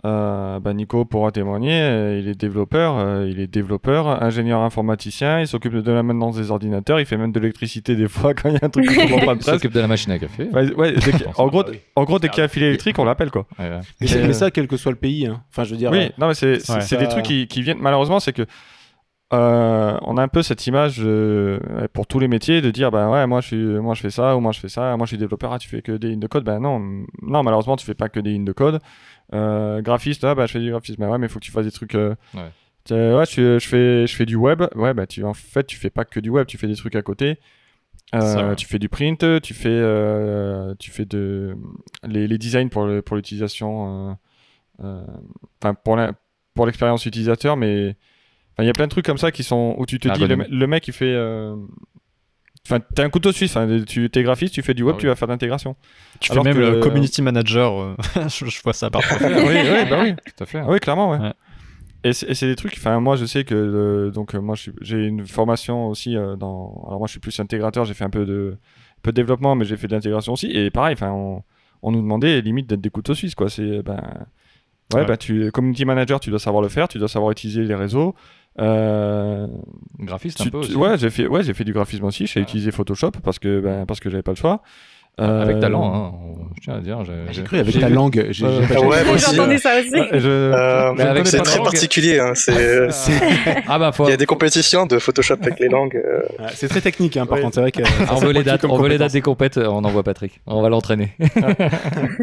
A: Euh, bah, Nico pourra témoigner, euh, il est développeur, euh, il est développeur, ingénieur informaticien, il s'occupe de la maintenance des ordinateurs, il fait même de l'électricité des fois quand il y a un truc qui tombe en panne
C: Il
A: presque.
C: s'occupe de la machine à café.
A: Ouais, ouais, dès qu'il- en gros,
B: Ah oui.
A: en gros, dès qu'il y a un filet électrique, on l'appelle quoi.
C: Ouais, ouais.
B: Mais,
A: Et,
B: c'est-
A: euh,
B: mais ça, quel que soit le pays. hein. Enfin, je veux dire.
A: Oui, non, mais c'est c'est-
E: Ouais.
A: c'est des
B: Ça-
A: trucs qui, qui viennent. Malheureusement, c'est que euh, on a un peu cette image euh, pour tous les métiers de dire bah ouais, moi je, suis, moi je fais ça, ou moi je fais ça, moi je suis développeur, ah, tu fais que des lignes de code. Ben non, non malheureusement, tu fais pas que des lignes de code. Euh, graphiste, ah, bah, je fais du graphisme, bah ouais, mais il faut que tu fasses des trucs. euh,
C: Ouais.
A: tu- euh, ouais, je, je fais, je fais du web. Ouais, bah, tu, en fait, tu fais pas que du web, tu fais des trucs à côté. Euh,
E: Ça, ouais.
A: tu fais du print, tu fais, euh, tu fais de, les, les designs pour le- pour l'utilisation. euh, euh, enfin pour la- pour l'expérience utilisateur mais enfin, il y a plein de trucs comme ça qui sont où tu te
C: Ah,
A: dis le,
C: bonne
A: me- le mec il fait euh, enfin t'es un couteau suisse hein, tu t'es graphiste tu fais du web
C: Ah oui.
A: tu vas faire de l'intégration
E: Tu
A: Alors
E: fais même
A: que-
E: le community manager. euh, je, je vois ça parfois.
A: oui oui bah oui
C: Tout à fait. hein.
A: ah oui, clairement, ouais.
E: Ouais.
A: Et c'est et c'est des trucs. Enfin, moi, je sais que euh, donc euh, moi, je suis- j'ai une formation aussi euh, dans. Alors moi, je suis plus intégrateur. J'ai fait un peu de peu de développement, mais j'ai fait de l'intégration aussi. Et pareil, enfin, on, on nous demandait limite d'être des couteaux suisses, quoi. C'est euh, ben ouais,
E: Ouais.
A: bah tu community manager, tu dois savoir le faire, tu dois savoir utiliser les réseaux. Euh,
C: Graphiste
A: tu-
C: un peu
A: tu-
C: aussi.
A: ouais, j'ai fait ouais, j'ai fait du graphisme aussi. J'ai
C: Ouais.
A: utilisé Photoshop parce que ben, parce que j'avais pas le choix.
C: Avec
A: Euh,
C: talent, hein, on- je tiens à dire. j'ai-
B: J'ai
C: j'ai-
B: cru avec
C: j'ai
B: ta
C: vu-
B: langue. j'ai-
A: Ouais.
B: j'ai pas-
D: Ah ouais, moi
F: J'ai
D: aussi.
F: entendu ça aussi.
A: Je, je
D: Euh,
C: mais avec
A: connais
D: c'est
A: pas
D: très
A: trop.
C: langue.
D: particulier. Hein. C'est, c'est-
C: Ah bah faut.
D: Il y a des compétitions de Photoshop avec les langues. euh.
B: Ouais, C'est très technique, hein, par
A: Oui.
B: contre. C'est vrai que.
C: Ah, on veut les dates, on veut les dates des compètes, euh, on envoie Patrick. On va l'entraîner.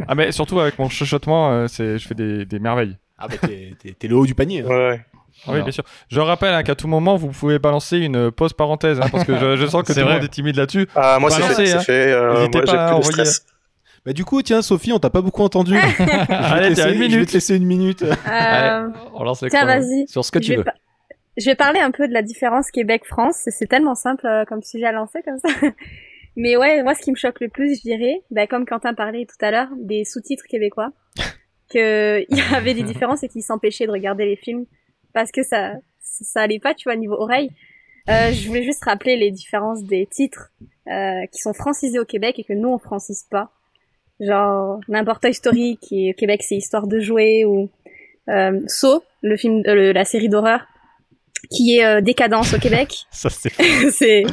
A: Ah mais surtout avec mon chuchotement, euh, c'est je fais des- des merveilles.
B: Ah bah, t'es- t'es t'es le haut du panier. hein.
D: Ouais.
A: Ah Oui, bien sûr. Je rappelle hein, qu'à tout moment, vous pouvez balancer une euh, pause parenthèse, hein, parce que je, je sens que
E: C'est
A: tout le
E: vrai.
A: monde est timide là-dessus.
D: Ah, moi,
A: Faut
D: c'est
A: balancer,
D: fait.
A: hein.
D: C'est fait euh,
A: N'hésitez
D: moi, j'ai
A: pas à
D: plus de
A: envoyer.
D: stress.
B: Bah, du coup, tiens, Sophie, on t'a pas beaucoup entendu. Je vais te
A: Allez,
B: laisser-
A: t'as une
B: Je vais
A: minute.
B: te laisser une minute.
F: Euh,
C: Allez, on lance le
F: tiens,
C: chrono.
F: vas-y.
C: Sur ce que
F: je
C: tu
F: vais
C: veux.
F: pas- Je vais parler un peu de la différence Québec-France. C'est- C'est tellement simple euh, comme sujet à lancer comme ça. Mais ouais, moi, ce qui me choque le plus, je dirais, bah, comme Quentin parlait tout à l'heure, des sous-titres québécois, qu'il y avait des différences et qu'ils s'empêchaient de regarder les films parce que ça, ça allait pas, tu vois, niveau oreille. Euh, je voulais juste rappeler les différences des titres euh, qui sont francisés au Québec et que nous, on francise pas. Genre, n'importe Toy Story, qui au Québec, c'est Histoire de jouer, ou euh, Saw, le film, euh, le- la série d'horreur, qui est euh, Décadence au Québec.
E: Ça, c'est
F: c'est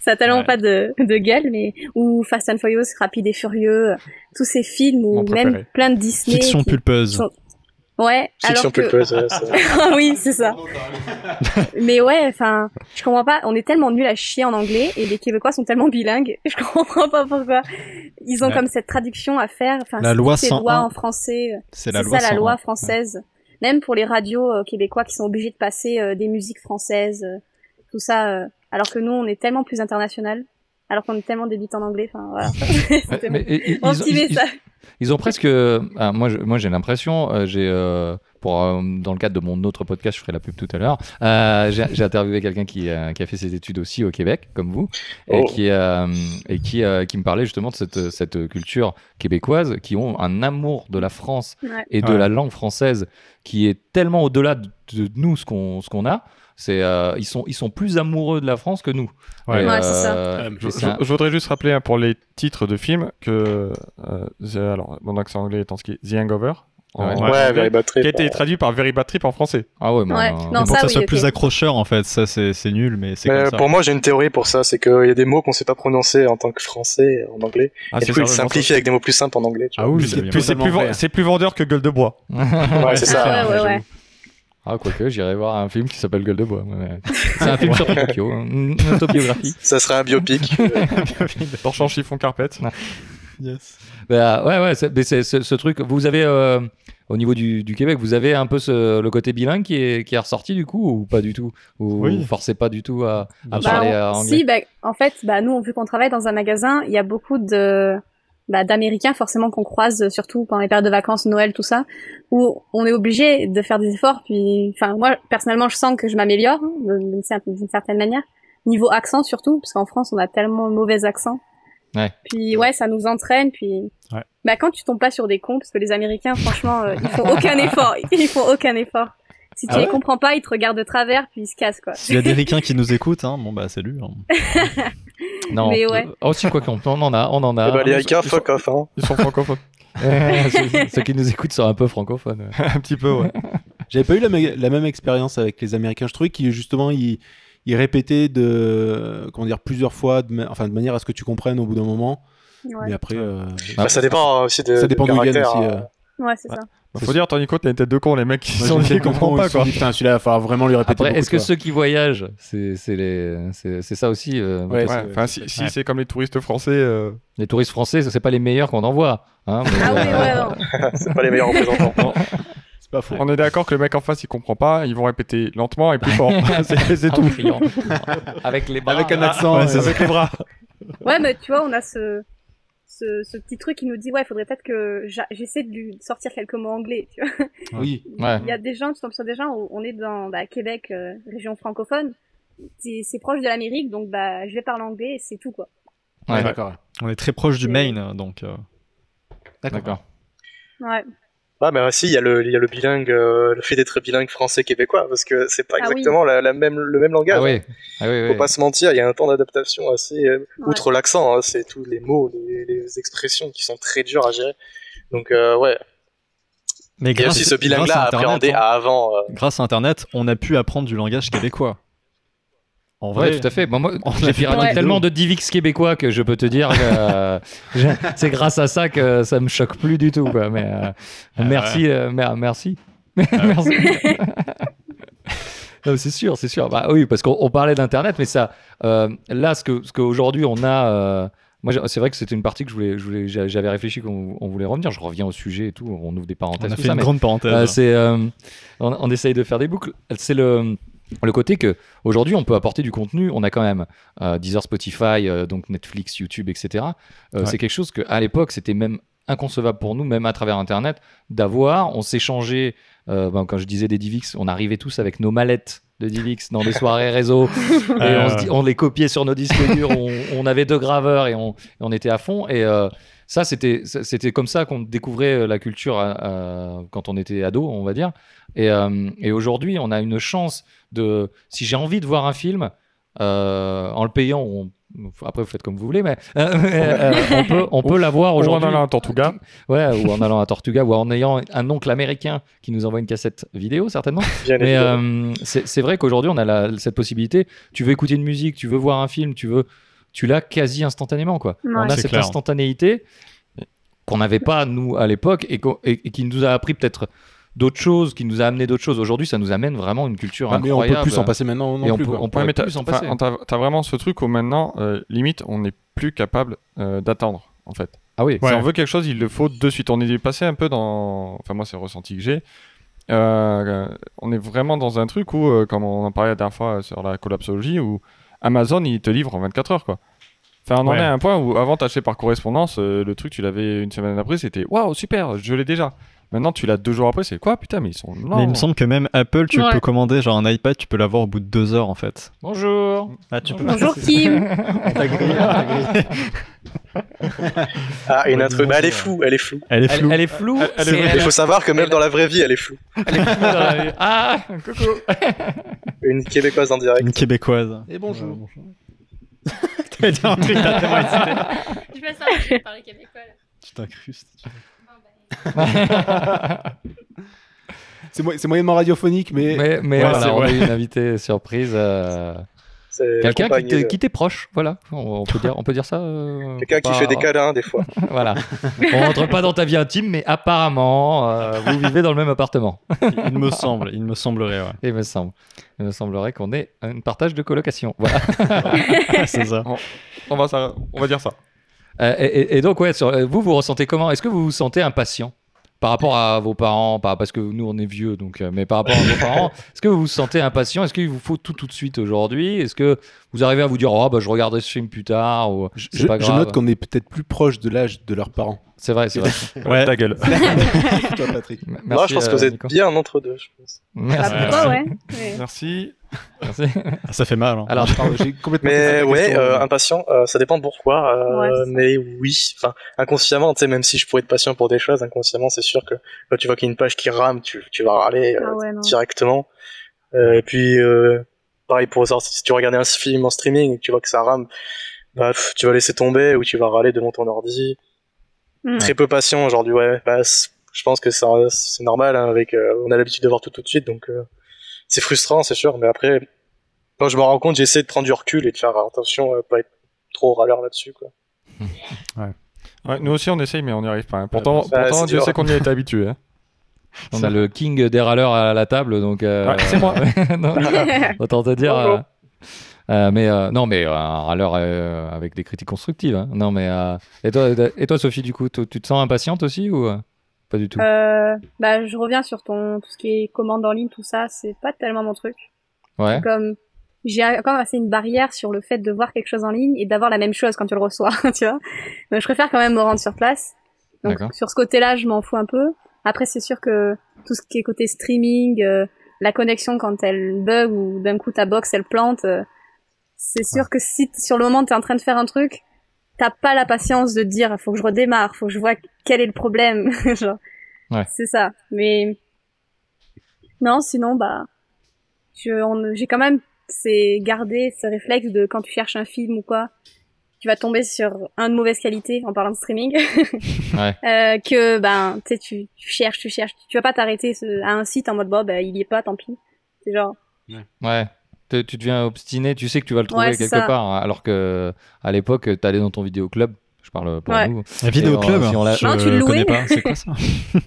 F: ça a tellement
E: Ouais.
F: pas de, de gueule mais ou Fast and Furious Rapide et Furieux tous ces films
A: Mon
F: ou
A: préféré.
F: même plein de Disney
E: fiction
F: qui-
E: pulpeuse.
F: ouais
D: Fiction
F: alors que
D: pulpeuse. ouais, c'est-
F: Ah oui c'est ça mais ouais enfin je comprends pas on est tellement nuls à chier en anglais et les Québécois sont tellement bilingues je comprends pas pourquoi ils ont
E: Ouais.
F: comme cette traduction à faire enfin
E: La
F: c'est
E: loi
F: toutes ces lois
E: 101.
F: en français euh,
E: C'est
F: c'est
E: la loi.
F: ça la
E: 101.
F: loi française. Même pour les radios euh, québécois qui sont obligés de passer euh, des musiques françaises, euh, tout ça, euh, alors que nous on est tellement plus international, alors qu'on est tellement des bits en anglais, enfin voilà. C'était
C: Mais-
F: mon-
C: mais- et- et-
F: mon
C: ils ont-
F: petit
C: ils- ils-
F: message.
C: Ils ont presque. ah, moi, je- moi, j'ai l'impression. euh, j'ai euh, pour euh, dans le cadre de mon autre podcast, je ferai la pub tout à l'heure. euh, j'ai j'ai interviewé quelqu'un qui, euh, qui a fait ses études aussi au Québec, comme vous, et
D: Oh.
C: qui euh, et qui euh, qui me parlait justement de cette cette culture québécoise qui ont un amour de la France
F: Ouais.
C: et de
E: Ouais.
C: la langue française qui est tellement au-delà de, de nous ce qu'on ce qu'on a. C'est euh, ils sont ils sont plus amoureux de la France que nous.
E: Ouais.
C: Et,
F: Ouais, c'est ça.
C: euh,
A: Je,
C: et c'est un-
A: je- je voudrais juste rappeler hein, pour les titres de films que euh, the- alors mon accent anglais étant ce qui est The Hangover, en-
C: Ouais.
A: en
D: Ouais,
A: anglais,
D: Very Bad Trip,
A: qui a été
D: ouais.
A: traduit par Very Bad Trip en français.
C: Ah ouais, mais
F: Ouais,
C: on-
F: non,
E: pour que
F: ça,
E: ça
F: oui,
E: soit
F: ok.
E: plus accrocheur, en fait. Ça, c'est c'est nul, mais c'est
D: Euh,
E: comme ça.
D: pour moi, j'ai une théorie pour ça. C'est qu'il y a des mots qu'on sait pas prononcer en tant que français en anglais.
A: Ah,
D: et du coup, ils simplifient avec des mots plus simples en anglais. Tu vois.
E: oui,
A: C'est plus, c'est plus ven- c'est plus vendeur que gueule de bois.
D: ouais, c'est ça.
F: Ah, ouais, ouais, ouais.
C: Ah, quoique, j'irai voir un film qui s'appelle Gueule de Bois. moi, mais- C'est un film sur Tokyo, hein, une autobiographie.
D: Ça serait un biopic. euh,
A: Torchon chiffon carpette.
C: Bah, ouais, ouais, c'est- mais c'est ce, ce truc. Vous avez, euh, au niveau du, du Québec, vous avez un peu ce- le côté bilingue qui est, qui est ressorti du coup, ou pas du tout Ou
A: Oui.
C: vous forcez pas du tout à, à
F: Bah,
C: parler
F: on-
C: euh, anglais
F: Si, bah, en fait, bah, nous, vu qu'on travaille dans un magasin, il y a beaucoup de bah, d'Américains forcément qu'on croise, euh, surtout pendant les périodes de vacances, Noël, tout ça, où on est obligé de faire des efforts. Puis, enfin, moi, personnellement, je sens que je m'améliore hein, de- d'une cer- d'une certaine manière, niveau accent surtout, parce qu'en France, on a tellement de mauvais accent.
C: Ouais.
F: Puis ouais, ça nous entraîne. Puis,
E: Ouais.
F: bah, quand tu tombes pas sur des cons, parce que les Américains, franchement, euh, ils font aucun effort. Ils font aucun effort. Si tu
E: Ah
F: les
E: ouais
F: comprends pas, ils te regardent de travers, puis ils se cassent quoi.
E: S'il y a des ricains qui nous écoutent, hein, bon, bah, salut. hein.
C: Non.
F: mais ouais.
C: Oh, si, quoi qu'on on en a, on en a.
D: bah, les
C: Ils
D: Haïka,
G: Ah,
C: sont-
D: fuck off. Hein.
C: Ah,
A: Ils sont francophones.
C: ceux, ceux qui nous écoutent sont un peu francophones. ouais.
A: un petit peu, ouais.
B: J'avais pas eu la, me- la même expérience avec les Américains. Je trouvais qu'ils justement ils, ils répétaient de comment dire plusieurs fois, de, ma- enfin de manière à ce que tu comprennes au bout d'un moment.
F: Ouais,
B: Mais après, euh,
C: Ah,
D: Bah, ça dépend euh, aussi de.
B: ça dépend
D: du
B: d'où ils viennent
D: caractère,
B: aussi.
D: hein.
B: euh.
F: ouais c'est ça.
A: Bah, faut dire, ton Nico, t'as une tête de con, les mecs qui sont
B: Moi, j'ai
A: qui
B: des
A: comprennent
B: moments où
A: pas,
B: ils se
A: quoi.
B: sont dit, Putain, celui-là, il va falloir vraiment lui répéter.
C: Après,
B: beaucoup,
C: est-ce que
B: quoi.
C: ceux qui voyagent, c'est c'est les- c'est- c'est ça aussi euh,
B: Ouais,
A: Ouais,
B: c'est-
A: enfin, si, si
C: ouais.
A: c'est comme les touristes français, euh,
C: Les touristes français, c'est pas les meilleurs qu'on envoie. Hein, mais,
F: Ah oui,
C: euh,
F: ouais, non.
D: C'est pas les meilleurs représentants.
B: c'est pas faux
A: on est d'accord que le mec en face il comprend pas, ils vont répéter lentement et plus fort. c'est c'est
C: en
A: tout.
C: criant. Avec les bras.
B: Avec un accent.
A: Ouais, c'est
B: euh,
A: avec les bras.
F: Ouais, mais tu vois, on a ce, ce, ce petit truc qui nous dit, ouais, faudrait peut-être que j'a- j'essaie de lui sortir quelques mots anglais, tu vois.
B: oui.
C: Ouais.
F: Il y a des gens, tu tombes sur des gens, où on est dans bah, Québec, euh, région francophone, c'est c'est proche de l'Amérique, donc bah, je vais parler anglais et c'est tout, quoi.
C: Ouais,
B: Ouais,
C: d'accord.
B: d'accord.
E: On est très proche du Maine, donc. euh,
C: D'accord.
F: Ouais,
D: Ah bah si, il y a le, il y a le bilingue, euh, le fait d'être bilingue français québécois, parce que c'est pas
F: Ah oui.
D: exactement la, la même, le même langage.
C: Ah oui. Ah oui,
D: Faut
C: oui.
D: pas se mentir, il y a un temps d'adaptation assez euh,
F: Ouais.
D: outre l'accent, hein, c'est tous les mots, les, les expressions qui sont très dures à gérer. Donc euh, ouais,
E: Mais
D: il y a
E: grâce,
D: aussi ce
E: grâce
D: bilingue-là à
E: à Internet,
D: appréhender
E: hein,
D: à avant. euh,
E: grâce à Internet, on a pu apprendre du langage québécois. En
C: Ouais,
E: vrai,
C: tout à fait. Bon, moi,
E: On a
C: j'ai
E: fait
C: piraté
F: plein de
C: tellement de Divix québécois que je peux te dire que euh, je- c'est grâce à ça que ça me choque plus du tout. Quoi. Mais euh,
E: Ah
C: merci, euh, mer- merci. merci. Non, c'est sûr, c'est sûr. Bah oui, parce qu'on on parlait d'internet, mais ça, euh, là, ce que ce qu'aujourd'hui on a, euh, moi, j'ai- c'est vrai que c'était une partie que je voulais, je voulais- j'a- j'avais réfléchi qu'on on voulait revenir. Je reviens au sujet et tout. On ouvre des parenthèses.
E: on a
C: tout
E: fait
C: ça,
E: une
C: mais-
E: grande parenthèse.
C: euh, c'est, euh, on, on essaye de faire des boucles. C'est le, le côté que aujourd'hui on peut apporter du contenu. On a quand même euh, Deezer, Spotify, euh, donc Netflix, YouTube, etc. Euh,
E: Ouais.
C: C'est quelque chose que à l'époque c'était même inconcevable pour nous, même à travers Internet, d'avoir. On s'échangeait. euh, ben, quand je disais des Divix, on arrivait tous avec nos mallettes de Divix dans des soirées réseau et
E: Euh,
C: on, se dit- on les copiait sur nos disques durs, on, on avait deux graveurs et on, et on était à fond. Et euh, ça, c'était ça- c'était comme ça qu'on découvrait euh, la culture euh, quand on était ado, on va dire. Et, euh, et aujourd'hui, on a une chance de. Si j'ai envie de voir un film, euh, en le payant, on- après vous faites comme vous voulez, mais euh, on peut, on peut l'avoir
A: Ou en
C: aujourd'hui.
A: allant à Tortuga.
C: Ouais, ou en allant à Tortuga, ou en ayant un oncle américain qui nous envoie une cassette vidéo, certainement.
D: bien
C: Mais
D: évidemment.
C: euh, c'est c'est vrai qu'aujourd'hui, on a la- cette possibilité. Tu veux écouter une musique, tu veux voir un film, tu veux, tu l'as quasi instantanément, quoi.
F: Ouais.
C: On a
E: C'est
C: cette
E: clair.
C: instantanéité qu'on n'avait pas nous à l'époque et, qu'on- et- et qui nous a appris peut-être d'autres choses, qui nous a amené d'autres choses. Aujourd'hui, ça nous amène vraiment une culture
B: Ah, mais on
C: incroyable.
B: peut plus s'en passer maintenant non
C: Et on
B: plus.
C: peut-
B: quoi.
C: on pourrait
A: Ouais, mais t'as-
C: plus s'en
A: enfin,
C: passer.
A: on t'a- t'as vraiment ce truc où maintenant, euh, limite, on n'est plus capable euh, d'attendre, en fait.
C: Ah oui.
A: Si
E: Ouais.
A: on veut quelque chose, il le faut de suite. On est passé un peu dans. Enfin, moi, c'est le ressenti que j'ai. Euh, on est vraiment dans un truc où, euh, comme on en parlait la dernière fois euh, sur la collapsologie, où Amazon, il te livre en 24 heures, quoi. Enfin, on en
E: Ouais.
A: est à un point où, avant, t'achetais par correspondance, euh, le truc, tu l'avais une semaine après, c'était waouh, super, je l'ai déjà. Maintenant, tu l'as deux jours après, c'est quoi Putain, mais ils sont lents.
E: Mais il me semble que même Apple, tu
F: Ouais.
E: peux commander genre un iPad, tu peux l'avoir au bout de deux heures en fait.
C: Bonjour.
E: Ah, tu peux
F: Bonjour Kim
D: Ah, une
E: Ouais,
D: intro.
E: disons,
D: Bah, elle est
E: ouais.
D: floue, elle est floue.
E: Elle est
C: Elle,
E: floue.
C: elle est floue.
A: Elle- elle est
C: c'est-
A: floue.
D: Il faut savoir que même
C: elle-
D: dans la vraie vie, elle est floue.
C: elle est floue dans la- Ah, coucou.
D: Une québécoise en
E: Une
D: direct.
E: québécoise.
B: Et Euh, bonjour.
E: T'avais dit un truc, t'as tellement hésité.
H: Je passe un jeu par les Québécois. là.
E: Tu t'incrustes.
H: Ah, bah, ben,
B: C'est mo- c'est moyennement radiophonique, mais.
C: Mais, mais
E: Ouais,
C: voilà,
E: c'est
C: on
E: vrai.
C: a eu une invitée surprise. euh,
D: C'est la
C: Quelqu'un qui
D: compagne
C: t'est-
D: de-
C: qui t'est proche, voilà. On, on peut dire, on peut dire ça. euh,
D: Quelqu'un qui
C: pas-
D: fait des câlins des fois.
C: Voilà. On rentre pas dans ta vie intime, mais apparemment, euh, vous vivez dans le même appartement.
E: Il me semble, il me semblerait, ouais.
C: Il me semble. Il me semblerait qu'on ait un partage de colocation. Voilà.
E: C'est ça.
A: On va, ça- on va dire ça.
C: Euh, et, et- et donc, ouais, sur- euh, vous, vous ressentez comment Est-ce que vous vous sentez impatient par rapport à vos parents par- Parce que nous, on est vieux, donc. euh, mais par rapport à vos parents, est-ce que vous vous sentez impatient Est-ce qu'il vous faut tout tout de suite aujourd'hui Est-ce que vous arrivez à vous dire, oh, bah, je regarderai ce film plus tard ou
B: Je,
C: c'est pas
B: je
C: grave.
B: note qu'on est peut-être plus proche de l'âge de leurs parents.
C: C'est vrai, c'est vrai.
E: Ouais. Ta gueule.
B: Toi, Patrick.
C: Merci,
D: Non, je pense que vous
C: euh,
D: êtes Ah,
C: Nico.
D: bien entre deux, je pense.
F: Bah,
C: Merci.
F: pourquoi, ouais. Ouais.
A: Merci.
C: Merci.
E: Ça fait mal. hein.
C: Alors, je parle-
B: J'ai complètement.
D: Mais
B: passé la
D: ouais,
B: question,
D: euh,
B: mais-
D: impatient, euh, ça dépend pourquoi. euh,
F: Ouais, c'est ça.
D: mais oui, enfin, inconsciemment, tu sais, même si je pourrais être patient pour des choses, inconsciemment, c'est sûr que quand tu vois qu'il y a une page qui rame, tu, tu vas râler euh,
F: Ah ouais, non.
D: directement. Euh, et puis, euh, pareil pour les artistes, si tu regardais un film en streaming et que tu vois que ça rame, bah, pff, tu vas laisser tomber ou tu vas râler devant ton ordi.
F: Mm.
D: très peu patient aujourd'hui. Ouais, Bah, c- je pense que ça- c'est normal. hein, avec, euh, on a l'habitude de voir tout tout de suite, donc euh, c'est frustrant, c'est sûr. Mais après, quand je me rends compte, j'essaie de prendre du recul et de faire attention, à pas être trop râleur là-dessus. Quoi.
A: Ouais, nous aussi, on essaye, mais on n'y arrive pas. hein. Pourtant,
D: bah,
A: pourtant
D: c'est
A: Dieu
D: dur.
A: sait qu'on y a été habitué. hein.
C: On a le king des râleurs à la table, donc. euh,
A: Ouais, c'est moi.
C: non, autant te dire.
D: Bonjour.
C: euh, euh, mais euh, non, mais euh, un râleur euh, avec des critiques constructives. hein. Non, mais euh, et toi, et toi, Sophie, du coup, tu tu te sens impatiente aussi ou euh, pas du tout
F: Euh, bah, je reviens sur ton tout ce qui est commande en ligne, tout ça, c'est pas tellement mon truc. Euh.
C: Ouais.
F: Comme j'ai quand même assez une barrière sur le fait de voir quelque chose en ligne et d'avoir la même chose quand tu le reçois, tu vois. Mais je préfère quand même me rendre sur place. Donc
C: D'accord.
F: sur ce côté-là, je m'en fous un peu. Après, c'est sûr que tout ce qui est côté streaming, euh, la connexion quand elle bug ou d'un coup ta box elle plante, euh, c'est sûr que si t- sur le moment t'es en train de faire un truc, t'as pas la patience de te dire faut que je redémarre, faut que je vois quel est le problème. Genre,
C: Ouais.
F: C'est ça. Mais non, sinon bah je, on- j'ai quand même c'est garder ce réflexe de quand tu cherches un film ou quoi, tu vas tomber sur un de mauvaise qualité en parlant de streaming.
C: Ouais.
F: Euh, que ben tu sais, tu tu cherches, tu cherches, tu vas pas t'arrêter ce- à un site en mode bah, bah il y est pas, tant pis. C'est genre
C: Ouais. Tu, tu deviens obstiné, tu sais que tu vas le trouver
F: Ouais, c'est
C: quelque
F: ça.
C: part, hein, alors que à l'époque, t'allais dans ton vidéoclub. Je parle pour
F: Ouais.
C: nous.
E: La
C: vidéo club,
E: je
F: Non, Ah, tu
E: connais
F: le louais.
E: pas. C'est quoi ça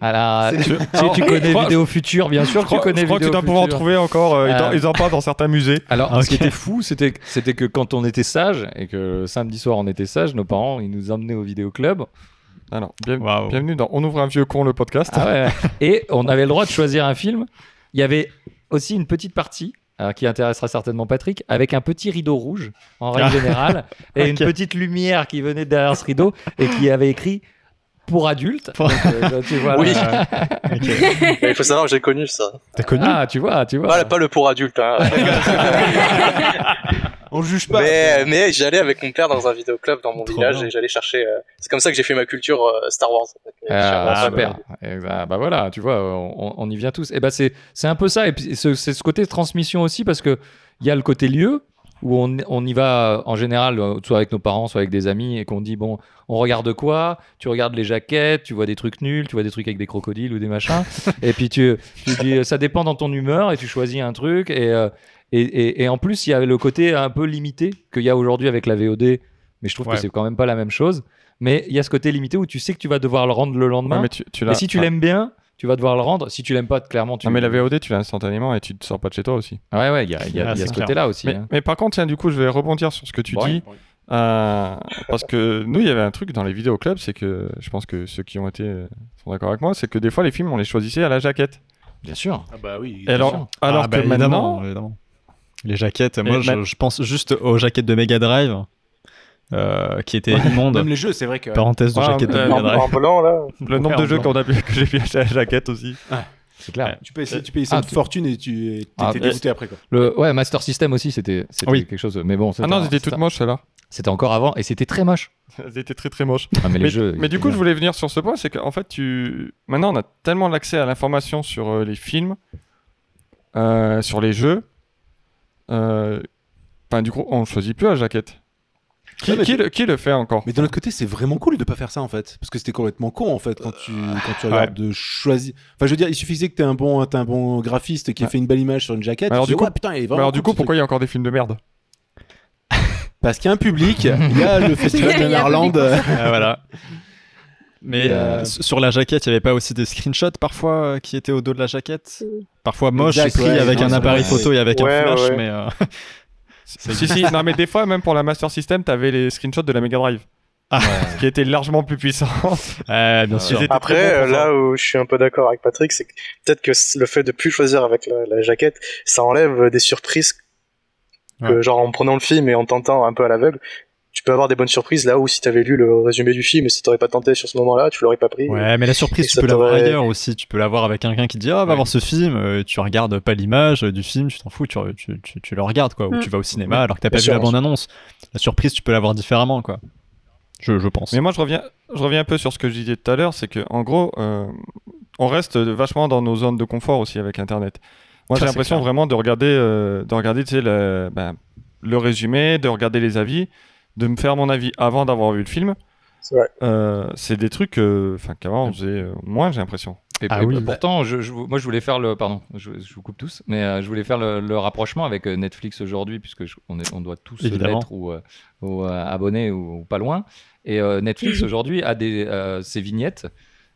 C: À la- tu,
A: Je-
C: tu- tu
A: Alors,
C: connais
A: je crois-
C: Vidéo Future, bien sûr.
A: Je crois,
C: tu connais
A: je crois que tu
C: Vidéo
A: dois pouvoir en
C: Future.
A: trouver encore. euh, ils en-
C: Euh,
A: Ils en parlent dans certains musées.
C: Alors,
E: Ah,
C: ce qui
E: ok.
C: était fou, c'était c'était que quand on était sage et que le samedi soir on était sage, nos parents ils nous emmenaient au vidéoclub.
A: Alors, bien-
E: Waouh.
A: bienvenue dans On ouvre un vieux con le podcast.
C: Ah ouais. et on avait le droit de choisir un film. Il y avait aussi une petite partie euh, qui intéressera certainement Patrick avec un petit rideau rouge en règle
E: Ah.
C: générale et une
E: Ok.
C: petite lumière qui venait derrière ce rideau et qui avait écrit pour adultes.
E: Pour-
C: Donc, euh, tu vois,
D: Oui.
C: là,
E: Ok.
D: Mais il faut savoir que j'ai connu ça.
E: T'as connu
C: ah, tu vois, tu vois.
D: Pas, le- pas le pour adulte. Hein.
B: On juge pas.
D: mais mais j'allais avec mon père dans un vidéoclub dans mon
E: Trop
D: village
E: bien.
D: et j'allais chercher. euh, C'est comme ça que j'ai fait ma culture euh, Star Wars.
C: Ah,
E: Ah,
C: super. Eh ben, bah voilà, tu vois, on, on y vient tous. Et ben c'est c'est un peu ça. Et puis ce- c'est ce côté de transmission aussi parce que il y a le côté lieu où on, on y va euh, en général, euh, soit avec nos parents, soit avec des amis, et qu'on dit bon, on regarde quoi Tu regardes les jaquettes, tu vois des trucs nuls, tu vois des trucs avec des crocodiles ou des machins. et puis tu, tu dis euh, ça dépend dans ton humeur et tu choisis un truc. Et euh, et, et- et en plus il y a le côté un peu limité qu'il y a aujourd'hui avec la VOD. Mais je trouve
E: Ouais.
C: que c'est quand même pas la même chose. Mais il y a ce côté limité où tu sais que tu vas devoir le rendre le
A: Ouais,
C: lendemain.
A: mais tu, tu
C: et
A: l'as-
C: si tu
A: ah.
C: l'aimes bien, tu vas devoir le rendre. Si tu l'aimes pas, clairement, tu.
A: Non, mais la VOD, tu l'as instantanément et tu te sors pas de chez toi aussi.
C: Ouais, ouais, il y a, il y a-
E: Ah,
C: il y a
E: c'est
C: ce
E: clair.
C: côté-là aussi.
A: Mais,
C: hein.
A: mais par contre, tiens, du coup, je vais rebondir sur ce que tu
C: Ouais.
A: dis. Euh, parce que nous, il y avait un truc dans les vidéoclubs, c'est que je pense que ceux qui ont été euh, sont d'accord avec moi, c'est que des fois, les films, on les choisissait à la jaquette.
C: Bien sûr.
B: Ah bah oui.
A: Et alors, alors
E: Ah, bah,
A: que maintenant,
E: évidemment, évidemment. Les jaquettes, moi je,
A: ma-
E: je pense juste aux jaquettes de Mega Drive euh, qui étaient immondes.
B: Même les jeux, c'est vrai que.
E: Parenthèse de
A: Ouais,
E: jaquettes de
A: euh,
E: Mega
D: En,
E: Drive.
D: en blanc là.
A: le nombre de
E: Ouais,
A: jeux
E: encore.
A: qu'on a pu, que j'ai pu acheter à la jaquette aussi.
C: C'est clair.
B: Tu peux essayer, tu peux essayer
C: Ah,
B: une
C: tu-
B: fortune et tu et t'étais
C: Ah, mais-
B: dégoûté après quoi.
C: Le, ouais, Master System aussi, c'était c'était
E: Oui.
C: quelque chose. Mais bon,
A: Ah non, c'était
C: c'était
A: toute moche, celle-là.
C: c'était encore avant et c'était très moche.
A: Elles étaient très très moches.
C: Ah, mais les
A: Mais,
C: jeux.
A: mais du coup, je voulais venir sur ce point, c'est qu'en fait, tu... maintenant, on a tellement l'accès à l'information sur euh, les films, euh, sur les jeux. euh, Enfin, du coup, on choisit plus la jaquette. Qui,
B: Ouais, mais-
A: qui le, qui le fait encore
B: Mais d'un autre côté, c'est vraiment cool de pas faire ça en fait, parce que c'était complètement con en fait quand tu quand tu regardes de choisir. Enfin, je veux dire, il suffisait que t'aies un bon t'aies un bon graphiste qui ait
A: Ouais.
B: fait une belle image sur une jaquette.
A: Alors
B: tu
A: du
B: dis,
A: coup-
B: Ouais, putain, il est
A: Mais
B: vraiment
A: Alors, du
B: cool,
A: coup,
B: ce
A: pourquoi
B: truc.
A: il y a encore des films de merde
B: Parce qu'il y a un public. Il y a le festival
F: Il y
B: de
F: a un
B: Narlande.
E: Ah, voilà. Mais
C: Et, euh,
E: euh, s- sur la jaquette, il n'y avait pas aussi des screenshots parfois euh, qui étaient au dos de la jaquette
F: Oui.
E: Parfois moche,
B: Exact,
E: pris
B: ouais,
E: avec
B: ouais,
E: un
B: ouais,
E: appareil
B: ouais.
E: photo et avec
D: Ouais,
E: un flash,
D: ouais.
E: mais euh,
A: Si, si, non, mais des fois, même pour la Master System, t'avais les screenshots de la Mega Drive.
E: Ah.
A: Qui étaient largement plus puissants.
E: ouais, bien
A: Ils
E: sûr.
A: étaient très
D: Après
A: bons
D: euh,
A: pour ça.
D: là où je suis un peu d'accord avec Patrick, c'est que peut-être que c- le fait de plus choisir avec la, la jaquette, ça enlève euh, des surprises. Que, Genre en prenant le film et en tentant un peu à l'aveugle, tu peux avoir des bonnes surprises là où si t'avais lu le résumé du film et si t'aurais pas tenté sur ce moment-là, tu l'aurais pas pris.
E: Ouais, mais la surprise,
D: Et
E: tu
D: ça
E: peux l'avoir
D: t'aurait-
E: ailleurs aussi. Tu peux l'avoir avec quelqu'un qui te dit Ah, va
A: Ouais.
E: voir ce film. euh, Tu regardes pas l'image euh, du film, tu t'en fous, tu, re- tu, tu- tu le regardes, quoi. Ou
F: Mm.
E: tu vas au cinéma alors que t'as pas
D: Bien
E: vu
D: sûr,
E: la
D: bien sûr.
E: bande-annonce. La surprise, tu peux l'avoir différemment, quoi. Je, je pense.
A: Mais moi, je reviens, je reviens un peu sur ce que je disais tout à l'heure, c'est que en gros, euh, on reste vachement dans nos zones de confort aussi avec Internet. Moi, j'ai
E: Ça, c'est
A: l'impression
E: clair.
A: vraiment de regarder, euh, de regarder, tu sais, le, ben, le résumé, de regarder les avis, de me faire mon avis avant d'avoir vu le film.
D: C'est vrai.
A: Euh, c'est des trucs euh, enfin, qu'avant on faisait euh, moins, j'ai l'impression.
C: Et,
E: Ah
C: et
E: oui.
C: pourtant, je, je- moi, je voulais faire le, pardon, je, je vous coupe tous, mais euh, je voulais faire le, le rapprochement avec euh, Netflix aujourd'hui, puisque je- on, est, on doit tous
E: Évidemment.
C: l'être ou, euh, ou, euh, abonnés ou, ou pas loin. Et euh, Netflix aujourd'hui a des, euh, ses vignettes.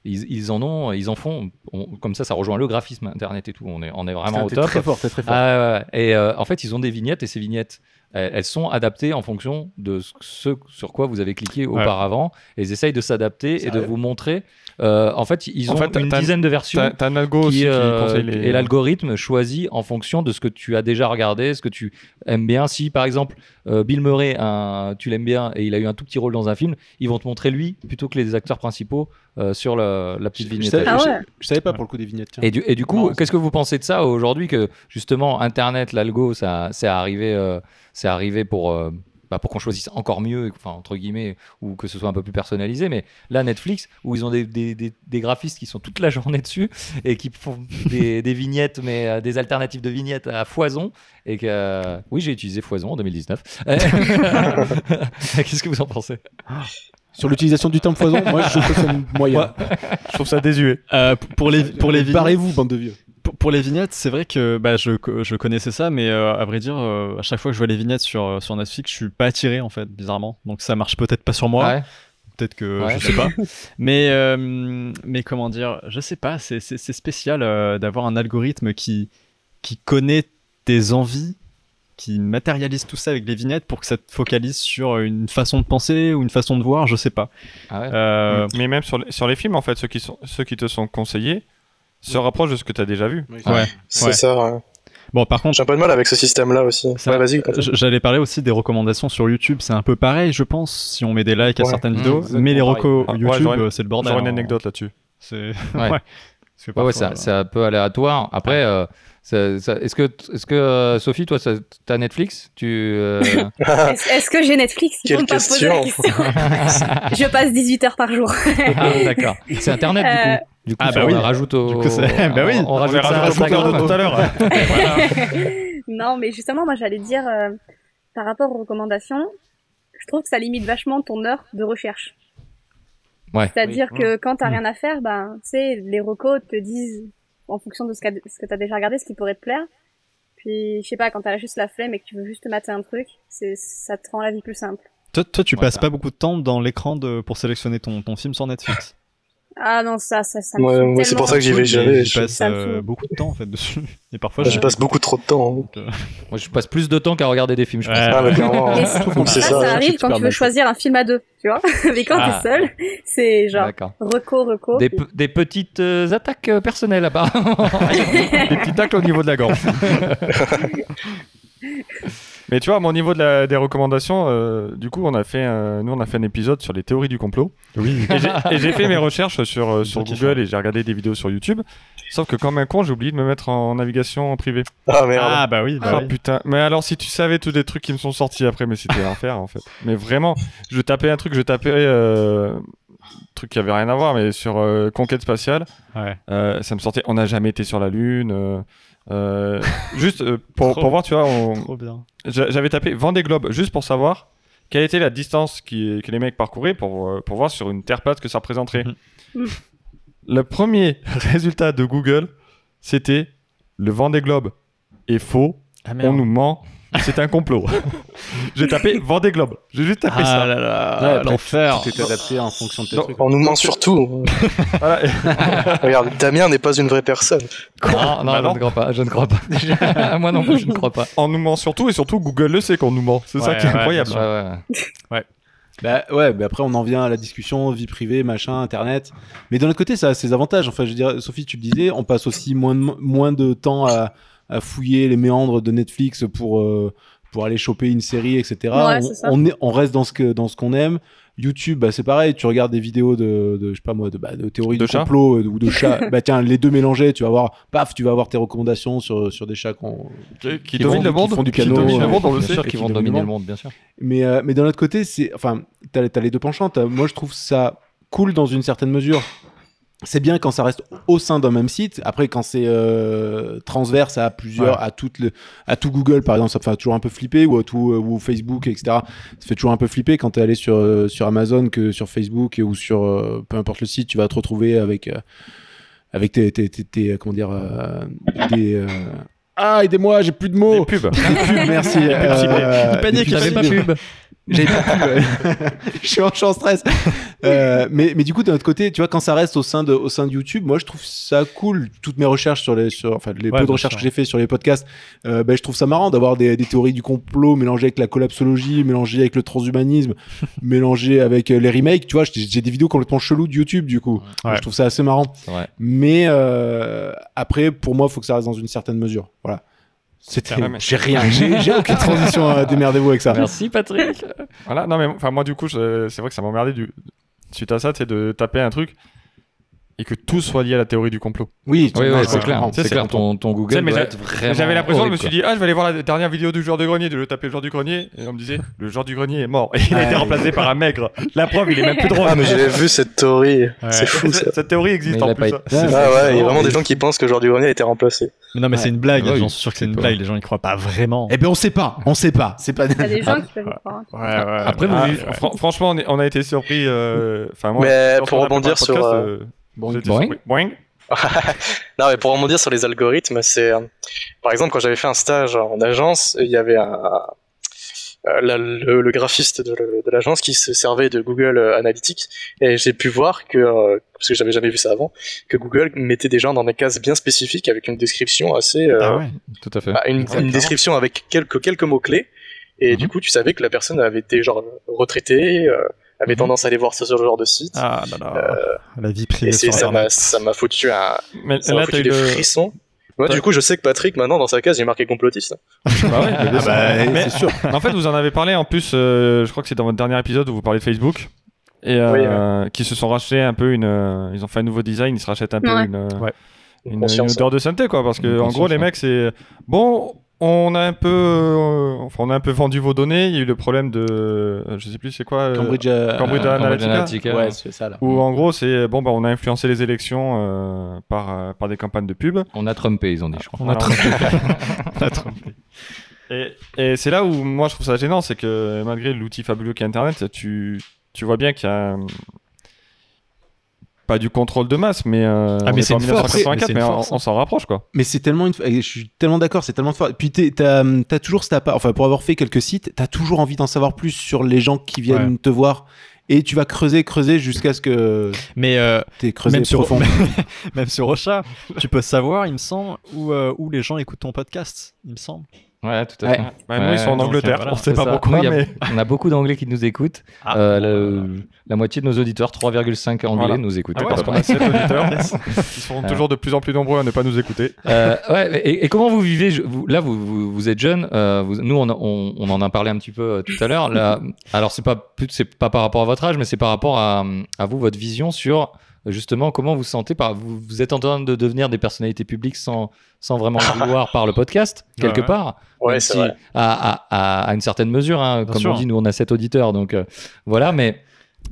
C: Ils, ils en ont, ils en font. on- comme ça, ça rejoint le graphisme internet et tout. On est, on est vraiment au
B: T'es
C: top.
B: très fort, t'es très fort.
C: Ah, ouais, ouais. Et euh, en fait, ils ont des vignettes et ces vignettes, elles, elles sont adaptées en fonction de ce- ce sur quoi vous avez cliqué auparavant. Et ils essayent de s'adapter et de vous montrer. euh, en fait, ils
A: En
C: ont
A: fait, t'as-
C: une
A: t'as-
C: dizaine de versions.
A: T'as t'as un algo aussi
C: Qui,
A: qui
C: euh,
A: conseille les.
C: Et l'algorithme choisit en fonction de ce que tu as déjà regardé, ce que tu aimes bien. Si par exemple euh, Bill Murray, un- tu l'aimes bien et il a eu un tout petit rôle dans un film, ils vont te montrer lui plutôt que les acteurs principaux euh, sur la- la petite
B: Je- je
C: vignette.
B: savais-
F: Ah
B: je-
F: ouais.
B: Je savais pas pour le coup des vignettes. tiens.
C: Et du, et du coup,
B: Non,
C: qu'est-ce que vous pensez de ça aujourd'hui que justement Internet, l'algo, ça c'est arrivé, euh, c'est arrivé pour euh, bah, pour qu'on choisisse encore mieux, enfin entre guillemets, ou que ce soit un peu plus personnalisé. Mais là, Netflix, où ils ont des, des, des- des graphistes qui sont toute la journée dessus et qui font des, des vignettes, mais euh, des alternatives de vignettes à foison. Et que euh, oui, j'ai utilisé foison en 2019. qu'est-ce que vous en pensez
B: Sur l'utilisation du terme foison, moi je trouve que c'est moyen.
A: Je trouve ça désuet.
E: Euh, p- pour les pour les vignettes,
B: Barrez-vous, bande de vieux.
E: pour- pour les vignettes, c'est vrai que bah, je, co- je connaissais ça, mais euh, à vrai dire, euh, à chaque fois que je vois les vignettes sur euh, sur Netflix, je suis pas attiré en fait, bizarrement. Donc ça marche peut-être pas sur moi.
C: Ouais.
E: peut-être que
C: Ouais.
E: je sais pas mais euh, mais comment dire je sais pas c'est c'est- c'est spécial euh, d'avoir un algorithme qui qui connaît tes envies qui matérialise tout ça avec les vignettes pour que ça te focalise sur une façon de penser ou une façon de voir je sais pas
C: Ah ouais.
E: Euh,
A: Mais même sur les, sur les films, en fait, ceux qui, sont, ceux qui te sont conseillés se rapprochent de ce que t'as déjà vu.
E: ouais
D: C'est
E: Ouais.
D: ça. hein. ouais.
E: bon par contre
D: J'ai un peu de mal avec ce système-là aussi.
E: Ça-
D: Ouais, vas-y. continue.
E: J- J'allais parler aussi des recommandations sur YouTube, c'est un peu pareil, je pense, si on met des likes à
D: Ouais.
E: certaines
C: Mmh,
E: vidéos,
C: exactement Ah,
E: mais les recos
A: pareil. Ouais,
E: YouTube,
A: j'aurais-
E: euh, c'est le bordel.
A: J'aurais une
E: hein.
A: anecdote là-dessus.
E: C'est
C: Ouais.
E: Parce que
C: Ouais,
E: parfois, euh,
C: ouais, ça- c'est un peu aléatoire. Après, euh, ça- ça- est-ce que, est-ce que euh, Sophie, toi, ça- t'as Netflix Tu euh,
F: Est-ce est-ce que j'ai Netflix Ils
D: Quelle
F: vont pas me poser la
D: question.
F: question. Je passe 18 heures par jour.
C: ah, D'accord. C'est Internet
F: Euh,
C: du coup. Du coup,
E: Ah,
C: ça,
E: bah
C: on
E: oui.
C: la rajoute au.
E: Du coup, c'est- bah oui.
C: On, on rajoute
A: les
C: ça à
A: rajoute au compteur de
C: Instagram.
A: tout à l'heure.
F: non, mais justement, moi j'allais dire, euh, par rapport aux recommandations, je trouve que ça limite vachement ton heure de recherche.
C: Ouais. Mmh.
F: C'est-à-dire
A: Oui.
F: que
D: Mmh.
F: quand t'as
E: Mm.
F: rien à faire, ben, tu sais, les recos te disent, en fonction de ce, qu'a- ce que t'as déjà regardé, ce qui pourrait te plaire. Puis, je sais pas, quand t'as juste la flemme et que tu veux juste te mater un truc, c'est, ça te rend la vie plus simple.
E: Toi, toi, tu
C: Ouais,
E: passes
C: ça.
E: pas beaucoup de temps dans l'écran de- pour sélectionner ton, ton film sur Netflix.
F: Ah non, ça, ça, ça me
D: Ouais,
F: saoule
D: moi, c'est
F: tellement.
D: pour ça que j'y vais jamais.
E: Mais
D: Je
E: J'y passe
F: Ça me
E: euh,
F: saoule.
E: beaucoup de temps en fait dessus. Et parfois,
D: je passe beaucoup trop de temps. hein.
C: Moi, je passe plus de temps qu'à regarder des films. Je pense.
E: Ouais.
D: Ah, bah, clairement.
F: Mais
D: hein. C'est
F: Ça, ça,
D: ça. ouais.
F: arrive
B: c'est
F: quand
B: super
F: tu veux
B: mal.
F: choisir un film à deux, tu vois. Mais quand
C: Ah.
F: t'es seul, c'est genre,
C: D'accord.
F: reco, reco.
C: Des, pe- des petites euh, attaques euh, personnelles à
A: Ah,
C: part.
A: Des petits tacles au niveau de la gorge. Mais tu vois, à mon niveau de la- des recommandations, euh, du coup, on a fait, un- nous, on a fait un épisode sur les théories du complot.
E: Oui.
A: Et j'ai- et j'ai fait mes recherches sur, euh, sur
E: Ok,
A: Google et j'ai regardé des vidéos sur YouTube. Sauf que comme un con, j'ai oublié de me mettre en navigation en privé.
D: Ah merde.
E: Ah bah oui. Bah,
A: Ah
E: oui.
A: putain. Mais alors, si tu savais tous les trucs qui me sont sortis après, mais c'était l'enfer en fait. Mais vraiment, je tapais un truc, je tapais euh, un truc qui avait rien à voir, mais sur euh, conquête spatiale.
E: Ouais.
A: Euh, ça me sortait. On n'a jamais été sur la lune. euh, euh, juste euh, pour,
E: Trop-
A: pour voir, tu vois, on-
E: Trop bien.
A: j'a- j'avais tapé Vendée Globe juste pour savoir quelle était la distance qui, que les mecs parcouraient pour, euh, pour voir sur une terre plate que ça représenterait.
F: Mhm.
A: le premier résultat de Google, c'était le Vendée Globe est faux,
E: Ah
A: on nous ment, c'est un complot. J'ai tapé Vendée Globe, j'ai juste tapé ça.
E: Ah là
B: Ouais,
E: là,
B: après,
E: l'enfer.
B: Tout est adapté en fonction de tes
A: Non,
B: trucs.
D: On nous ment surtout.
A: Voilà.
D: Regarde, Damien n'est pas une vraie personne.
C: non, non,
A: Bah non.
C: je ne crois pas. Je ne crois pas. Moi non plus, je ne crois pas.
A: On nous ment surtout, et surtout Google le sait qu'on nous ment. C'est ça
E: Ouais,
A: qui est
E: ouais,
A: incroyable.
C: Ouais, ouais.
B: Bah ouais, mais après on en vient à la discussion vie privée, machin, internet. Mais d'un autre côté, ça a ses avantages. Enfin, je veux dire, Sophie, tu le disais, on passe aussi moins de, moins de temps à, à fouiller les méandres de Netflix pour euh, pour aller choper une série,
F: Ouais,
B: etc. on,
F: c'est ça.
B: on est, on reste dans ce que dans ce qu'on aime. YouTube, bah, c'est pareil. Tu regardes des vidéos de, de je sais pas moi, de, bah, de théorie
A: De
B: du
A: chats.
B: complot euh, de- ou de chats. bah tiens, les deux mélangés, tu vas voir, paf, tu vas avoir tes recommandations sur sur des chats qu'on
A: Qui,
B: Qui dominent font- le qui monde, font du qui piano,
A: dominent
B: dominent le
A: le
B: euh,
A: monde,
B: monde,
A: on le
C: Bien
A: sait.
C: sûr
B: et
C: qu'ils
B: qui
C: vont
B: nous
C: dominer le
B: mentent.
C: monde, bien sûr.
B: Mais, euh, mais d'un autre côté, c'est, enfin, t'as, t'as les deux penchants. T'as- moi, je trouve ça cool dans une certaine mesure. c'est bien quand ça reste au sein d'un même site. Après, quand c'est euh, transverse à plusieurs, à, toutes le, à tout Google, par exemple, ça fait toujours un peu flipper, ou à tout euh, ou Facebook, etc. Ça fait toujours un peu flipper quand tu es allé sur, euh, sur Amazon que sur Facebook ou sur euh, peu importe le site, tu vas te retrouver avec, euh, avec tes, tes, tes- tes, euh, comment dire, euh, des. euh, Ah, aidez-moi, j'ai plus de mots!
A: pub.
B: pubs, merci. Euh,
A: Les pubs ciblées. Il panique,
B: des
A: il
B: pubs
A: avait pas
B: ciblées.
C: pub.
B: J'avais pas pu, euh, je suis en, je suis en stress. Euh, mais, mais du coup, d'un autre côté, tu vois, quand ça reste au sein de, au sein de YouTube, moi, je trouve ça cool. Toutes mes recherches sur les, sur, enfin, les
A: Ouais,
B: peu de
A: bien
B: recherches
A: sûr.
B: que j'ai fait sur les podcasts, euh, ben, je trouve ça marrant d'avoir des, des théories du complot mélangées avec la collapsologie, mélangées avec le transhumanisme, mélangées avec euh, les remakes. Tu vois, j'ai j'ai des vidéos complètement cheloues de YouTube, du coup.
A: Ouais.
B: Je trouve ça assez marrant.
C: C'est vrai.
B: Mais euh, après, pour moi, il faut que ça reste dans une certaine mesure. Voilà. C'était.
A: Ah ouais, mais-
B: J'ai rien. J'ai j'ai aucune transition. euh, Démerdez-vous avec ça.
C: Merci Patrick.
A: Voilà, non mais enfin moi du coup je- c'est vrai que ça m'emmerdait du suite à ça, c'est de taper un truc et que tout soit lié à la théorie du complot.
B: Oui,
C: Oui,
B: non,
C: oui,
B: je
C: c'est
B: comprends.
C: clair.
A: c'est
C: C'est clair, ton, ton
A: Tu sais,
C: Google
A: mais
C: doit
A: j'a-
C: être vraiment.
A: J'avais l'impression, je me
C: horrible,
A: suis dit ah je vais aller voir la dernière vidéo du joueur de grenier, de le taper le joueur du grenier et on me disait le joueur du grenier est mort et il a été
B: Ouais.
A: remplacé par un maigre. La preuve, il est même plus drôle.
D: Ah, mais j'ai vu cette théorie. C'est fou, ça.
A: Cette, cette théorie existe
C: Mais il
A: en
C: a
A: plus.
C: pas
A: hein.
D: Ah
B: Ouais, ouais,
D: ouais, il y a vraiment
B: mais-
D: des gens qui pensent que Jordi Grenier a été remplacé.
E: Mais non, mais c'est
B: Ouais.
E: une blague.
C: Ouais,
E: J'en
C: oui,
E: suis sûr que c'est une
C: pas.
E: blague. Les gens y croient pas vraiment.
B: Eh ben on sait pas, on sait pas. C'est pas.
F: Il y a des gens qui peuvent
A: Ah.
F: y croire.
A: Ouais, ouais.
C: Après, vous
A: Ah,
C: vivez-
A: fran- franchement, on, est- on a été surpris. euh, Enfin, moi,
D: Mais
A: quand
D: pour
A: on a préparé
D: rebondir
A: le
D: sur,
A: podcast,
D: euh,
A: euh, vous étiez
C: Boing.
A: surpris. Boing.
D: non, mais pour rebondir sur les algorithmes, c'est euh, par exemple quand j'avais fait un stage en agence, il y avait un, euh, la- le, le graphiste de, le- de l'agence qui se servait de Google euh, Analytics et j'ai pu voir que euh, parce que j'avais jamais vu ça avant, que Google mettait des gens dans des cases bien spécifiques avec une description assez euh,
E: Ah ouais.
C: Tout à fait.
D: bah, une, une description avec quelques quelques mots clés et
E: Mhm.
D: du coup tu savais que la personne avait été genre retraitée, euh, avait
E: Mhm.
D: tendance à aller voir ce genre de site.
E: Ah là là. La vie privée.
D: Et c'est-
E: sur
D: ça m'a
E: Internet.
D: ça m'a foutu un,
A: Mais
D: ça m'a
A: là,
D: foutu
A: t'as eu
D: des
A: le-
D: frissons. Moi,
A: t'as-
D: du coup, je sais que Patrick, maintenant, dans sa case, j'ai marqué complotiste.
A: Bah ouais, mais bien
B: Ah
A: sûr.
B: bah,
A: Mais-
E: eh,
B: c'est sûr.
A: en fait, vous en avez parlé en plus, euh, je crois que c'est dans votre dernier épisode où vous parlez de Facebook. Et euh, qui se sont rachetés un peu une. euh, ils ont fait un nouveau design, ils se rachètent un peu
F: Ouais.
A: une, euh,
E: Ouais.
A: une-
D: Une conscience.
A: une odeur de santé, quoi. Parce
C: Une
A: que, en gros,
C: conscience,
A: les
C: ouais.
A: mecs, c'est. Bon, on a un peu. euh, enfin, on a un peu vendu vos données. Il y a eu le problème de. euh, je sais plus, c'est quoi euh,
B: Cambridge. euh,
C: Ah,
A: Cambridge
B: euh,
A: Analytica.
B: Ouais, c'est ça là.
A: Où en gros, c'est bon, bah, on a influencé les élections euh, par, euh, par des campagnes de pub.
C: On a Trumpé, ils ont dit, je crois.
A: On a Et, et c'est là où moi je trouve ça gênant, c'est que malgré l'outil fabuleux qu'est Internet, tu, tu vois bien qu'il y a euh, pas du contrôle de masse, mais, euh,
E: Ah,
A: on
E: mais
A: est
E: c'est
A: pas en
E: une force.
A: 1984,
E: Mais c'est une
A: mais on-
E: force.
A: on, s'en rapproche quoi.
B: Mais c'est tellement une. eh, Je suis tellement d'accord, c'est tellement fort. Puis t'es- t'as as toujours cette appa- Enfin, pour avoir fait quelques sites, t'as toujours envie d'en savoir plus sur les gens qui viennent te voir. Et tu vas creuser, creuser jusqu'à ce que
E: Mais euh,
B: t'aies creusé
E: Même sur-
B: profond.
E: même sur Ocha, tu peux savoir, il me semble, où, euh, où les gens écoutent ton podcast. Il me semble.
C: Ouais, tout à
B: Ouais.
C: fait. euh,
A: Bah, nous ils sont en
E: donc,
A: Angleterre,
E: voilà,
A: on sait
C: c'est
A: pas
C: ça.
A: pourquoi,
C: Non, il y a-
A: mais
C: On a beaucoup d'anglais qui nous écoutent.
E: Ah.
C: Euh, le- la moitié de nos auditeurs, 3,5 anglais,
A: Voilà.
C: nous écoutent.
A: Ah ouais,
C: à peu
A: parce qu'on
C: près.
A: a 7 auditeurs, ils seront
C: Ouais.
A: toujours de plus en plus nombreux à ne pas nous écouter.
C: Euh, ouais, et, et comment vous vivez je- vous- Là, vous, vous, vous êtes jeune. euh, vous- nous, on, a- on- on en a parlé un petit peu euh, tout à l'heure. Là, alors, c'est pas plus- c'est pas par rapport à votre âge, mais c'est par rapport à, à vous, votre vision sur euh, justement comment vous sentez. Par, vous, vous êtes en train de devenir des personnalités publiques sans, sans vraiment le vouloir par le podcast quelque
A: Ouais, ouais.
C: part.
D: Ouais,
C: même
D: c'est
C: si-
D: vrai.
C: À, à- à- à une certaine mesure, hein.
E: Bien
C: comme
E: sûr.
C: on dit, nous on a sept auditeurs, donc euh, voilà. Mais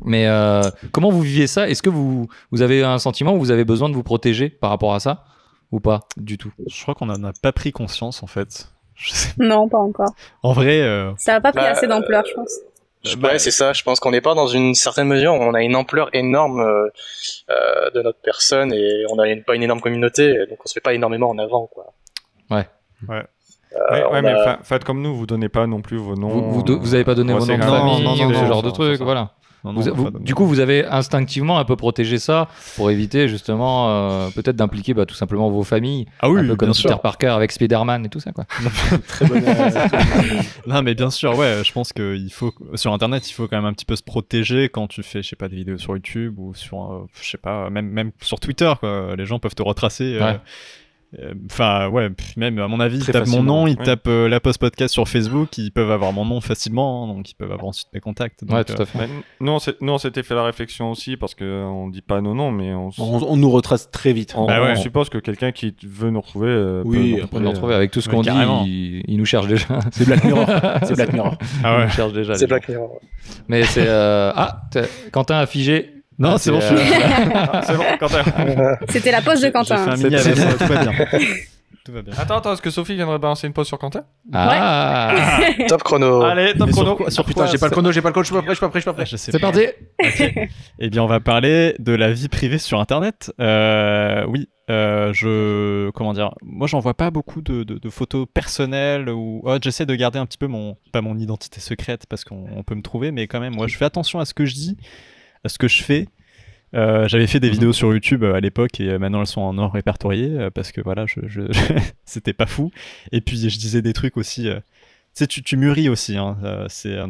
C: mais euh, comment vous vivez ça Est-ce que vous vous avez un sentiment où vous avez besoin de vous protéger par rapport à ça ou pas du tout
E: Je crois qu'on en a pas pris conscience en fait. Je sais-
F: Non, pas encore.
E: En vrai, euh,
F: Ça n'a pas pris
D: Bah,
F: assez d'ampleur, je pense.
D: Je- ouais, c'est ça. Je pense qu'on n'est pas dans une certaine mesure. On a une ampleur énorme euh, euh, de notre personne et on n'a une- pas une énorme communauté, donc on se fait pas énormément en avant, quoi.
C: Ouais.
E: Ouais.
D: Euh,
A: ouais, ouais,
D: on
A: mais
D: a-
A: fa- faites comme nous, vous donnez pas non plus vos noms.
C: Vous vous, do- vous avez pas donné
A: Ouais,
C: vos
A: c'est
C: noms de
A: grave.
C: famille
E: Non, non,
C: ou
E: non,
C: ce
E: non,
C: genre de
A: ça,
C: truc,
A: ça.
C: voilà.
E: non,
C: Vous-
E: non,
C: vous-
E: enfin, non.
C: du coup, vous avez instinctivement un peu protégé ça pour éviter justement euh, peut-être d'impliquer bah, tout simplement vos familles,
E: ah oui,
C: un peu comme
E: bien sûr.
C: Peter Parker avec Spider-Man et tout ça quoi.
B: Très bonne, euh,
E: Non, mais bien sûr, ouais, je pense que il faut, sur Internet, il faut quand même un petit peu se protéger quand tu fais, je sais pas, des vidéos sur YouTube ou sur, euh, je sais pas, même, même sur Twitter, quoi. Les gens peuvent te retracer. euh,
C: Ouais.
E: euh, Enfin, ouais, puis même à mon avis, ils
B: Très
E: tapent mon
B: facilement,
E: nom, ils
A: ouais.
E: tapent euh, la post podcast sur Facebook, ils peuvent avoir mon nom facilement, hein, donc ils peuvent avoir ensuite mes contacts. donc,
C: Ouais, tout
E: euh,
C: à fait.
A: Mais nous, on s'est- nous, on s'était fait la réflexion aussi parce qu'on dit pas nos noms, mais on, s-
B: on, on nous retrace très vite.
A: on,
E: Bah
A: on
E: ouais.
A: suppose que quelqu'un qui t- veut nous retrouver euh, peut
B: Oui,
A: nous
C: On peut
A: retrouver.
C: le retrouver avec tout ce
E: Ouais,
C: qu'on
E: carrément.
C: dit, il, il nous cherche déjà.
B: C'est Black Mirror. C'est Black Mirror.
E: Ah ouais.
C: Il nous cherche déjà.
D: C'est
C: les gens.
D: Black Mirror.
C: Mais c'est euh, ah t'as- Quentin a figé
E: Non, c'est bon,
C: c'est,
E: je suis là.
A: Ah, C'est bon, Quentin.
F: C'était la pause de
E: J'ai fait
F: Quentin.
E: un
F: hein.
E: mini
B: C'est-
E: ASMR, tout va bien. Tout va bien.
A: Attends, attends, est-ce que Sophie viendrait balancer une pause sur Quentin
C: Ah,
D: Top chrono.
A: Allez, top
E: Mais sur
A: chrono.
E: quoi- sur
B: Putain,
E: quoi
B: j'ai pas le
E: ça-
B: chrono, j'ai pas le chrono, je suis pas prêt, je suis pas prêt, je suis pas prêt.
E: Je sais
C: c'est
E: pas.
C: parti.
E: Eh bien, on va parler de la vie privée sur Internet. Euh, oui, euh, je. Comment dire Moi, j'en vois pas beaucoup de, de- de photos personnelles ou. oh, J'essaie de garder un petit peu mon. Pas mon identité secrète parce qu'on on peut me trouver, mais quand même, moi, je fais attention à ce que je dis, à ce que je fais. Euh, J'avais
C: Mhm.
E: fait des vidéos sur YouTube euh, à l'époque et euh, maintenant elles sont en or répertoriées euh, parce que voilà, je, je- c'était pas fou. Et puis je disais des trucs aussi. euh, Tu sais, tu, tu mûris aussi. hein, euh, c'est euh,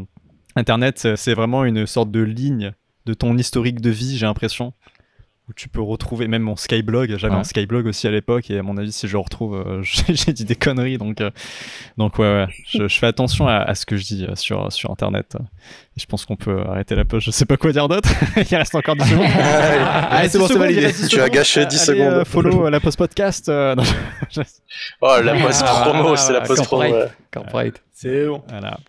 E: Internet, c'est- c'est vraiment une sorte de ligne de ton historique de vie, j'ai l'impression, où tu peux retrouver même mon Skyblog. J'avais
C: Ouais.
E: un Skyblog aussi à l'époque, et à mon avis, si je le retrouve, euh, j'ai j'ai dit des conneries. Donc, euh, donc ouais, ouais, je, je fais attention à, à ce que je dis euh, sur, sur Internet. Et je pense qu'on peut arrêter la pause. Je sais pas quoi dire d'autre. Il reste encore 10 secondes. Ah,
B: Allez, Ah, c'est bon, c'est validé.
D: Tu as gâché 10
E: Allez, euh,
D: secondes.
E: follow euh, la post podcast. euh, non, je-
D: Oh, la post
C: Ah,
D: promo, c'est la
C: ah,
D: post promo.
C: corporate.
D: ouais.
C: Corporate.
B: C'est bon.
E: voilà.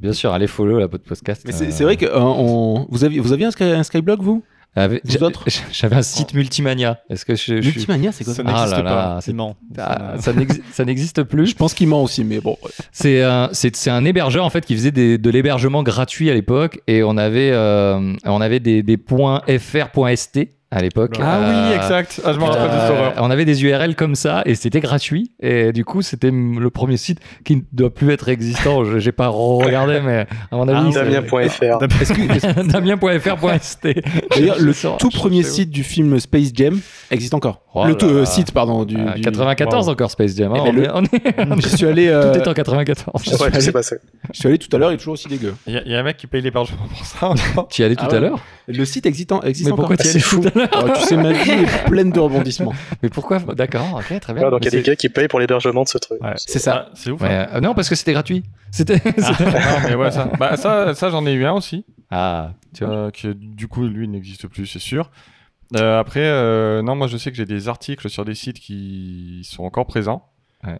C: Bien sûr, allez follow la pod- podcast.
B: Mais c'est c'est vrai que euh, on... vous aviez vous aviez un, sky- un skyblog vous
C: Avec-
B: Vous
C: j'a-
B: autres Oh.
C: J'avais un site Multimania. Est-ce que je, je suis-
B: Multimania c'est quoi
E: Ça
B: ça
C: Ah
E: n'existe
C: là
E: pas.
C: là, c'est-
E: Non.
C: Ah, ça n'exi- ça n'existe plus.
B: Je pense qu'il ment aussi mais bon.
C: C'est un, c'est, c'est un hébergeur en fait qui faisait des- de l'hébergement gratuit à l'époque et on avait, euh, on avait des, des points .fr.st à l'époque.
A: Ah
C: Euh,
A: oui, exact. Ah, je me
C: euh,
A: rappelle de cette horreur.
C: on avait des URL comme ça et c'était gratuit et du coup c'était m- le premier site qui ne doit plus être existant. Je- J'ai pas regardé mais à mon avis. c'est-
D: Damien.fr.
C: Damien.fr.st.
B: D'ailleurs le
C: Je-
B: tout
C: je-
B: premier
C: je-
B: site du film Space Jam existe encore.
C: Oh
B: le
C: là
B: tout- euh,
C: là.
B: site pardon du,
C: Euh,
B: du-
C: 94 encore Space Jam. hein.
B: Eh ben,
C: on,
B: le-
C: est, on est- on est-
B: Je suis allé euh,
C: Tout est en 94.
B: Ouais.
D: Ouais, je sais pas ça.
B: je suis allé tout à l'heure il est toujours aussi dégueu.
A: Il y, a- il y a un mec qui paye l'hébergement pour ça. encore.
C: Tu y allais tout
B: Ah
C: à
B: ouais.
C: l'heure
B: Le site existe, en- existe
C: Mais
B: encore.
C: pourquoi tu y allais tout à l'heure
B: Oh, tu sais ma vie est pleine de rebondissements.
C: Mais pourquoi D'accord, ok, très bien.
D: Ah, donc il y a
C: Mais
D: des gars qui payent pour l'hébergement de ce truc.
E: Ouais.
B: C'est ça.
A: Ah, c'est ouf.
C: Ouais, euh, non, parce que c'était gratuit. C'était. c'était-
A: Ah, mais ouais, ça. Bah, ça, ça j'en ai eu un aussi.
C: Ah, tu vois.
A: euh, que du coup, lui, il n'existe plus, c'est sûr. Euh, après, euh, non, moi, je sais que j'ai des articles sur des sites qui sont encore présents.
C: Ouais.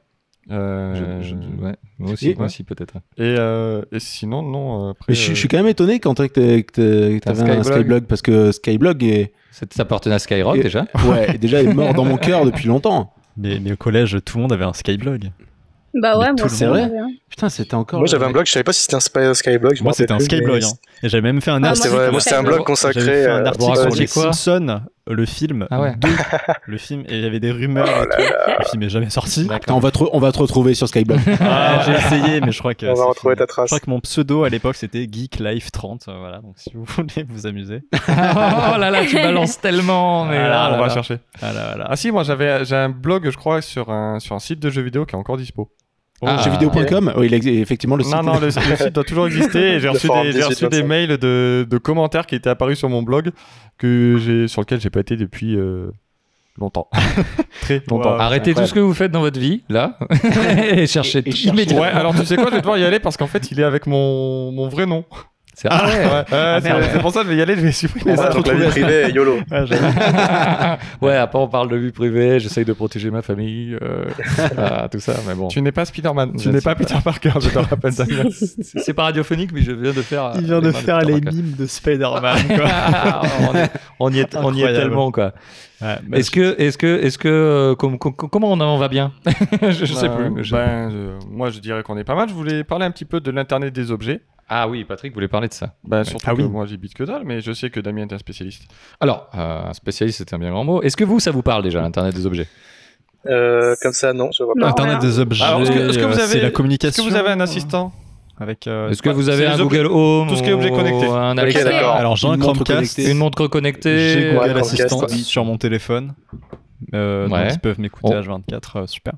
A: Euh,
C: Je- je- ouais, moi aussi,
B: Et-
C: moi aussi peut-être.
A: Et, euh, et sinon, non. euh, Après,
B: Mais je, suis-
A: euh,
B: je suis quand même étonné quand t'as- que t'as- que
C: T'as
B: t'avais un
C: Skyblog.
B: Skyblog parce que Skyblog est
C: C'est- Ça appartenait à Skyrock
B: Et-
C: déjà.
B: ouais déjà est mort dans mon cœur depuis longtemps.
E: Mais, mais au collège, tout le monde avait un Skyblog.
F: Bah ouais,
E: Mais
F: moi
E: tout le
F: aussi,
B: monde.
F: j'en avais un.
B: Putain c'était encore. euh,
D: Moi j'avais un blog, je savais pas si c'était un Sky- Skyblog. je me
E: Moi, c'était un
D: rappelle plus,
E: Skyblog.
D: mais-
E: hein. Et j'avais même fait un
F: Ah,
D: Moi,
E: article.
D: c'était ouais, moi, c'était un blog
E: J'avais
D: consacré.
E: fait un
D: euh,
E: article
C: raconter
E: sur les
C: quoi
E: Simpsons, le film,
C: Ah ouais.
E: deux, le film, et il y avait des rumeurs.
D: Oh
E: et tout. le film est jamais sorti.
B: Attends, on va te re- on va te retrouver sur Skyblog.
E: Ah, j'ai essayé, mais je crois que.
D: On
E: c'est
D: va retrouver
E: fini.
D: ta
E: Je
D: trace.
E: crois que mon pseudo à l'époque c'était Geek Life 30. euh, voilà, donc si vous voulez vous amuser.
C: oh là là, tu balances tellement. Mais
G: euh,
A: ah,
C: là,
A: on
C: là,
A: va
C: là.
A: chercher.
E: Ah là là.
A: Ah si, moi j'avais j'ai un blog, je crois, sur un sur un site de jeux vidéo qui est encore dispo.
C: Ah.
B: Jeuxvideo.com oh, il existe effectivement le site.
A: Non, non, le, le site doit toujours exister. et J'ai
D: Le
A: reçu,
D: forum
A: des, j'ai reçu
D: 18,
A: des
D: 25.
A: mails de, de commentaires qui étaient apparus sur mon blog que j'ai sur lequel j'ai pas été depuis euh, longtemps, très longtemps.
E: Wow.
C: Arrêtez tout
B: Incroyable.
C: ce que vous faites dans votre vie, là, et cherchez
B: Et- et
C: tout
B: cherchez.
C: immédiatement.
A: Ouais, alors tu sais quoi, je vais devoir y aller parce qu'en fait il est avec mon, mon vrai nom.
C: C'est ah, ouais.
A: Ouais, euh, c'est-
C: merde.
A: c'est pour ça que je vais y aller, je vais supprimer
D: Ouais,
A: ça.
D: donc la vie privée, YOLO.
E: Ouais, j'avais-
C: ouais, après on parle de vie privée, j'essaye de protéger ma famille, euh, ah, tout ça, mais bon.
A: Tu n'es pas Spider-Man,
C: Je
A: tu n'es
C: suis
A: pas Peter Parker, je te rappelle Damien.
C: C'est c'est pas radiophonique, mais je viens de faire. euh,
E: Il vient de
C: mains
E: faire
C: Peter
E: Ah, les
C: Parker.
E: mimes de Spider-Man. quoi.
C: Ah, on, est- on y est, on y est
E: Incroyable.
C: tellement quoi.
E: Ouais, bah,
C: Est-ce que, est-ce que, est-ce que, euh, com- com- comment on, en va bien je, je sais
A: Ben,
C: plus. mais je-
A: ben, euh, moi je dirais qu'on est pas mal. Je voulais parler un petit peu de l'internet des objets.
C: Ah oui, Patrick voulait parler de ça.
A: Ben, surtout
E: Ah oui.
A: que moi j'habite que dalle, mais je sais que Damien est un spécialiste.
C: Alors, euh, spécialiste, c'est un bien grand mot. Est-ce que vous, ça vous parle déjà l'internet des objets
D: Euh, comme ça, non, je vois pas.
F: Non.
E: Internet des objets,
A: Alors, est-ce que- est-ce que vous
E: euh, c'est
A: avez-
E: la
A: Est-ce
E: communication.
A: que vous avez un assistant
E: avec, euh,
C: Est-ce que
A: Ouais,
C: vous
A: c'est
C: avez
A: les
C: un
A: objets-
C: Google Home,
A: tout ce qui est objet
C: ou
A: connecté.
C: un
D: Ok,
C: Alexa,
D: d'accord.
E: Alors j'ai
B: Une
E: un
B: montre
E: Chromecast,
B: connectée.
C: une montre
E: j'ai
C: connectée.
E: Google
D: Ouais, Chromecast,
E: Assistant
D: ouais.
E: sur mon téléphone. Euh, donc,
C: Ouais.
E: ils peuvent m'écouter
C: Oh.
E: H24, euh, super.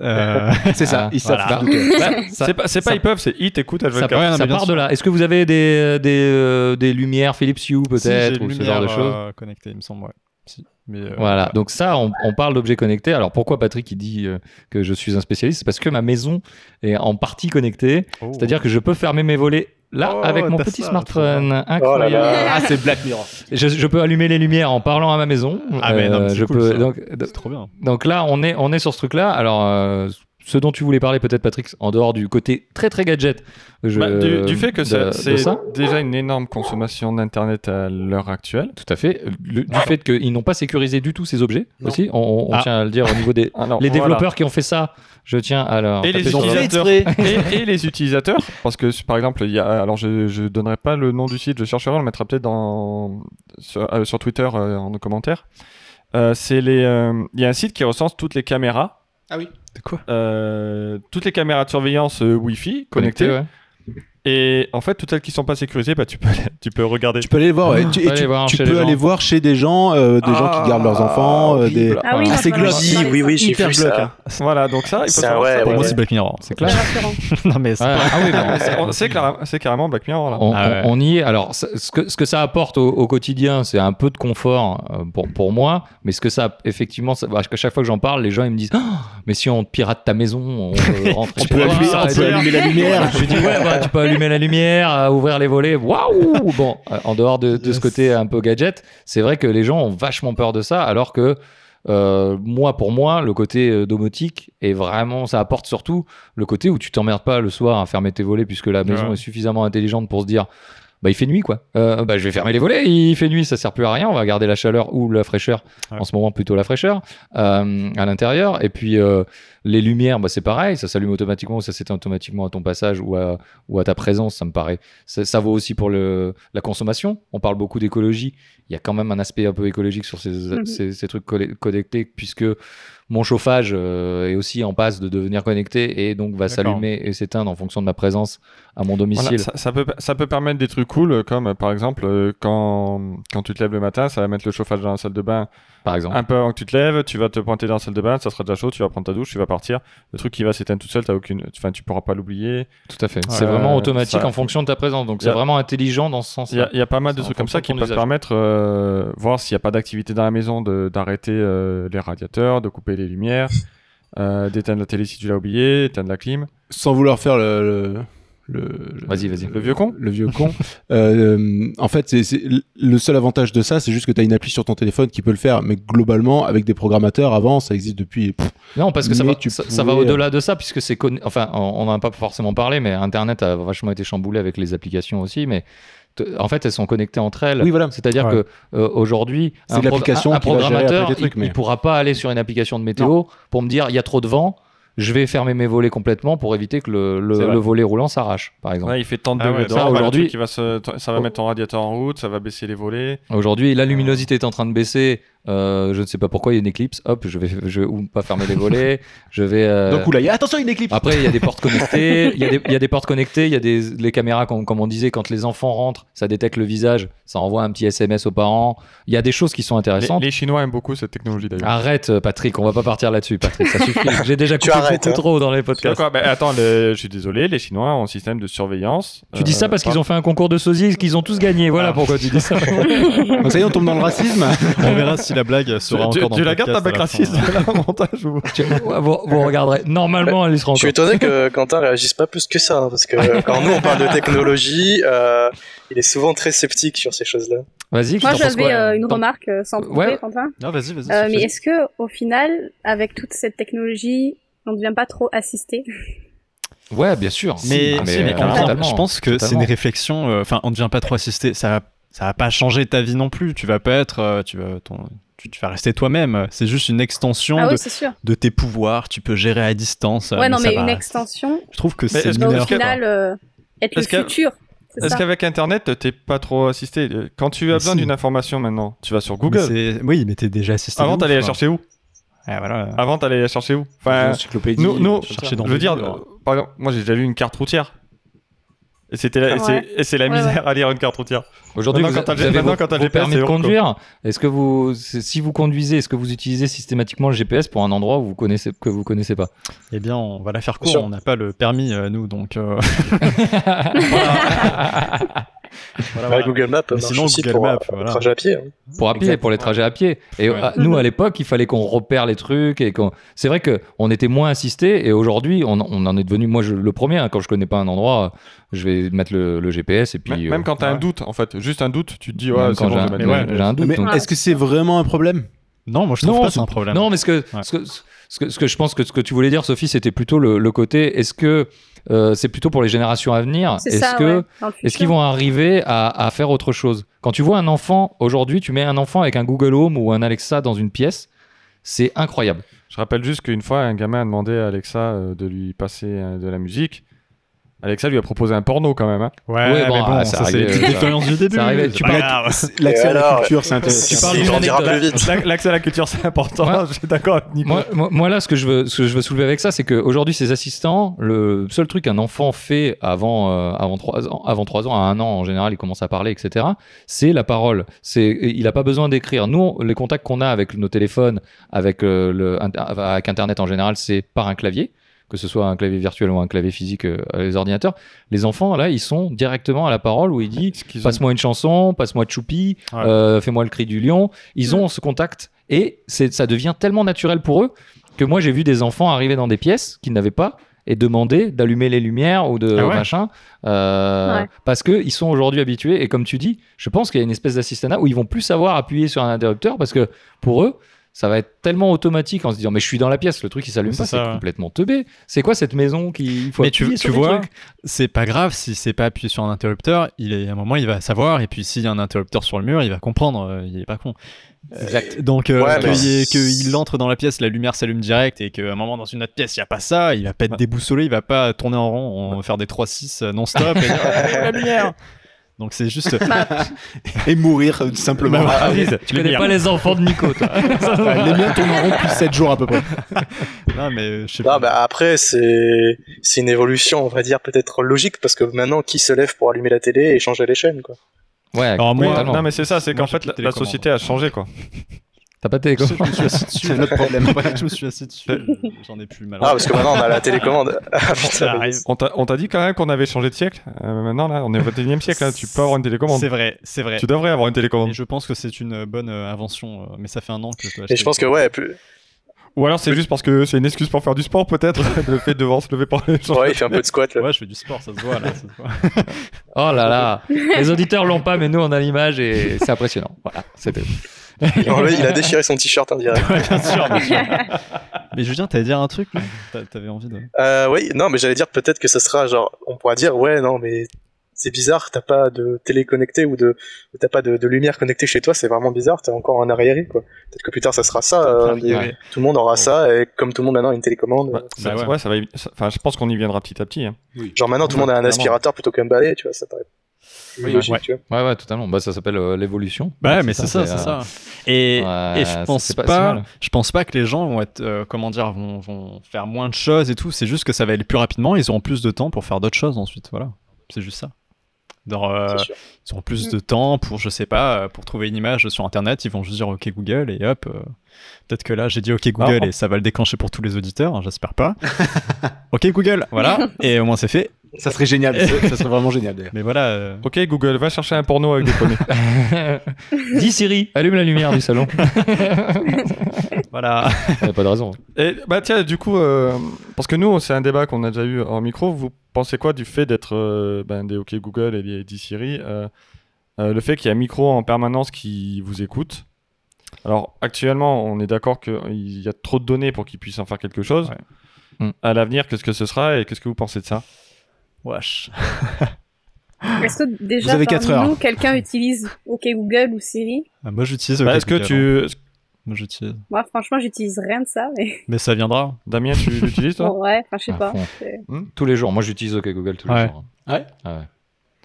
E: Euh,
B: C'est ça,
C: Ah,
B: ils savent.
C: voilà.
B: tout de suite.
C: ça,
A: C'est pas, c'est pas
C: ça-
A: ils peuvent, c'est ils t'écoutent à
C: ça-
A: 24.
E: Ouais, non, mais
C: ça
E: bien
C: part
E: sûr.
C: de là. Est-ce que vous avez des, des, euh, des lumières Philips Hue
E: si, j'ai
C: peut-être
E: une
C: ou ce
E: lumière,
C: genre de choses
E: euh, connectée, il me semble. ouais. Si. Mais, euh,
C: Voilà, donc ça, on, on parle d'objets connectés. Alors pourquoi Patrick il dit euh, que je suis un spécialiste C'est parce que ma maison est en partie connectée,
E: Oh.
C: c'est-à-dire que je peux fermer mes volets là
E: Oh,
C: avec mon
E: t'as
C: petit
E: ça,
C: smartphone.
D: Oh là
C: Incroyable.
D: là.
B: Ah c'est Black Mirror.
C: Je, je peux allumer les lumières en parlant à ma maison. Euh,
E: Ah, mais non, mais c'est
C: je
E: cool,
C: peux,
E: ça.
C: donc,
E: c'est trop bien.
C: donc là, on est, on est sur ce truc-là. Alors, euh, ce dont tu voulais parler peut-être Patrick, en dehors du côté très très gadget. je-
A: Bah, du, du fait que
C: de-
A: ça-
C: de
A: c'est
C: ça.
A: déjà une énorme consommation d'internet à l'heure actuelle.
C: Tout à fait. Le- du fait qu'ils n'ont pas sécurisé du tout ces objets
B: Non.
C: aussi, on, on- on
A: Ah.
C: tient à le dire au niveau des
A: Alors,
C: les
A: voilà.
C: développeurs qui ont fait ça. Je tiens à leur
A: Et les
C: taper sur leur-
A: utilisateurs. et, et les utilisateurs, parce que par exemple, il y a, alors je, je donnerai pas le nom du site, je chercherai, on le mettra peut-être dans sur, euh, sur Twitter euh, en commentaire. Euh, c'est les, euh, il y a un site qui recense toutes les caméras,
E: De quoi
A: euh, toutes les caméras de surveillance euh, Wi-Fi connectées.
C: connectés, ouais.
A: Et en fait, toutes celles qui sont pas sécurisées, bah tu peux, tu peux regarder.
B: Tu peux aller les voir, ouais. tu, et
C: Ah, aller
B: tu-
C: voir
B: tu
C: chez les
B: peux
C: gens.
B: aller voir chez des gens, euh, des gens qui gardent leurs enfants, euh, des.
F: Ah oui,
E: Voilà.
F: non,
B: c'est
F: je vois la-
B: glossy,
F: je vois la-
D: oui, oui, j'ai
E: Hyper
D: vu
E: glauque,
D: ça.
E: hein.
A: Voilà, donc ça, il faut
D: C'est un-
A: savoir
D: ouais,
A: ça.
E: Pour
D: ouais,
E: moi,
D: ouais.
E: c'est Black Mirror.
C: C'est
F: C'est
C: clair.
F: rassurant.
E: non, mais c'est
C: Ouais.
E: pas-
C: Ah oui, bah,
A: C'est- on- C'est claram- c'est carrément Black Mirror là.
C: On,
E: Ah ouais.
C: on- on y est. Alors, ce ce que, ce que ça apporte au, au quotidien, c'est un peu de confort euh, pour, pour moi, mais ce que ça, effectivement, ça, à chaque fois que j'en parle, les gens ils me disent Ah, Mais si on te pirate ta maison, on peut rentrer
B: On
C: chez
B: peut
C: toi,
B: allumer, on
C: et
B: peut
C: tout.
B: allumer la lumière.
C: Je lui dis Ouais, bah, tu peux allumer la lumière, euh, ouvrir les volets, waouh Bon, euh, en dehors de, de ce côté un peu gadget, c'est vrai que les gens ont vachement peur de ça, alors que. euh, moi, pour moi, le côté euh, domotique est vraiment, ça apporte surtout le côté où tu t'emmerdes pas le soir à fermer tes volets puisque la maison
A: Ouais.
C: est suffisamment intelligente pour se dire bah, il fait nuit quoi. Euh, bah, je vais fermer les volets, il fait nuit, ça sert plus à rien. On va garder la chaleur ou la fraîcheur,
E: Ouais.
C: en ce moment plutôt la fraîcheur, euh, à l'intérieur. Et puis euh, les lumières, bah, c'est pareil, ça s'allume automatiquement ou ça s'éteint automatiquement à ton passage ou à, ou à ta présence, ça me paraît. Ça, ça vaut aussi pour le, la consommation. On parle beaucoup d'écologie. Il y a quand même un aspect un peu écologique sur ces,
F: Mhm.
C: ces, ces trucs colle- connectés puisque mon chauffage euh, est aussi en passe de devenir connecté et donc va
E: D'accord.
C: s'allumer et s'éteindre en fonction de ma présence à mon domicile.
A: Voilà, ça, ça peut, ça peut permettre des trucs cool, euh, comme euh, par exemple, euh, quand, quand tu te lèves le matin, ça va mettre le chauffage dans la salle de bain.
C: Par exemple.
A: Un peu avant que tu te lèves, tu vas te pointer dans la salle de bain, ça sera déjà chaud, tu vas prendre ta douche, tu vas partir. Le truc qui va s'éteindre tout seul, t'as aucune... enfin, tu pourras pas l'oublier.
C: Tout à fait.
A: Ouais,
C: c'est
E: Euh,
C: vraiment automatique
A: ça-
C: en fonction de ta présence. Donc
A: Y
C: c'est
A: a-
C: vraiment intelligent dans ce
A: Il y, a-
C: sens-là.
A: il y a pas mal de
C: Ça, en
A: trucs comme
C: fonction
A: ça
C: de
A: qui
C: ton
A: peuvent
C: usage.
A: permettre, euh, voir s'il n'y a pas d'activité dans la maison, de- d'arrêter euh, les radiateurs, de couper les lumières, euh, d'éteindre la télé si tu l'as oublié, éteindre la clim.
B: Sans vouloir faire le. le, le-
C: Vas-y, vas-y.
A: Le vieux con
B: le vieux con. Euh, en fait, c'est c'est- le seul avantage de ça, c'est juste que tu as une appli sur ton téléphone qui peut le faire. Mais globalement, avec des programmateurs, avant, ça existe depuis. pff,
C: Non, parce que ça
B: Mais
C: va,
B: tu
C: ça, ça va
B: pouvais-
C: au-delà de ça, puisque c'est. connu- Enfin, on n'en a pas forcément parlé, mais Internet a vachement été chamboulé avec les applications aussi. Mais t- en fait, elles sont connectées entre elles.
B: euh, Oui, voilà.
C: C'est-à-dire
E: Ouais.
C: que euh, aujourd'hui,
B: C'est
C: pro-
B: l'application
C: un
B: qui va gérer
C: programmateur,
B: après tes trucs,
C: il,
B: mais-
C: il pourra pas aller sur une application de météo pour me dire il y a trop de vent, je vais fermer mes volets complètement pour éviter que le, le-
A: C'est vrai.
C: le volet roulant s'arrache, par exemple.
A: Ouais, il fait tant de
E: Ah ouais,
A: degrés
E: ça,
A: dehors, bah, le
C: aujourd'hui-
A: truc qui va se- ça va mettre ton radiateur en route, ça va baisser les volets.
C: Aujourd'hui, la luminosité est en train de baisser. euh, je ne sais pas pourquoi il y a une éclipse. Hop, je vais, je vais ou pas fermer les volets. je vais. euh,
B: Donc, oula, il y a- attention, une éclipse
C: Après, il y a des portes connectées. Il y, a des- il y a des portes connectées. Il y a des les caméras, comme, comme on disait, quand les enfants rentrent, ça détecte le visage, ça envoie un petit SMS aux parents. Il y a des choses qui sont
A: Les,
C: intéressantes.
A: les Chinois aiment beaucoup cette technologie d'ailleurs.
C: Arrête, euh, Patrick, on va pas partir là-dessus, Patrick. Ça suffit. J'ai déjà
D: Tu
C: coupé
D: arrêtes,
C: beaucoup
D: hein.
C: trop dans les
A: Je suis
C: podcasts.
A: D'accord, mais bah, attends, le- je suis désolé, les Chinois ont un système de surveillance. euh,
C: Tu dis ça parce qu'ils ont fait un concours de sosies, qu'ils ont tous gagné. Voilà pourquoi tu dis ça.
B: Donc, Ça y est, on tombe dans le racisme.
E: On verra si la blague sera
A: Tu,
E: encore dans
A: tu
E: le
A: la gardes ta
E: podcast
A: bac
E: à la fin.
A: raciste là, au montage ou...
C: Tu- vous, vous regarderez. Normalement, elle y sera
D: Je suis
C: encore.
D: étonné que Quentin réagisse pas plus que ça, hein, parce que euh, quand nous on parle de technologie, euh, il est souvent très sceptique sur ces choses-là.
C: Vas-y.
F: Moi,
C: t'en penses
F: j'avais
C: quoi
F: euh, une
C: T'en-
F: remarque euh, sans te couper,
C: Ouais.
F: Quentin.
E: Non, vas-y, vas-y.
F: Euh,
E: Sophie.
F: mais est-ce que, au final, avec toute cette technologie, on ne devient pas trop assisté
C: Ouais, bien sûr.
E: Mais,
C: Ah,
E: si, mais en
C: euh,
E: même temps,
C: totalement,
E: je pense que c'est une
C: totalement.
E: réflexion. euh, Enfin, on ne devient pas trop assisté. Ça, ça va pas changer ta vie non plus. Tu vas pas être. euh, tu vas ton- tu, tu vas rester toi-même. C'est juste une extension
F: Ah
E: de,
F: oui, c'est sûr.
E: de tes pouvoirs. Tu peux gérer à distance. euh,
F: Ouais, non,
E: ça
F: mais
E: va-
F: une extension,
E: Je trouve que
A: Mais
E: c'est
A: est-ce
F: bah,
A: que-
F: au
E: mineur.
F: final, euh, être le
A: Est-ce que-
F: futur. C'est
A: Est-ce
F: ça.
A: qu'avec Internet, t'es pas trop assisté Euh, Quand tu as
E: Mais
A: besoin
E: si.
A: d'une information maintenant, tu vas sur
E: Mais
A: Google.
E: c'est- Oui, mais t'es déjà assisté. de
A: Avant,
E: ouf, hein.
A: t'allais la
E: quoi.
A: chercher où
E: Ouais, voilà.
A: Ah. Avant, t'allais la chercher où Enfin,
B: Encyclopédie.
A: nous, nous,
E: chercher dans
A: je veux dire,
E: Google.
A: euh, par exemple, moi j'ai déjà lu une carte routière. Et c'était la, et
F: Ah Ouais.
A: c'est- et c'est la
F: Ouais,
A: misère à lire une carte routière.
C: Aujourd'hui, vous,
A: Maintenant, quand t'as
C: vous
A: le-
C: avez
A: maintenant,
C: vos-
A: quand t'as le
C: vos
A: GPS,
C: permis
A: c'est
C: de
A: hardcore.
C: conduire. Est-ce que vous, c'est- si vous conduisez, est-ce que vous utilisez systématiquement le GPS pour un endroit où vous connaissez que vous connaissez pas
E: Eh bien, on va la faire
D: Bien
E: court.
D: sûr.
E: On n'a pas le permis, euh, nous, donc. euh, voilà,
D: Ouais,
E: voilà.
D: Google Maps,
E: Mais
D: marche
E: sinon,
D: aussi
E: Google
D: pour,
E: Maps,
D: euh, le
E: voilà.
D: trajet à pied. hein.
C: Pour à pied,
E: Exact.
C: pour les trajets à pied. Et
E: Ouais.
C: euh, nous, à l'époque, il fallait qu'on repère les trucs et qu'on. C'est vrai que on était moins assisté et aujourd'hui, on, on en est devenu. Moi, je, le premier, hein, quand je connais pas un endroit, euh, je vais mettre le, le GPS et puis.
A: Même-
C: euh,
A: Même quand t'as un
E: ouais.
A: doute, en fait, juste un doute, tu te dis,
C: même
A: ouais, c'est
C: quand
A: bon,
C: j'ai
A: je
C: un-
A: vais
C: j'ai
A: mettre-
C: un doute.
B: Mais
C: donc.
B: est-ce que c'est vraiment un problème
E: Non, moi je trouve
C: Non,
E: pas c'est un
A: ah,
E: problème.
C: Non, mais ce que,
E: Ouais.
C: ce, que, ce, que, ce que je pense que ce que tu voulais dire, Sophie, c'était plutôt le, le côté est-ce que euh, c'est plutôt pour les générations à venir
F: C'est
C: Est-ce
F: ça,
C: que
F: ouais, dans le
C: est-ce
F: futur.
C: qu'ils vont arriver à, à faire autre chose Quand tu vois un enfant aujourd'hui, tu mets un enfant avec un Google Home ou un Alexa dans une pièce, c'est incroyable.
A: Je rappelle juste qu'une fois, un gamin a demandé à Alexa euh, de lui passer euh, de la musique. Alexa lui a proposé un porno quand même. hein.
E: Ouais,
C: Ouais, bon,
E: mais bon,
C: ah, ça
E: ça, c'est
C: arrivait,
E: une
C: euh,
E: expérience du début.
C: arrivait,
E: c'est
C: tu
E: pas
B: parles-
E: grave.
B: L'accès à
D: Et
B: la
D: alors,
B: culture, c'est intéressant.
D: Si
E: parles
D: si,
E: d'une
D: j'en dirai
E: anecdote.
D: plus vite.
A: L'ac- L'accès à la culture, c'est important.
C: Ouais.
A: Je suis d'accord avec Nico.
C: Moi, moi, moi, là, ce que je veux, ce que je veux soulever avec ça, c'est qu'aujourd'hui, ces assistants, le seul truc qu'un enfant fait avant, euh, avant trois ans, avant trois ans, à un an en général, il commence à parler, etc. C'est la parole. C'est, il n'a pas besoin d'écrire. Nous, on- les contacts qu'on a avec nos téléphones, avec euh, le, inter- avec Internet en général, c'est par un clavier, que ce soit un clavier virtuel ou un clavier physique, euh, les ordinateurs. Les enfants, là, ils sont directement à la parole où il dit
A: Ce qu'ils ont-
C: passe-moi une chanson, passe-moi Choupi,
E: Ouais.
C: euh, fais-moi le cri du lion. Ils ont ce contact et c'est, ça devient tellement naturel pour eux que moi j'ai vu des enfants arriver dans des pièces qu'ils n'avaient pas et demander d'allumer les lumières ou de
E: Ah ouais.
C: machin euh,
F: Ouais.
C: parce que ils sont aujourd'hui habitués et comme tu dis, je pense qu'il y a une espèce d'assistanat où ils vont plus savoir appuyer sur un interrupteur parce que pour eux ça va être tellement automatique en se disant mais je suis dans la pièce le truc qui s'allume
E: C'est
C: pas c'est
E: ça, ouais.
C: complètement teubé c'est quoi cette maison qui il faut
E: mais tu,
C: appuyer
E: tu
C: sur des
E: vois,
C: trucs
E: c'est pas grave si c'est pas appuyé sur un interrupteur. Il est, à un moment, il va savoir. Et puis, s'il y a un interrupteur sur le mur, il va comprendre. euh, il est pas con.
C: Exact.
E: Donc, euh,
D: Ouais, bah,
E: qu'il
D: mais-
E: y ait- qu'il entre dans la pièce, la lumière s'allume direct. Et qu'à un moment, dans une autre pièce, il n'y a pas ça. Il va pas être déboussolé. Il va pas tourner en rond, en faire des 3-6 euh, non-stop. et dire, Ouais, la lumière Donc, c'est juste.
B: Et mourir euh, simplement.
E: Bah,
C: Ah,
E: Lise,
C: tu
E: les
C: connais
E: miens.
C: pas les enfants de Nico toi
B: Bah, les miens tournent en rond depuis 7 jours à peu près.
E: Non, mais euh, je sais
D: Non,
E: pas.
D: bah après, c'est c'est une évolution, on va dire, peut-être logique, parce que maintenant, qui se lève pour allumer la télé et changer les chaînes, quoi
C: ouais
E: Alors, moi,
A: Oui,
C: totalement.
A: non, mais c'est ça, c'est qu'en
E: Moi, j'ai
A: fait,
E: plus
A: la,
E: de
A: la
E: télécommande.
A: société a changé, quoi.
C: T'as pas de
E: Je
C: télécommande
E: me suis assis dessus.
B: C'est notre problème.
E: Ouais, je me suis assis dessus. J'en ai plus mal.
D: Ah, parce que maintenant, on a la télécommande. Ah, putain,
E: Ça
D: mais-
E: arrive.
A: On t'a on t'a dit quand même qu'on avait changé de siècle. Euh, maintenant, là, on est au 21 e siècle, là, tu peux avoir une télécommande.
E: C'est vrai, c'est vrai.
A: Tu devrais avoir une télécommande.
E: Et je pense que c'est une bonne euh, invention, euh, mais ça fait un an que je dois
D: Et
E: acheter
D: je pense que, ouais, plus-
A: Ou alors, c'est juste parce que c'est une excuse pour faire du sport, peut-être, le fait de devoir se lever pour aller changer.
D: ouais, il fait un peu de squat, là.
E: Ouais, je fais du sport, ça se voit là. ça se voit.
C: Oh là là, les auditeurs l'ont pas, mais nous on a l'image et c'est impressionnant. Voilà, c'était.
D: En vrai, il a déchiré son t-shirt en direct.
E: Ouais, bien sûr, bien sûr. Mais Julien, t'allais dire un truc là T'a- T'avais envie de.
D: Euh, oui, non, mais j'allais dire peut-être que ça sera genre, on pourra dire, ouais, non, mais c'est bizarre, t'as pas de télé connectée ou de, ou t'as pas de, de lumière connectée chez toi, c'est vraiment bizarre, t'es encore en arriéré, quoi. Peut-être que plus tard ça sera ça, euh,
E: Ouais.
D: des- tout le monde aura ça, et comme tout le monde maintenant a une télécommande,
A: Ouais,
D: euh,
A: ça-
E: Bah ouais.
A: ouais, ça va y- ça- Enfin, je pense qu'on y viendra petit à petit. hein.
D: genre maintenant tout le monde a un
E: Clairement.
D: aspirateur plutôt qu'un balai, tu vois, ça paraît plus
C: Oui,
D: logique,
E: ouais.
D: tu vois.
C: Ouais, ouais, totalement. Bah, ça s'appelle euh, l'évolution.
E: Bah, ouais, mais c'est ça, c'est ça. Et,
C: Ouais,
E: et
C: ça,
E: je pense
C: c'est
E: pas,
C: pas- c'est mal.
E: je pense pas que les gens vont être, euh, comment dire, vont, vont faire moins de choses et tout. C'est juste que ça va aller plus rapidement. Ils auront plus de temps pour faire d'autres choses ensuite. Voilà, c'est juste ça. Genre, euh,
D: C'est sûr.
E: ils auront plus de temps pour, je sais pas, euh, pour trouver une image sur internet. Ils vont juste dire OK Google et hop. euh, Peut-être que là, j'ai dit OK Google
A: Ah,
E: et ça va le déclencher pour tous les auditeurs. hein, J'espère pas. OK Google, voilà. Et au moins c'est fait.
B: Ça serait génial. ça ça serait vraiment génial d'ailleurs.
E: Mais voilà. euh,
A: Ok, Google, va chercher un porno avec des poneys.
C: ça. Dis Siri, allume la lumière du salon.
E: voilà.
C: y a pas de raison.
A: Et bah tiens, du coup, euh, parce que nous, c'est un débat qu'on a déjà eu en micro. Vous pensez quoi du fait d'être euh, ben, des OK Google et des des Siri euh, euh, Le fait qu'il y a un micro en permanence qui vous écoute. Alors actuellement, on est d'accord qu'il y a trop de données pour qu'ils puissent en faire quelque chose.
C: Ouais. Mm.
A: À l'avenir, qu'est-ce que ce sera et qu'est-ce que vous pensez de ça
E: Wesh.
F: Est-ce que déjà
B: Vous avez
F: parmi
B: quatre heures.
F: nous, quelqu'un utilise OK Google ou Siri
E: Ah, Moi, j'utilise. OK
A: Bah, Est-ce que
E: Google, hein.
A: tu, est-ce-
E: Moi, j'utilise.
F: Moi, franchement, j'utilise rien de ça, mais
E: hein. Mais ça viendra.
A: Damien, tu l'utilises toi
F: bon, ouais, enfin, je sais
C: À
F: pas.
C: fond.
F: C'est-
C: Hmm Tous les jours. Moi, j'utilise OK Google tous
E: Ouais.
C: les jours.
B: Ah ouais
C: Ah ouais.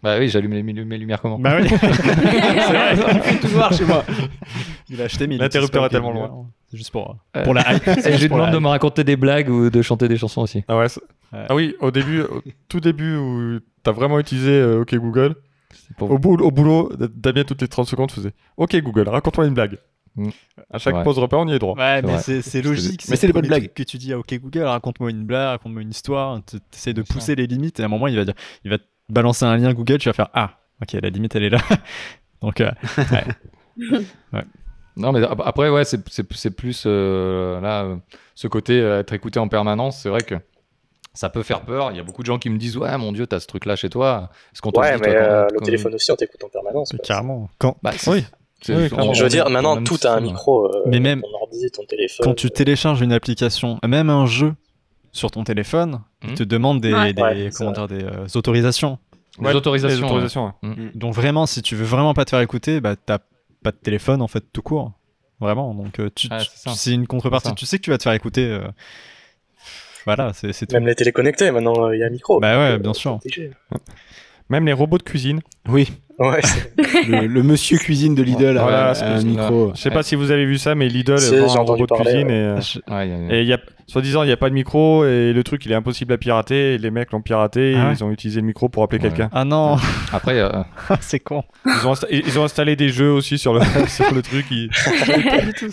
C: Bah oui, j'allume les, mes lumières comment
E: Bah oui.
C: vrai,
E: tout voir chez moi. Il a acheté, mais il
A: L'interrupteur
E: utilise pas
A: est tellement
E: Google. hein.
A: loin.
E: C'est juste pour,
C: Euh,
E: pour la hype.
C: Et je lui
E: Pour la
C: demande de
E: hype.
C: me raconter des blagues ou de chanter des chansons aussi.
A: Ah ouais. c'est-
E: Ouais.
A: Ah oui, au début, au tout début où t'as vraiment utilisé euh, OK Google.
C: C'est pour
A: Au, boul- au boulot, D- Damien, toutes les 30 secondes, faisait Ok, Google, raconte-moi une blague.
C: Mm.
A: À chaque
C: Ouais.
A: pause repas, on y est droit.
E: Ouais, mais
C: vrai.
E: c'est- c'est
C: te
E: logique.
C: dis.
B: Mais c'est les
E: le
B: bonnes
E: premier
B: blagues.
E: truc Que tu dis à OK Google, hein, raconte-moi une blague, raconte-moi une histoire. tu- T'essayes de
C: Bien
E: pousser les limites et à un moment, il va dire, il va te balancer un lien Google, tu vas faire Ah, ok, la limite, elle est là. Donc, euh,
C: Non, mais ap- après, ouais, c'est- c'est c'est plus euh, là, euh, ce côté euh, être écouté en permanence. C'est vrai que ça peut faire peur. Il y a beaucoup de gens qui me disent Ouais, mon Dieu, t'as ce truc-là chez toi. Est-ce qu'on te
D: Ouais,
C: le dit, toi,
D: mais
C: quand-
D: euh, le
C: quand-
D: téléphone aussi, on t'écoute en permanence. quoi.
E: carrément. Quand,
C: Bah, c'est-
E: Oui.
C: C'est-
E: Oui, clairement.
D: Je
C: on-
D: veux dire,
C: on a
D: maintenant
C: le
D: tout
C: système.
D: a un micro. euh,
E: Mais même
D: ton ordi, ton téléphone.
E: Quand tu télécharges une application, même un jeu sur ton téléphone, il
C: Mhm.
E: te demande des,
F: Ouais.
E: des-
D: Ouais, c'est
E: comment dire, des euh, autorisations.
C: Les
A: Ouais,
C: autorisations.
A: Les autorisations, ouais.
E: Donc vraiment, si tu veux vraiment pas te faire écouter, bah t'as pas de téléphone en fait tout court. Vraiment. Donc euh, tu-
C: Ouais,
E: tu-
C: c'est ça.
E: c'est une contrepartie.
C: C'est ça.
E: Tu sais que tu vas te faire écouter. euh, Voilà, c'est c'est tout.
D: Même les téléconnectés, maintenant euh, il y a un micro.
E: Bah ouais,
D: Euh,
E: bien sûr.
D: obligé.
A: Même les robots de cuisine.
B: Oui,
D: Ouais, c'est-
B: le, le monsieur cuisine de Lidl a-
A: Voilà,
B: a
A: ce
B: un
C: cuisine,
B: micro.
A: Je sais pas si vous avez vu ça, mais Lidl
D: Si,
A: vend
D: j'ai
A: un robot
D: entendu
A: de
D: parler,
A: cuisine
D: ouais.
A: et, euh,
C: Ouais, il y a- il y a-
A: et il y a, soi-disant, il n'y a pas de micro et le truc, il est impossible à pirater. Et les mecs l'ont piraté. et
E: Ah ouais
A: Ils ont utilisé le micro pour appeler
C: Ouais.
A: quelqu'un.
E: Ah non,
C: Après, euh,
E: c'est con.
A: Ils ont, insta- ils- ils ont installé des jeux aussi sur le, sur le truc. Ils,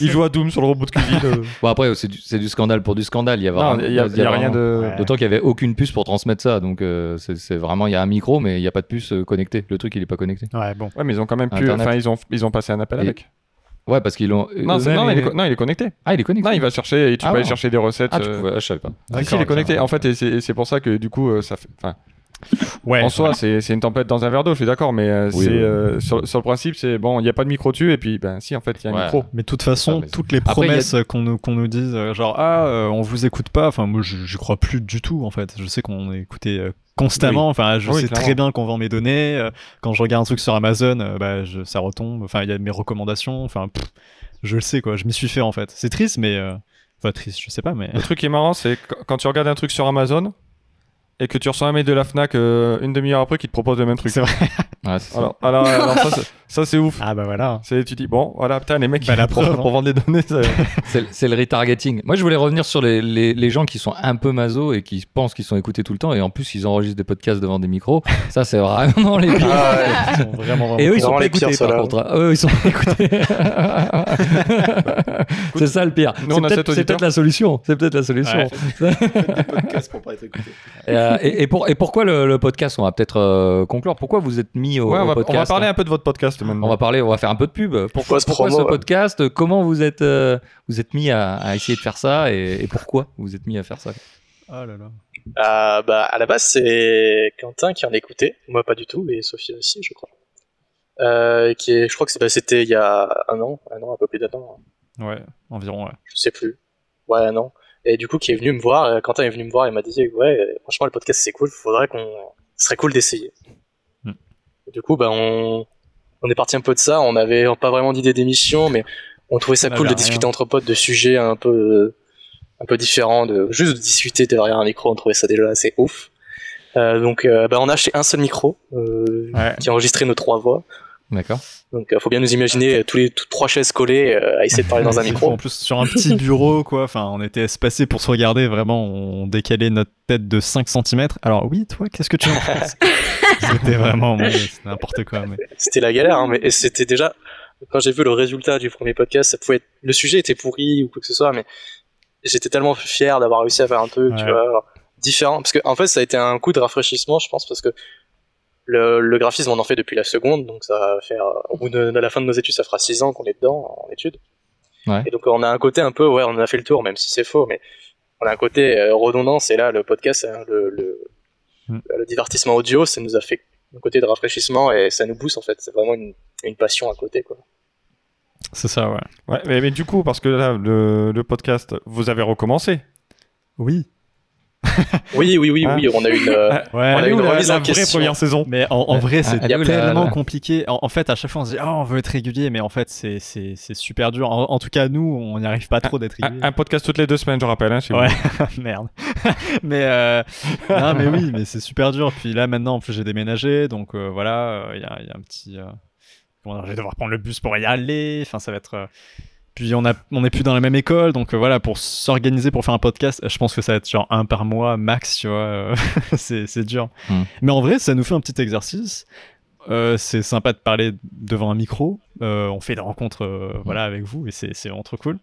A: ils jouent à Doom sur le robot de cuisine. euh.
C: bon, après c'est du, c'est du scandale pour du scandale. Il y a,
A: Non,
C: vraiment-
A: il n'y a,
C: il
A: il y a rien
C: vraiment-
A: de.
E: Ouais.
C: D'autant qu'il y avait aucune puce pour transmettre ça, donc euh, c'est c'est vraiment il y a un micro, mais il n'y a pas de puce euh, connectée. Le truc il est pas connecté.
E: Ouais, bon.
A: Ouais, mais ils ont quand même pu.
C: Internet.
A: Enfin, ils ont, ils ont passé un appel
C: Et-
A: avec.
C: Ouais, parce qu'ils l'ont. euh,
A: Non, c'est-
C: eux-mêmes,
A: non, il est,
C: ils-
A: co- non, il est connecté.
C: Ah, il est connecté.
A: Non, il va chercher. et Tu
C: Ah,
A: peux aller
C: bon.
A: chercher des recettes.
C: Ah, tu
A: euh,
C: pouvais- ah, je savais pas.
A: Si, si, il est connecté. En fait, et c'est et c'est pour ça que du coup, euh, ça fait. Enfin,
E: Ouais.
A: en soi, c'est c'est une tempête dans un verre d'eau, je suis d'accord, mais euh,
C: Oui,
A: c'est,
C: oui.
A: euh, sur, sur le principe, c'est bon, il n'y a pas de micro dessus, et puis, ben si, en fait, il y a un
C: Ouais.
A: micro.
E: Mais de toute
C: Ah,
E: façon,
C: mais-
E: toutes les
C: Après, il y a-
E: promesses qu'on nous, qu'on nous dise, euh, genre ah, euh, on vous écoute pas, enfin moi je- j'y crois plus du tout en fait. Je sais qu'on est écouté euh, constamment, enfin je
A: Oui,
E: sais
A: clairement.
E: très bien qu'on vend mes données. euh, quand je regarde un truc sur Amazon, euh, bah, je- ça retombe, enfin il y a mes recommandations, enfin pff, je le sais quoi, je m'y suis fait en fait. C'est triste, mais. euh, Enfin, triste, je sais pas, mais.
A: Le truc qui est marrant, c'est qu- quand tu regardes un truc sur Amazon, et que tu reçois un mail de la Fnac euh, une demi-heure après qui te propose le même truc.
E: C'est vrai.
C: Ouais, c'est ça.
A: Alors, alors, alors, ça, c'est- ça, c'est ouf.
E: Ah bah voilà.
A: C'est, tu dis, bon, voilà, putain, les mecs,
E: Bah, la
A: pour,
E: preuve, hein.
A: pour vendre les données, ça-
C: C'est le- c'est le retargeting. Moi, je voulais revenir sur les, les- les gens qui sont un peu maso et qui pensent qu'ils sont écoutés tout le temps et en plus ils enregistrent des podcasts devant des micros. Ça, c'est vraiment les pires.
D: Ah ouais.
E: Ils sont vraiment, vraiment
C: Et eux, ils sont
D: Vraiment
C: pas
D: les pires,
C: écoutés, par
D: ceux-là.
C: contre. hein. Eux, ils sont pas écoutés. c'est ça le pire.
A: nous,
C: C'est
A: on a
C: peut-être-
A: cet
C: C'est
A: auditeur.
C: peut-être la solution. C'est peut-être la solution.
E: Ouais.
C: Et, euh, et, et pour, et pourquoi le, le podcast On va peut-être euh, conclure. Pourquoi vous êtes mis au,
A: Ouais, on,
C: au
A: va,
C: podcast
A: on va parler
C: hein
A: un peu de votre podcast maintenant.
C: on va parler, on va faire un peu de pub. Pourquoi,
D: Post
C: pourquoi
D: promo,
C: ce
D: ouais.
C: podcast euh, Comment vous êtes, euh, vous êtes mis à, à essayer de faire ça et, et pourquoi vous êtes mis à faire ça
E: Oh là là.
D: Ah, bah, à la base, c'est Quentin qui en écoutait. Moi, pas du tout, et Sophie aussi, je crois. Euh, qui est, je crois que c'est- bah, c'était il y a un an, un an, un peu plus d'un an,
E: Ouais, environ, ouais.
D: je sais plus. Ouais, un an. Et du coup, qui est venu me voir, euh, Quentin est venu me voir et m'a dit, ouais, euh, franchement, le podcast, c'est cool, faudrait qu'on, ce serait cool d'essayer.
E: Hmm.
D: Et Du coup, bah, on, on est parti un peu de ça, on avait pas vraiment d'idée d'émission, mais on trouvait ça
E: On
D: cool
E: avait
D: de
E: rien.
D: discuter entre potes de sujets un peu, euh, un peu différents, de juste de discuter derrière un micro, on trouvait ça déjà assez ouf. Euh, donc, euh, bah, on a acheté un seul micro, euh,
E: Ouais.
D: qui a enregistré nos trois voix.
C: D'accord.
D: Donc, euh, faut bien nous
E: Ah,
D: imaginer euh, tous les tous- trois chaises collées euh, à essayer de parler dans un
E: C'est
D: micro.
E: En plus, sur un petit bureau, quoi. Enfin, on était espacés pour se regarder. Vraiment, on décalait notre tête de 5 cm. Alors, oui, toi, qu'est-ce que tu en penses C'était vraiment mon Dieu, c'était n'importe quoi. Mais...
D: c'était la galère, hein, mais c'était déjà quand j'ai vu le résultat du premier podcast, ça pouvait être- le sujet était pourri ou quoi que ce soit, mais j'étais tellement fier d'avoir réussi à faire un truc, tu
E: Ouais.
D: vois, différent, parce que en fait ça a été un coup de rafraîchissement, je pense, parce que le, le graphisme on en fait depuis la seconde, donc ça va faire au bout de, de la fin de nos études, ça fera six ans qu'on est dedans en études,
C: Ouais.
D: et donc on a un côté un peu ouais, on a fait le tour, même si c'est faux, mais on a un côté euh, redondant, c'est là le podcast, hein, le, le,
E: Mm.
D: le divertissement audio, ça nous a fait un côté de rafraîchissement et ça nous booste en fait. C'est vraiment une, une passion à côté quoi.
E: C'est ça, ouais.
A: Ouais, mais, mais du coup, parce que là, le, le podcast, vous avez recommencé.
E: Oui.
D: Oui, oui, oui,
A: Ah.
D: oui, on a une. euh,
E: Ouais.
D: On a eu
A: Nous,
D: une
A: la,
D: remise
A: la
D: en
A: vraie
D: question.
A: première saison.
E: Mais en, en vrai, c'est
C: Ah, ah, oui,
D: euh,
C: là,
E: tellement
C: là.
E: compliqué. En, en fait, à chaque fois, on se dit, Ah, on veut être régulier, mais en fait, c'est- c'est c'est super dur. En, en tout cas, nous, on n'y arrive pas
D: Ah,
E: trop d'être
A: Un,
E: régulier.
A: un podcast toutes les deux semaines, je rappelle. Hein, chez vous.
E: Ouais. Merde. mais euh, non, mais oui, mais c'est super dur. Puis là, maintenant, en plus, j'ai déménagé, donc euh, voilà, il y, a- y a un petit. euh, comment dire, je vais devoir prendre le bus pour y aller. Enfin, ça va être. euh, Puis on a, on n'est plus dans la même école, donc euh, voilà, pour s'organiser pour faire un podcast, je pense que ça va être genre un par mois max, tu vois. euh, c'est c'est dur.
C: Mm.
E: Mais en vrai, ça nous fait un petit exercice. Euh, c'est sympa de parler devant un micro. Euh, on fait des rencontres, euh, voilà, avec vous, et c'est c'est vraiment trop cool.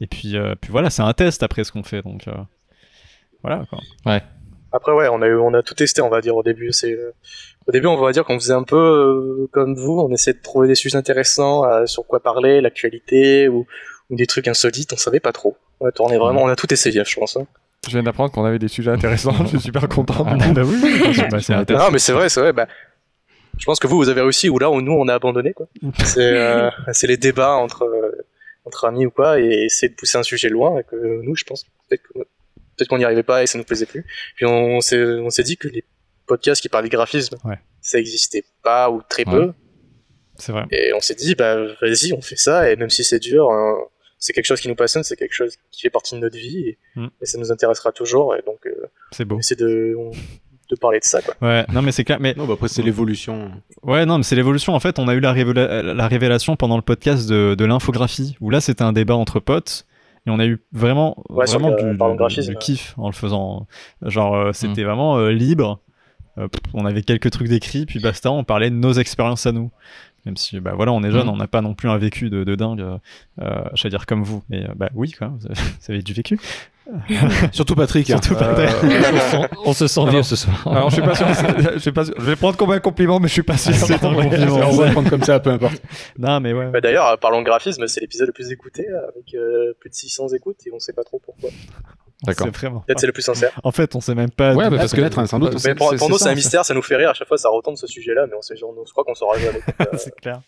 E: Et puis, euh, puis voilà, c'est un test après ce qu'on fait, donc euh, voilà. Quoi.
D: Après ouais, on a eu- on a tout testé, on va dire au début. C'est euh, au début on va dire qu'on faisait un peu euh, comme vous, on essayait de trouver des sujets intéressants, euh, sur quoi parler, l'actualité ou, ou des trucs insolites. On savait pas trop. On a tourné vraiment, on a tout essayé, je pense. hein.
A: Je viens d'apprendre qu'on avait des sujets intéressants. je suis super content.
E: Ah, bah oui, bah, c'est un test.
D: Non, mais c'est vrai, c'est vrai. Bah, Je pense que vous, vous avez réussi, ou là, où nous, on a abandonné, quoi. C'est euh, c'est les débats entre, euh, entre amis ou quoi, et essayer de pousser un sujet loin, et que euh, nous, je pense, peut-être que- peut-être qu'on n'y arrivait pas et ça nous plaisait plus. Puis on, s'est on s'est dit que les podcasts qui parlaient de graphisme,
E: Ouais.
D: ça existait pas ou très peu,
E: C'est vrai.
D: et on s'est dit, bah, vas-y, on fait ça, et même si c'est dur, hein, c'est quelque chose qui nous passionne, c'est quelque chose qui fait partie de notre vie, et,
E: Mm.
D: et ça nous intéressera toujours, et donc, euh,
E: C'est beau.
D: on essaie de, on- de parler de ça, quoi.
E: Ouais, non, mais c'est clair. Mais
B: Non, bah après, c'est l'évolution.
E: Ouais, non, mais c'est l'évolution. En fait, on a eu la, révéla- la révélation pendant le podcast de, de l'infographie, où là, c'était un débat entre potes. Et on a eu vraiment,
D: Ouais, sur
E: vraiment
D: le-
E: du,
D: par le
E: du-
D: graphisme,
E: du
D: ouais.
E: kiff en le faisant. Genre, euh, c'était vraiment euh, libre. Euh, pff, on avait quelques trucs décrits, puis basta, on parlait de nos expériences à nous. Même si, bah voilà, on est jeune,
C: Mhm.
E: on n'a pas non plus un vécu de, de dingue, euh, euh, j'allais dire comme vous, mais euh, bah oui, quoi, vous avez, vous avez du vécu.
B: Surtout Patrick. hein.
E: Surtout pas
C: on, se sent, on se sent vieux ce soir.
A: Alors, je suis pas sûr. que c'est- Je, suis pas sûr- je vais prendre comme un compliment, mais je suis pas sûr.
E: C'est un compliment.
B: On va le prendre comme ça, peu importe.
E: Non, mais ouais.
D: Bah, D'ailleurs, euh, parlons graphisme, c'est l'épisode le plus écouté, là, avec euh, plus de 600 écoutes, et on sait pas trop pourquoi.
C: D'accord.
E: C'est vraiment.
D: Peut-être c'est le plus sincère.
E: En fait, on sait même pas.
C: Ouais,
E: d'où-
C: mais parce que
B: peut-être, hein, sans doute.
C: bah,
D: Mais pour, pour
C: ça,
D: nous, Ah. c'est un
C: ça.
D: mystère, ça nous fait rire, à chaque fois, ça retombe ce sujet-là, mais on sait, genre, on- je crois qu'on saura jamais.
E: c'est clair.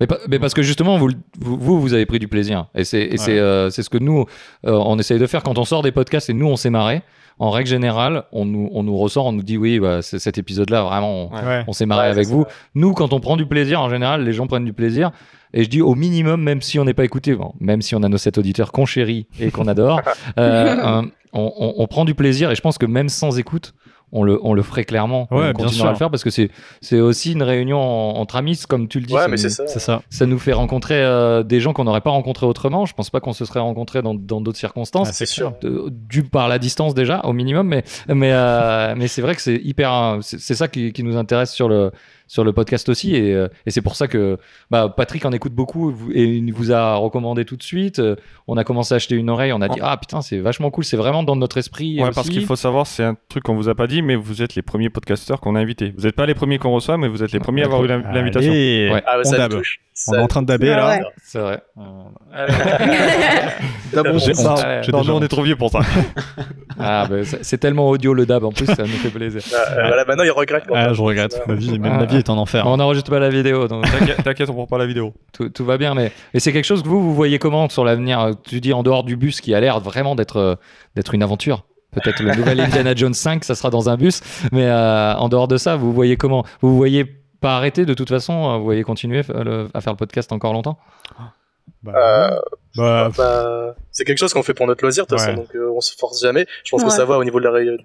C: Mais, pa- mais parce que justement, vous, le- vous, vous, vous avez pris du plaisir. Et c'est et c'est, euh, c'est ce que nous, euh, on essaye de faire quand on sort des podcasts et nous, on s'est marré. En règle générale, on nous, on nous ressort, on nous dit oui, bah, c'est- cet épisode-là, vraiment, on,
E: Ouais.
C: on s'est marré
D: Ouais,
C: avec
D: c'est
C: vous.
D: ça.
C: Nous, quand on prend du plaisir, en général, les gens prennent du plaisir. Et je dis au minimum, même si on n'est pas écouté, bon, même si on a nos sept auditeurs qu'on chérit et qu'on adore, euh, euh, on, on- on prend du plaisir. Et je pense que même sans écoute, on le, on le ferait clairement.
E: Ouais,
C: on
E: bien sûr.
C: continuera à le faire parce que c'est c'est aussi une réunion en- entre amis, comme tu le dis.
D: Ouais, mais c'est
C: nous-
D: ça.
E: C'est ça.
C: ça nous fait rencontrer euh, des gens qu'on n'aurait pas rencontrés autrement. Je pense pas qu'on se serait rencontrés dans dans d'autres circonstances.
E: Ah, c'est
D: sûr.
C: De- dû par la distance déjà au minimum mais mais euh, mais c'est vrai que c'est hyper euh, c'est c'est ça qui, qui nous intéresse sur le sur le podcast aussi et, euh, et c'est pour ça que bah, Patrick en écoute beaucoup vous- et il vous a recommandé tout de suite Euh, on a commencé à acheter une oreille on a dit ah putain c'est vachement cool c'est vraiment dans notre esprit
A: Ouais,
C: aussi.
A: parce qu'il faut savoir, c'est un truc qu'on vous a pas dit, mais vous êtes les premiers podcasteurs qu'on a invités. Vous n'êtes pas les premiers qu'on reçoit, mais vous êtes les premiers à avoir eu l'in- l'invitation.
E: Allez.
C: Ouais.
D: Ah, bah,
E: On
D: ça
E: dab.
D: me touche.
E: On est en train de daber
F: Ah
E: là.
F: ouais.
C: c'est vrai
B: bah, D'abord,
E: J'ai honte.
C: Ouais.
E: J'ai
A: Non,
E: déjà
A: nous, on
E: honte.
A: est trop vieux pour ça.
C: Ah, bah, c'est c'est tellement audio le dab en plus ça nous fait plaisir
D: Voilà, maintenant, il regrette. quand
E: Ah,
D: même.
E: je regrette. Ma vie, même
C: Ah.
E: ma vie est en enfer.
C: Mais on n'enregistre pas la vidéo donc
A: T'inquiète- T'inquiète, on prend pas la vidéo.
C: tout, tout va bien, mais et c'est quelque chose que vous vous voyez comment sur l'avenir euh, Tu dis en dehors du bus qui a l'air vraiment d'être euh, d'être une aventure. Peut-être le nouvel Indiana Jones 5, ça sera dans un bus, mais euh, en dehors de ça, vous voyez comment Vous vous voyez pas arrêter de toute façon euh, Vous voyez continuer euh, le- à faire le podcast encore longtemps
E: Bah,
D: Euh,
E: bah, pff,
D: bah, c'est quelque chose qu'on fait pour notre loisir, de toute
E: Ouais.
D: façon, donc euh, on se force jamais. Je pense que
F: Ouais.
D: ça va au niveau de la ré- de,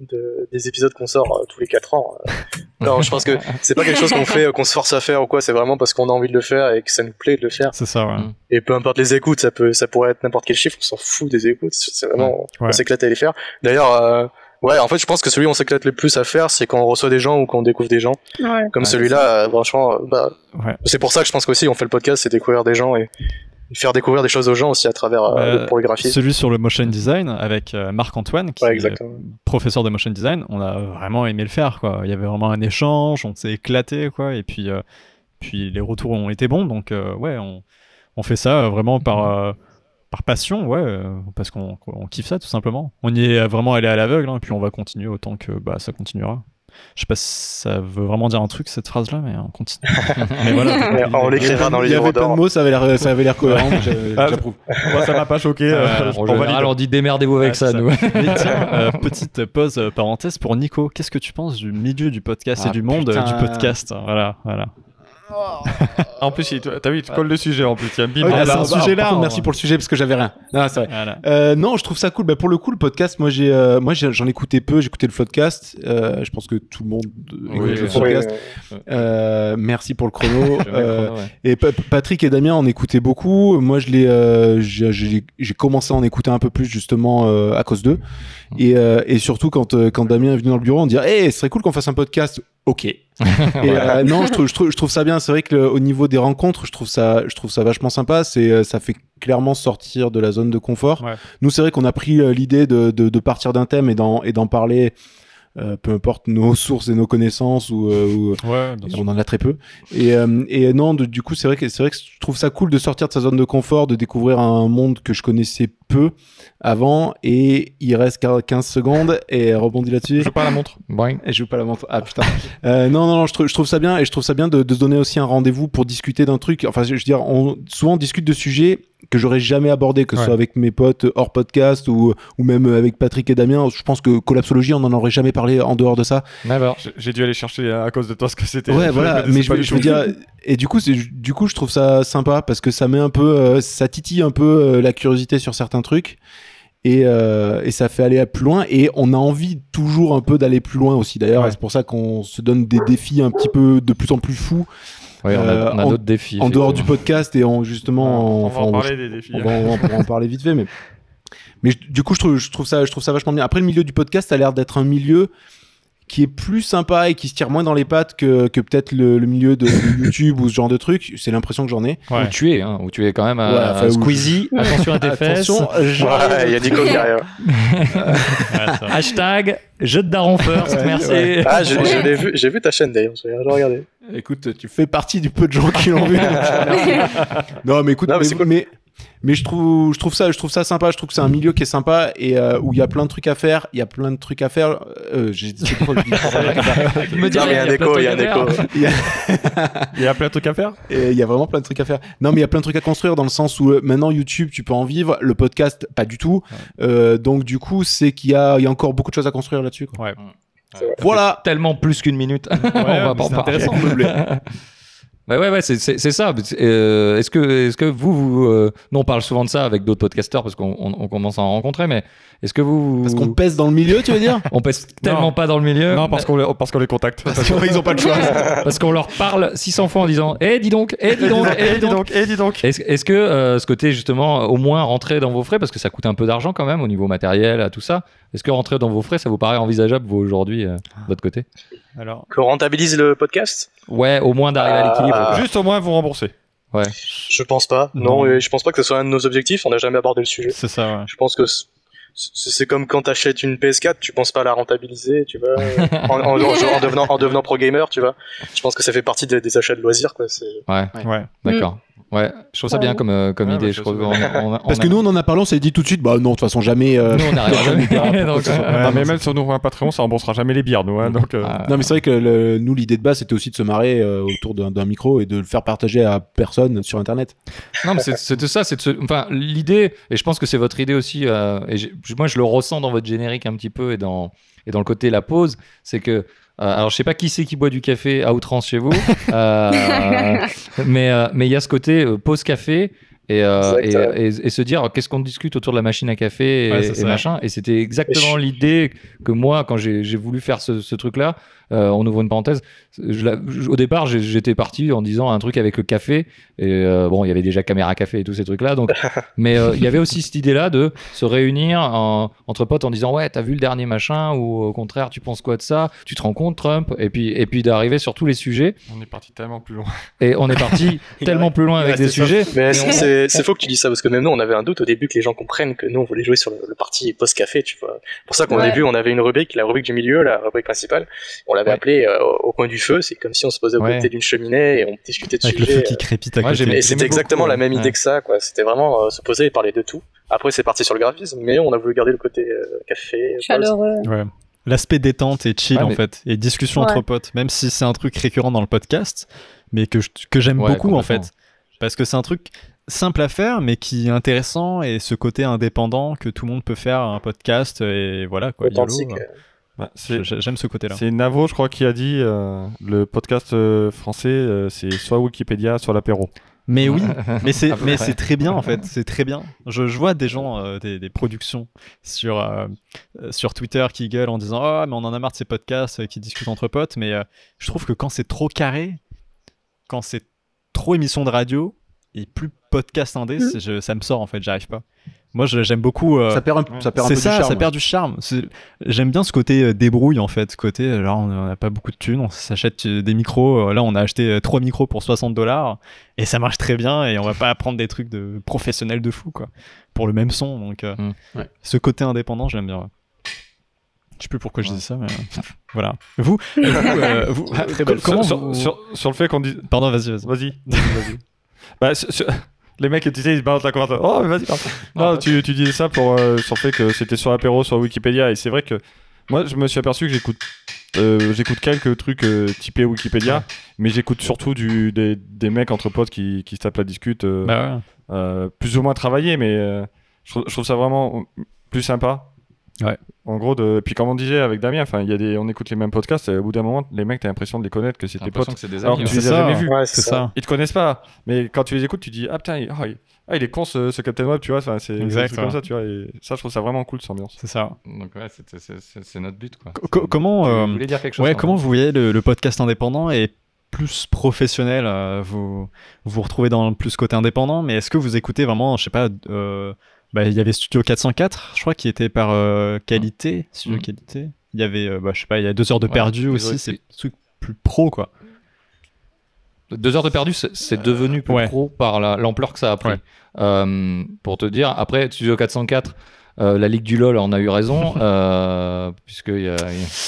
D: de- des épisodes qu'on sort euh, tous les 4 ans. euh. Non, je pense que c'est pas quelque chose qu'on fait, euh, qu'on se force à faire ou quoi, c'est vraiment parce qu'on a envie de le faire et que ça nous plaît de le faire.
E: c'est ça, ouais.
C: Mm.
D: Et peu importe les écoutes, ça peut, ça pourrait être n'importe quel chiffre, on s'en fout des écoutes, c'est vraiment,
E: Ouais.
D: on s'éclate à les faire. D'ailleurs, euh, ouais, en fait, je pense que celui où on s'éclate le plus à faire, c'est quand on reçoit des gens ou qu'on découvre des gens.
F: Ouais.
D: Comme celui-là, euh, franchement, euh, bah,
E: Ouais.
D: c'est pour ça que je pense qu'aussi on fait le podcast, c'est découvrir des gens et et faire découvrir des choses aux gens aussi à travers euh,
E: Euh,
D: le- pour les graphismes.
E: Celui sur le motion design avec euh, Marc-Antoine, qui
D: Ouais,
E: est
D: exactement.
E: professeur de motion design, on a vraiment aimé le faire, quoi. Il y avait vraiment un échange, on s'est éclaté, quoi. Et puis, euh, puis les retours ont été bons, donc euh, ouais, on, on fait ça euh, vraiment par,
C: Mhm.
E: euh, par passion, ouais, euh, parce qu'on qu'on- on kiffe ça tout simplement. On y est vraiment allé à l'aveugle, hein, et puis on va continuer autant que bah, ça continuera. Je sais pas si ça veut vraiment dire un truc cette phrase-là, mais on continue. mais voilà.
D: Mais on l'écrira dans les
B: Il y
D: livres
B: avait plein de
D: d'or.
B: mots, ça avait l'air, ça avait l'air cohérent. j'a-
A: Ah,
B: J'approuve.
A: Moi, ça m'a pas choqué. euh,
E: Euh,
A: je-
C: En
A: on
C: général,
A: valide.
C: on dit démerdez-vous avec
E: Ah,
C: ça,
E: c'est ça.
C: nous.
E: Mais tiens, euh, petite pause euh, parenthèse pour Nico. Qu'est-ce que tu penses du milieu du podcast
C: Ah,
E: et du monde euh, du
B: putain.
E: podcast Voilà, voilà.
A: En plus, il- t'as vu, il te colle le sujet en plus. Tiens, bim,
B: Ok,
E: Ah,
A: là,
E: c'est
B: bah,
E: un
B: bah,
E: sujet
B: par
E: là,
B: contre,
E: hein.
B: Merci pour le sujet parce que j'avais rien. Non, c'est vrai.
E: voilà.
B: Euh, non, je trouve ça cool. Bah, pour le coup, le podcast, moi, j'ai, euh, moi, j'ai- j'en écoutais peu. J'écoutais le podcast. Euh, je pense que tout le monde euh, écoute le
C: oui.
B: podcast.
D: Ouais,
B: Euh, merci pour le chrono. Euh,
C: Ouais.
B: et Pa- Patrick et Damien en écoutaient beaucoup. Moi, je l'ai, euh, j'ai- j'ai j'ai commencé à en écouter un peu plus justement euh, à cause d'eux. Et, euh, et surtout quand euh, quand Damien est venu dans le bureau, on dit "Eh, ce serait cool qu'on fasse un podcast." Ok. Et euh, non, je trouve, je trouve je trouve ça bien. C'est vrai que le- au niveau des rencontres, je trouve ça je trouve ça vachement sympa. C'est euh, ça fait clairement sortir de la zone de confort.
E: Ouais.
B: Nous, c'est vrai qu'on a pris euh, l'idée de, de de partir d'un thème et d'en et d'en parler. euh, peu importe nos sources et nos connaissances ou, euh, ou-
A: Ouais,
B: et on en a très peu. Et, euh, et non, de- du coup, c'est vrai que c'est vrai que je trouve ça cool de sortir de sa zone de confort, de découvrir un monde que je connaissais peu avant. Et il reste qu'à 15 secondes et rebondit là-dessus.
C: pas la montre. Ouais.
B: Et je veux pas la montre. Ah putain. Euh, non, non, non, je, trou- je trouve ça bien et je trouve ça bien de, de se donner aussi un rendez-vous pour discuter d'un truc. Enfin, je, je veux dire, on, souvent on discute de sujets que j'aurais jamais abordé, que ce
A: Ouais.
B: soit avec mes potes hors podcast ou, ou même avec Patrick et Damien. Je pense que collapsologie, on n'en aurait jamais parlé en dehors de ça.
C: Never.
A: J'ai- J'ai dû aller chercher hein, à à cause de toi ce que c'était.
B: Ouais, voilà.
A: connaissais
B: Mais je,
A: pas
B: veux-
A: du
B: je veux
A: tout.
B: dire, et du coup, c'est, du coup, je trouve ça sympa parce que ça met un peu, euh, ça titille un peu euh, la curiosité sur certains trucs. Et, euh, et ça fait aller à plus loin et on a envie toujours un peu d'aller plus loin aussi d'ailleurs
A: Ouais.
B: et c'est pour ça qu'on se donne des défis un petit peu de plus en plus fous
C: Ouais, on a,
B: Euh,
C: on a
B: en-
C: d'autres défis.
B: en dehors du
C: effectivement.
B: podcast et en
A: Ah,
B: justement en-
A: on
B: enfin,
A: va en
B: on-
A: parler des défis.
B: on va- on va en parler vite fait mais mais je- du coup je trouve, je trouve ça je trouve ça vachement bien après le milieu du podcast ça a l'air d'être un milieu qui est plus sympa et qui se tire moins dans les pattes que, que peut-être le, le milieu de, de YouTube ou ce genre de truc c'est l'impression que j'en ai
A: Ouais.
C: Où tu es, hein, où tu es quand même euh,
B: Ouais, enfin, où-
C: Squeezie. Attention à tes fesses.
B: attention je-
D: Ouais, il y a Nico derrière.
C: Hashtag jeu de daron first.
B: Ouais,
C: merci.
B: ouais.
D: Ah, je, je l'ai vu, j'ai vu ta chaîne d'ailleurs, je vais la regarder.
B: écoute tu fais partie du peu de gens qui l'ont vu Ah, Non, mais écoute,
D: Non, mais
B: mais,
D: c'est cool.
B: mais, mais je trouve, je trouve ça, je trouve ça sympa. Je trouve que c'est un milieu qui est sympa et euh, où il y a plein de trucs à faire. Il y a plein de trucs à faire. Euh, j'ai dit- c'est pour ça que je dis-
C: Me
D: Non,
C: dirais,
D: mais il y a un
C: plein de
D: écho, il y a un
C: trucs à faire.
D: écho.
A: Il y a plein de trucs à faire.
B: et Il y a vraiment plein de trucs à faire. Non, mais il y a plein de trucs à construire dans le sens où euh, maintenant YouTube, tu peux en vivre. Le podcast, pas du tout. Euh, donc du coup, c'est qu'il y a, il y a encore beaucoup de choses à construire là-dessus. quoi.
A: Ouais.
D: Ouais.
B: Voilà.
C: Tellement plus qu'une minute. on va pas en
A: c'est
C: parler.
A: intéressant.
C: Bah ouais, ouais, c'est- c'est c'est ça. Euh, est-ce que, est-ce que vous, vous euh, nous on parle souvent de ça avec d'autres podcasteurs parce qu'on on- on commence à en rencontrer, mais est-ce que vous,
B: Parce qu'on pèse dans le milieu, tu veux dire
C: on pèse tellement
A: Non.
C: pas dans le milieu
A: Non, parce qu'on les, parce qu'on les contacte.
B: Ils ont pas le choix.
C: parce qu'on leur parle 600 fois en disant, eh dis donc, eh dis donc, eh dis donc.
A: eh, dis donc.
C: Est-ce est-ce que euh, ce côté justement, au moins rentrer dans vos frais, parce que ça coûte un peu d'argent quand même au niveau matériel, à tout ça, est-ce que rentrer dans vos frais, ça vous paraît envisageable vous aujourd'hui, euh, de votre côté
A: Alors,
D: Qu'on rentabilise le podcast
C: Ouais, au moins d'arriver
A: Euh,
C: à l'équilibre.
D: Ah.
A: juste au moins vous rembourser.
D: Je pense pas. Non, et je pense pas que ce soit un de nos objectifs, on n'a jamais abordé le sujet.
E: C'est ça, ouais.
D: Je pense que c- c- c'est comme quand t'achètes une PS4, tu penses pas à la rentabiliser, tu vois. en, en- en jouant- en devenant, en devenant pro gamer, tu vois. Je pense que ça fait partie des, des achats de loisirs, quoi. c'est-
C: Ouais,
A: Ouais.
C: d'accord. Ouais, je trouve ça bien comme, euh, comme
A: Ouais,
C: idée.
A: bah,
C: Je
A: ça,
C: crois
A: ça-
C: qu'on- on- on-
B: Parce
C: on
B: que
C: a-
B: nous, on en a parlé, on s'est dit tout de suite, bah non, de toute façon jamais. euh,
C: Nous, on n'arrive jamais. Donc,
A: Ouais,
C: euh,
A: non, mais même si on ouvre un Patreon, ça remboursera jamais les bières, nous. hein, donc, euh,
C: ah,
B: Non, mais c'est vrai que le- nous, l'idée de base, c'était aussi de se marrer euh, autour d'un d'un micro et de le faire partager à personne sur Internet.
C: non, mais c'est- c'était ça. c'est de se- Enfin, l'idée, et je pense que c'est votre idée aussi, euh, et j'ai- moi je le ressens dans votre générique un petit peu et dans, et dans le côté la pause, c'est que. euh, alors, je sais pas qui c'est qui boit du café à outrance chez vous,
B: Ah.
C: euh, mais euh, mais il y a ce côté euh, pause café et, euh, et,
D: Exact.
C: et- et se dire euh, qu'est-ce qu'on discute autour de la machine à café et,
E: Ouais, c'est
C: et
E: ça.
C: machin. Et c'était exactement
D: Et
C: l'idée que moi, quand j'ai j'ai voulu faire ce, ce truc-là, euh, on ouvre une parenthèse, je la- je- au départ, j'ai- j'étais parti en disant un truc avec le café. Et euh, bon, il y avait déjà caméra café et tous ces trucs-là. Donc, mais euh, il y avait aussi cette idée-là de se réunir en- entre potes en disant ouais, t'as vu le dernier machin ou au contraire, tu penses quoi de ça Tu te rends compte Trump Et puis et puis d'arriver sur tous les sujets.
A: on est parti tellement plus loin.
C: Et on est parti tellement plus loin avec des sujets.
D: Mais c'est- c'est c'est faux que tu dis ça parce que même nous on avait un doute au début que les gens comprennent que nous on voulait jouer sur le, le parti post café tu vois. Pour ça qu'au
F: Ouais.
D: début on avait une rubrique, la rubrique du milieu, la rubrique principale, on l'avait
C: Ouais.
D: appelée euh, au au coin du feu, c'est comme si on se posait au
C: Ouais.
D: côté d'une cheminée et on discutait de
E: Avec le feu
D: sujets.
E: qui crépite à
C: Moi,
E: côté.
C: j'aimais-
D: Et c'était
C: beaucoup,
D: exactement
C: ouais.
D: la même idée
C: Ouais.
D: que ça quoi, c'était vraiment euh, se poser et parler de tout. Après c'est parti sur le graphisme, mais on a voulu garder le côté euh, café.
F: Chaleureux.
E: Ouais. L'aspect détente et chill
C: Ouais,
E: en
C: mais-
E: fait, et discussion
F: Ouais.
E: entre potes, même si c'est un truc récurrent dans le podcast, mais que je- que j'aime
C: Ouais,
E: beaucoup en fait,
C: complètement.
E: parce que c'est un truc simple à faire, mais qui est intéressant et ce côté indépendant que tout le monde peut faire un podcast et voilà quoi. YOLO,
D: authentique.
E: euh,
A: Bah, c'est-
E: je- je- J'aime ce côté-là.
A: C'est Navo, je crois, qui a dit euh, le podcast euh, français, euh, c'est soit Wikipédia, soit l'apéro.
E: Mais oui, mais c'est
C: À peu
E: mais
C: près.
E: c'est très bien en fait, c'est très bien. Je, je vois des gens, euh, des, des productions sur euh, euh, sur Twitter qui gueulent en disant oh mais on en a marre de ces podcasts euh, qui discutent entre potes, mais euh, je trouve que quand c'est trop carré, quand c'est trop émission de radio et plus podcast indé, c'est- je- ça me sort en fait, j'arrive pas. Moi je- j'aime beaucoup. euh,
B: ça perd un,
A: ouais.
B: ça perd un
E: c'est
B: peu
E: ça,
B: du charme.
E: ça perd du charme. C'est- J'aime bien ce côté euh, débrouille en fait, ce côté euh, genre on n'a pas beaucoup de thunes, on s'achète euh, des micros. euh, Là, on a acheté euh, trois micros pour 60 dollars et ça marche très bien et on va pas prendre des trucs de professionnels de fou quoi pour le même son. Donc euh,
C: Mm.
B: Mmh. Ouais.
E: ce côté indépendant, j'aime bien. ouais. Je sais plus pourquoi je dis ça, mais euh, voilà. Vous, vous, euh, vous-
B: Ah,
A: Ah,
B: Très
E: co-
B: belle
E: comment
A: sur,
E: vous-
A: sur- sur le fait qu'on dise.
E: Pardon, vas-y, vas-y.
A: Vas-y. Bah, sur- sur- Les mecs, tu sais, ils balancent la conversation. Oh, mais vas-y, pardon. Non, tu, tu disais ça pour, euh, sur le fait que c'était sur apéro, sur Wikipédia. Et c'est vrai que moi, je me suis aperçu que j'écoute euh, j'écoute quelques trucs euh, typés Wikipédia, mais j'écoute surtout du, des, des mecs entre potes qui, qui se tapent la discute, euh,
E: Bah ouais.
A: euh, plus ou moins travaillés, mais euh, je, trouve, je trouve ça vraiment plus sympa.
E: Ouais.
A: En gros, de... puis comme on disait avec Damien, enfin, il y a des... on écoute les mêmes podcasts, et au bout d'un moment, les mecs, t'as l'impression de les connaître, que c'est
C: J'ai
A: tes
C: l'impression
A: potes.
C: que c'est des
A: Alors
C: amis.
A: que tu
E: ouais.
A: les
E: C'est
A: as
E: ça.
A: jamais vus.
D: Ouais,
E: C'est ça.
A: Ils te connaissent pas, mais quand tu les écoutes, tu dis ah putain, il- oh, il, ah, il est con ce, ce Captain Web, tu vois, enfin, c'est des
E: Exact,
A: trucs
E: ouais.
A: comme ça, tu vois, et ça, je trouve ça vraiment cool, cette ambiance.
E: C'est ça.
C: hein. Donc ouais, c'est- c'est- c'est c'est notre but quoi.
E: Co- co- comment,
C: Tu
E: euh,
C: voulais dire quelque chose hein.
E: Ouais,
C: pardon.
E: comment vous voyez le, le podcast indépendant et plus professionnel euh, Vous vous vous retrouvez dans le plus côté indépendant, mais est-ce que vous écoutez vraiment, je sais pas, euh, bah, il y avait Studio 404, je crois, qui était par euh, qualité, Studio
C: Mhm.
E: qualité. Il y avait, euh, bah, je sais pas, il y a deux heures de
C: Ouais,
E: perdu
C: deux heures
E: aussi,
C: et
E: c'est
C: puis-
E: des trucs plus pro quoi.
C: Deux heures de perdu, c'est c'est devenu plus
E: ouais.
C: pro par la- l'ampleur que ça a pris.
E: Ouais.
C: Euh, pour te dire, après Studio 404, euh, la Ligue du LOL en a eu raison, euh, puisqu'il y, a-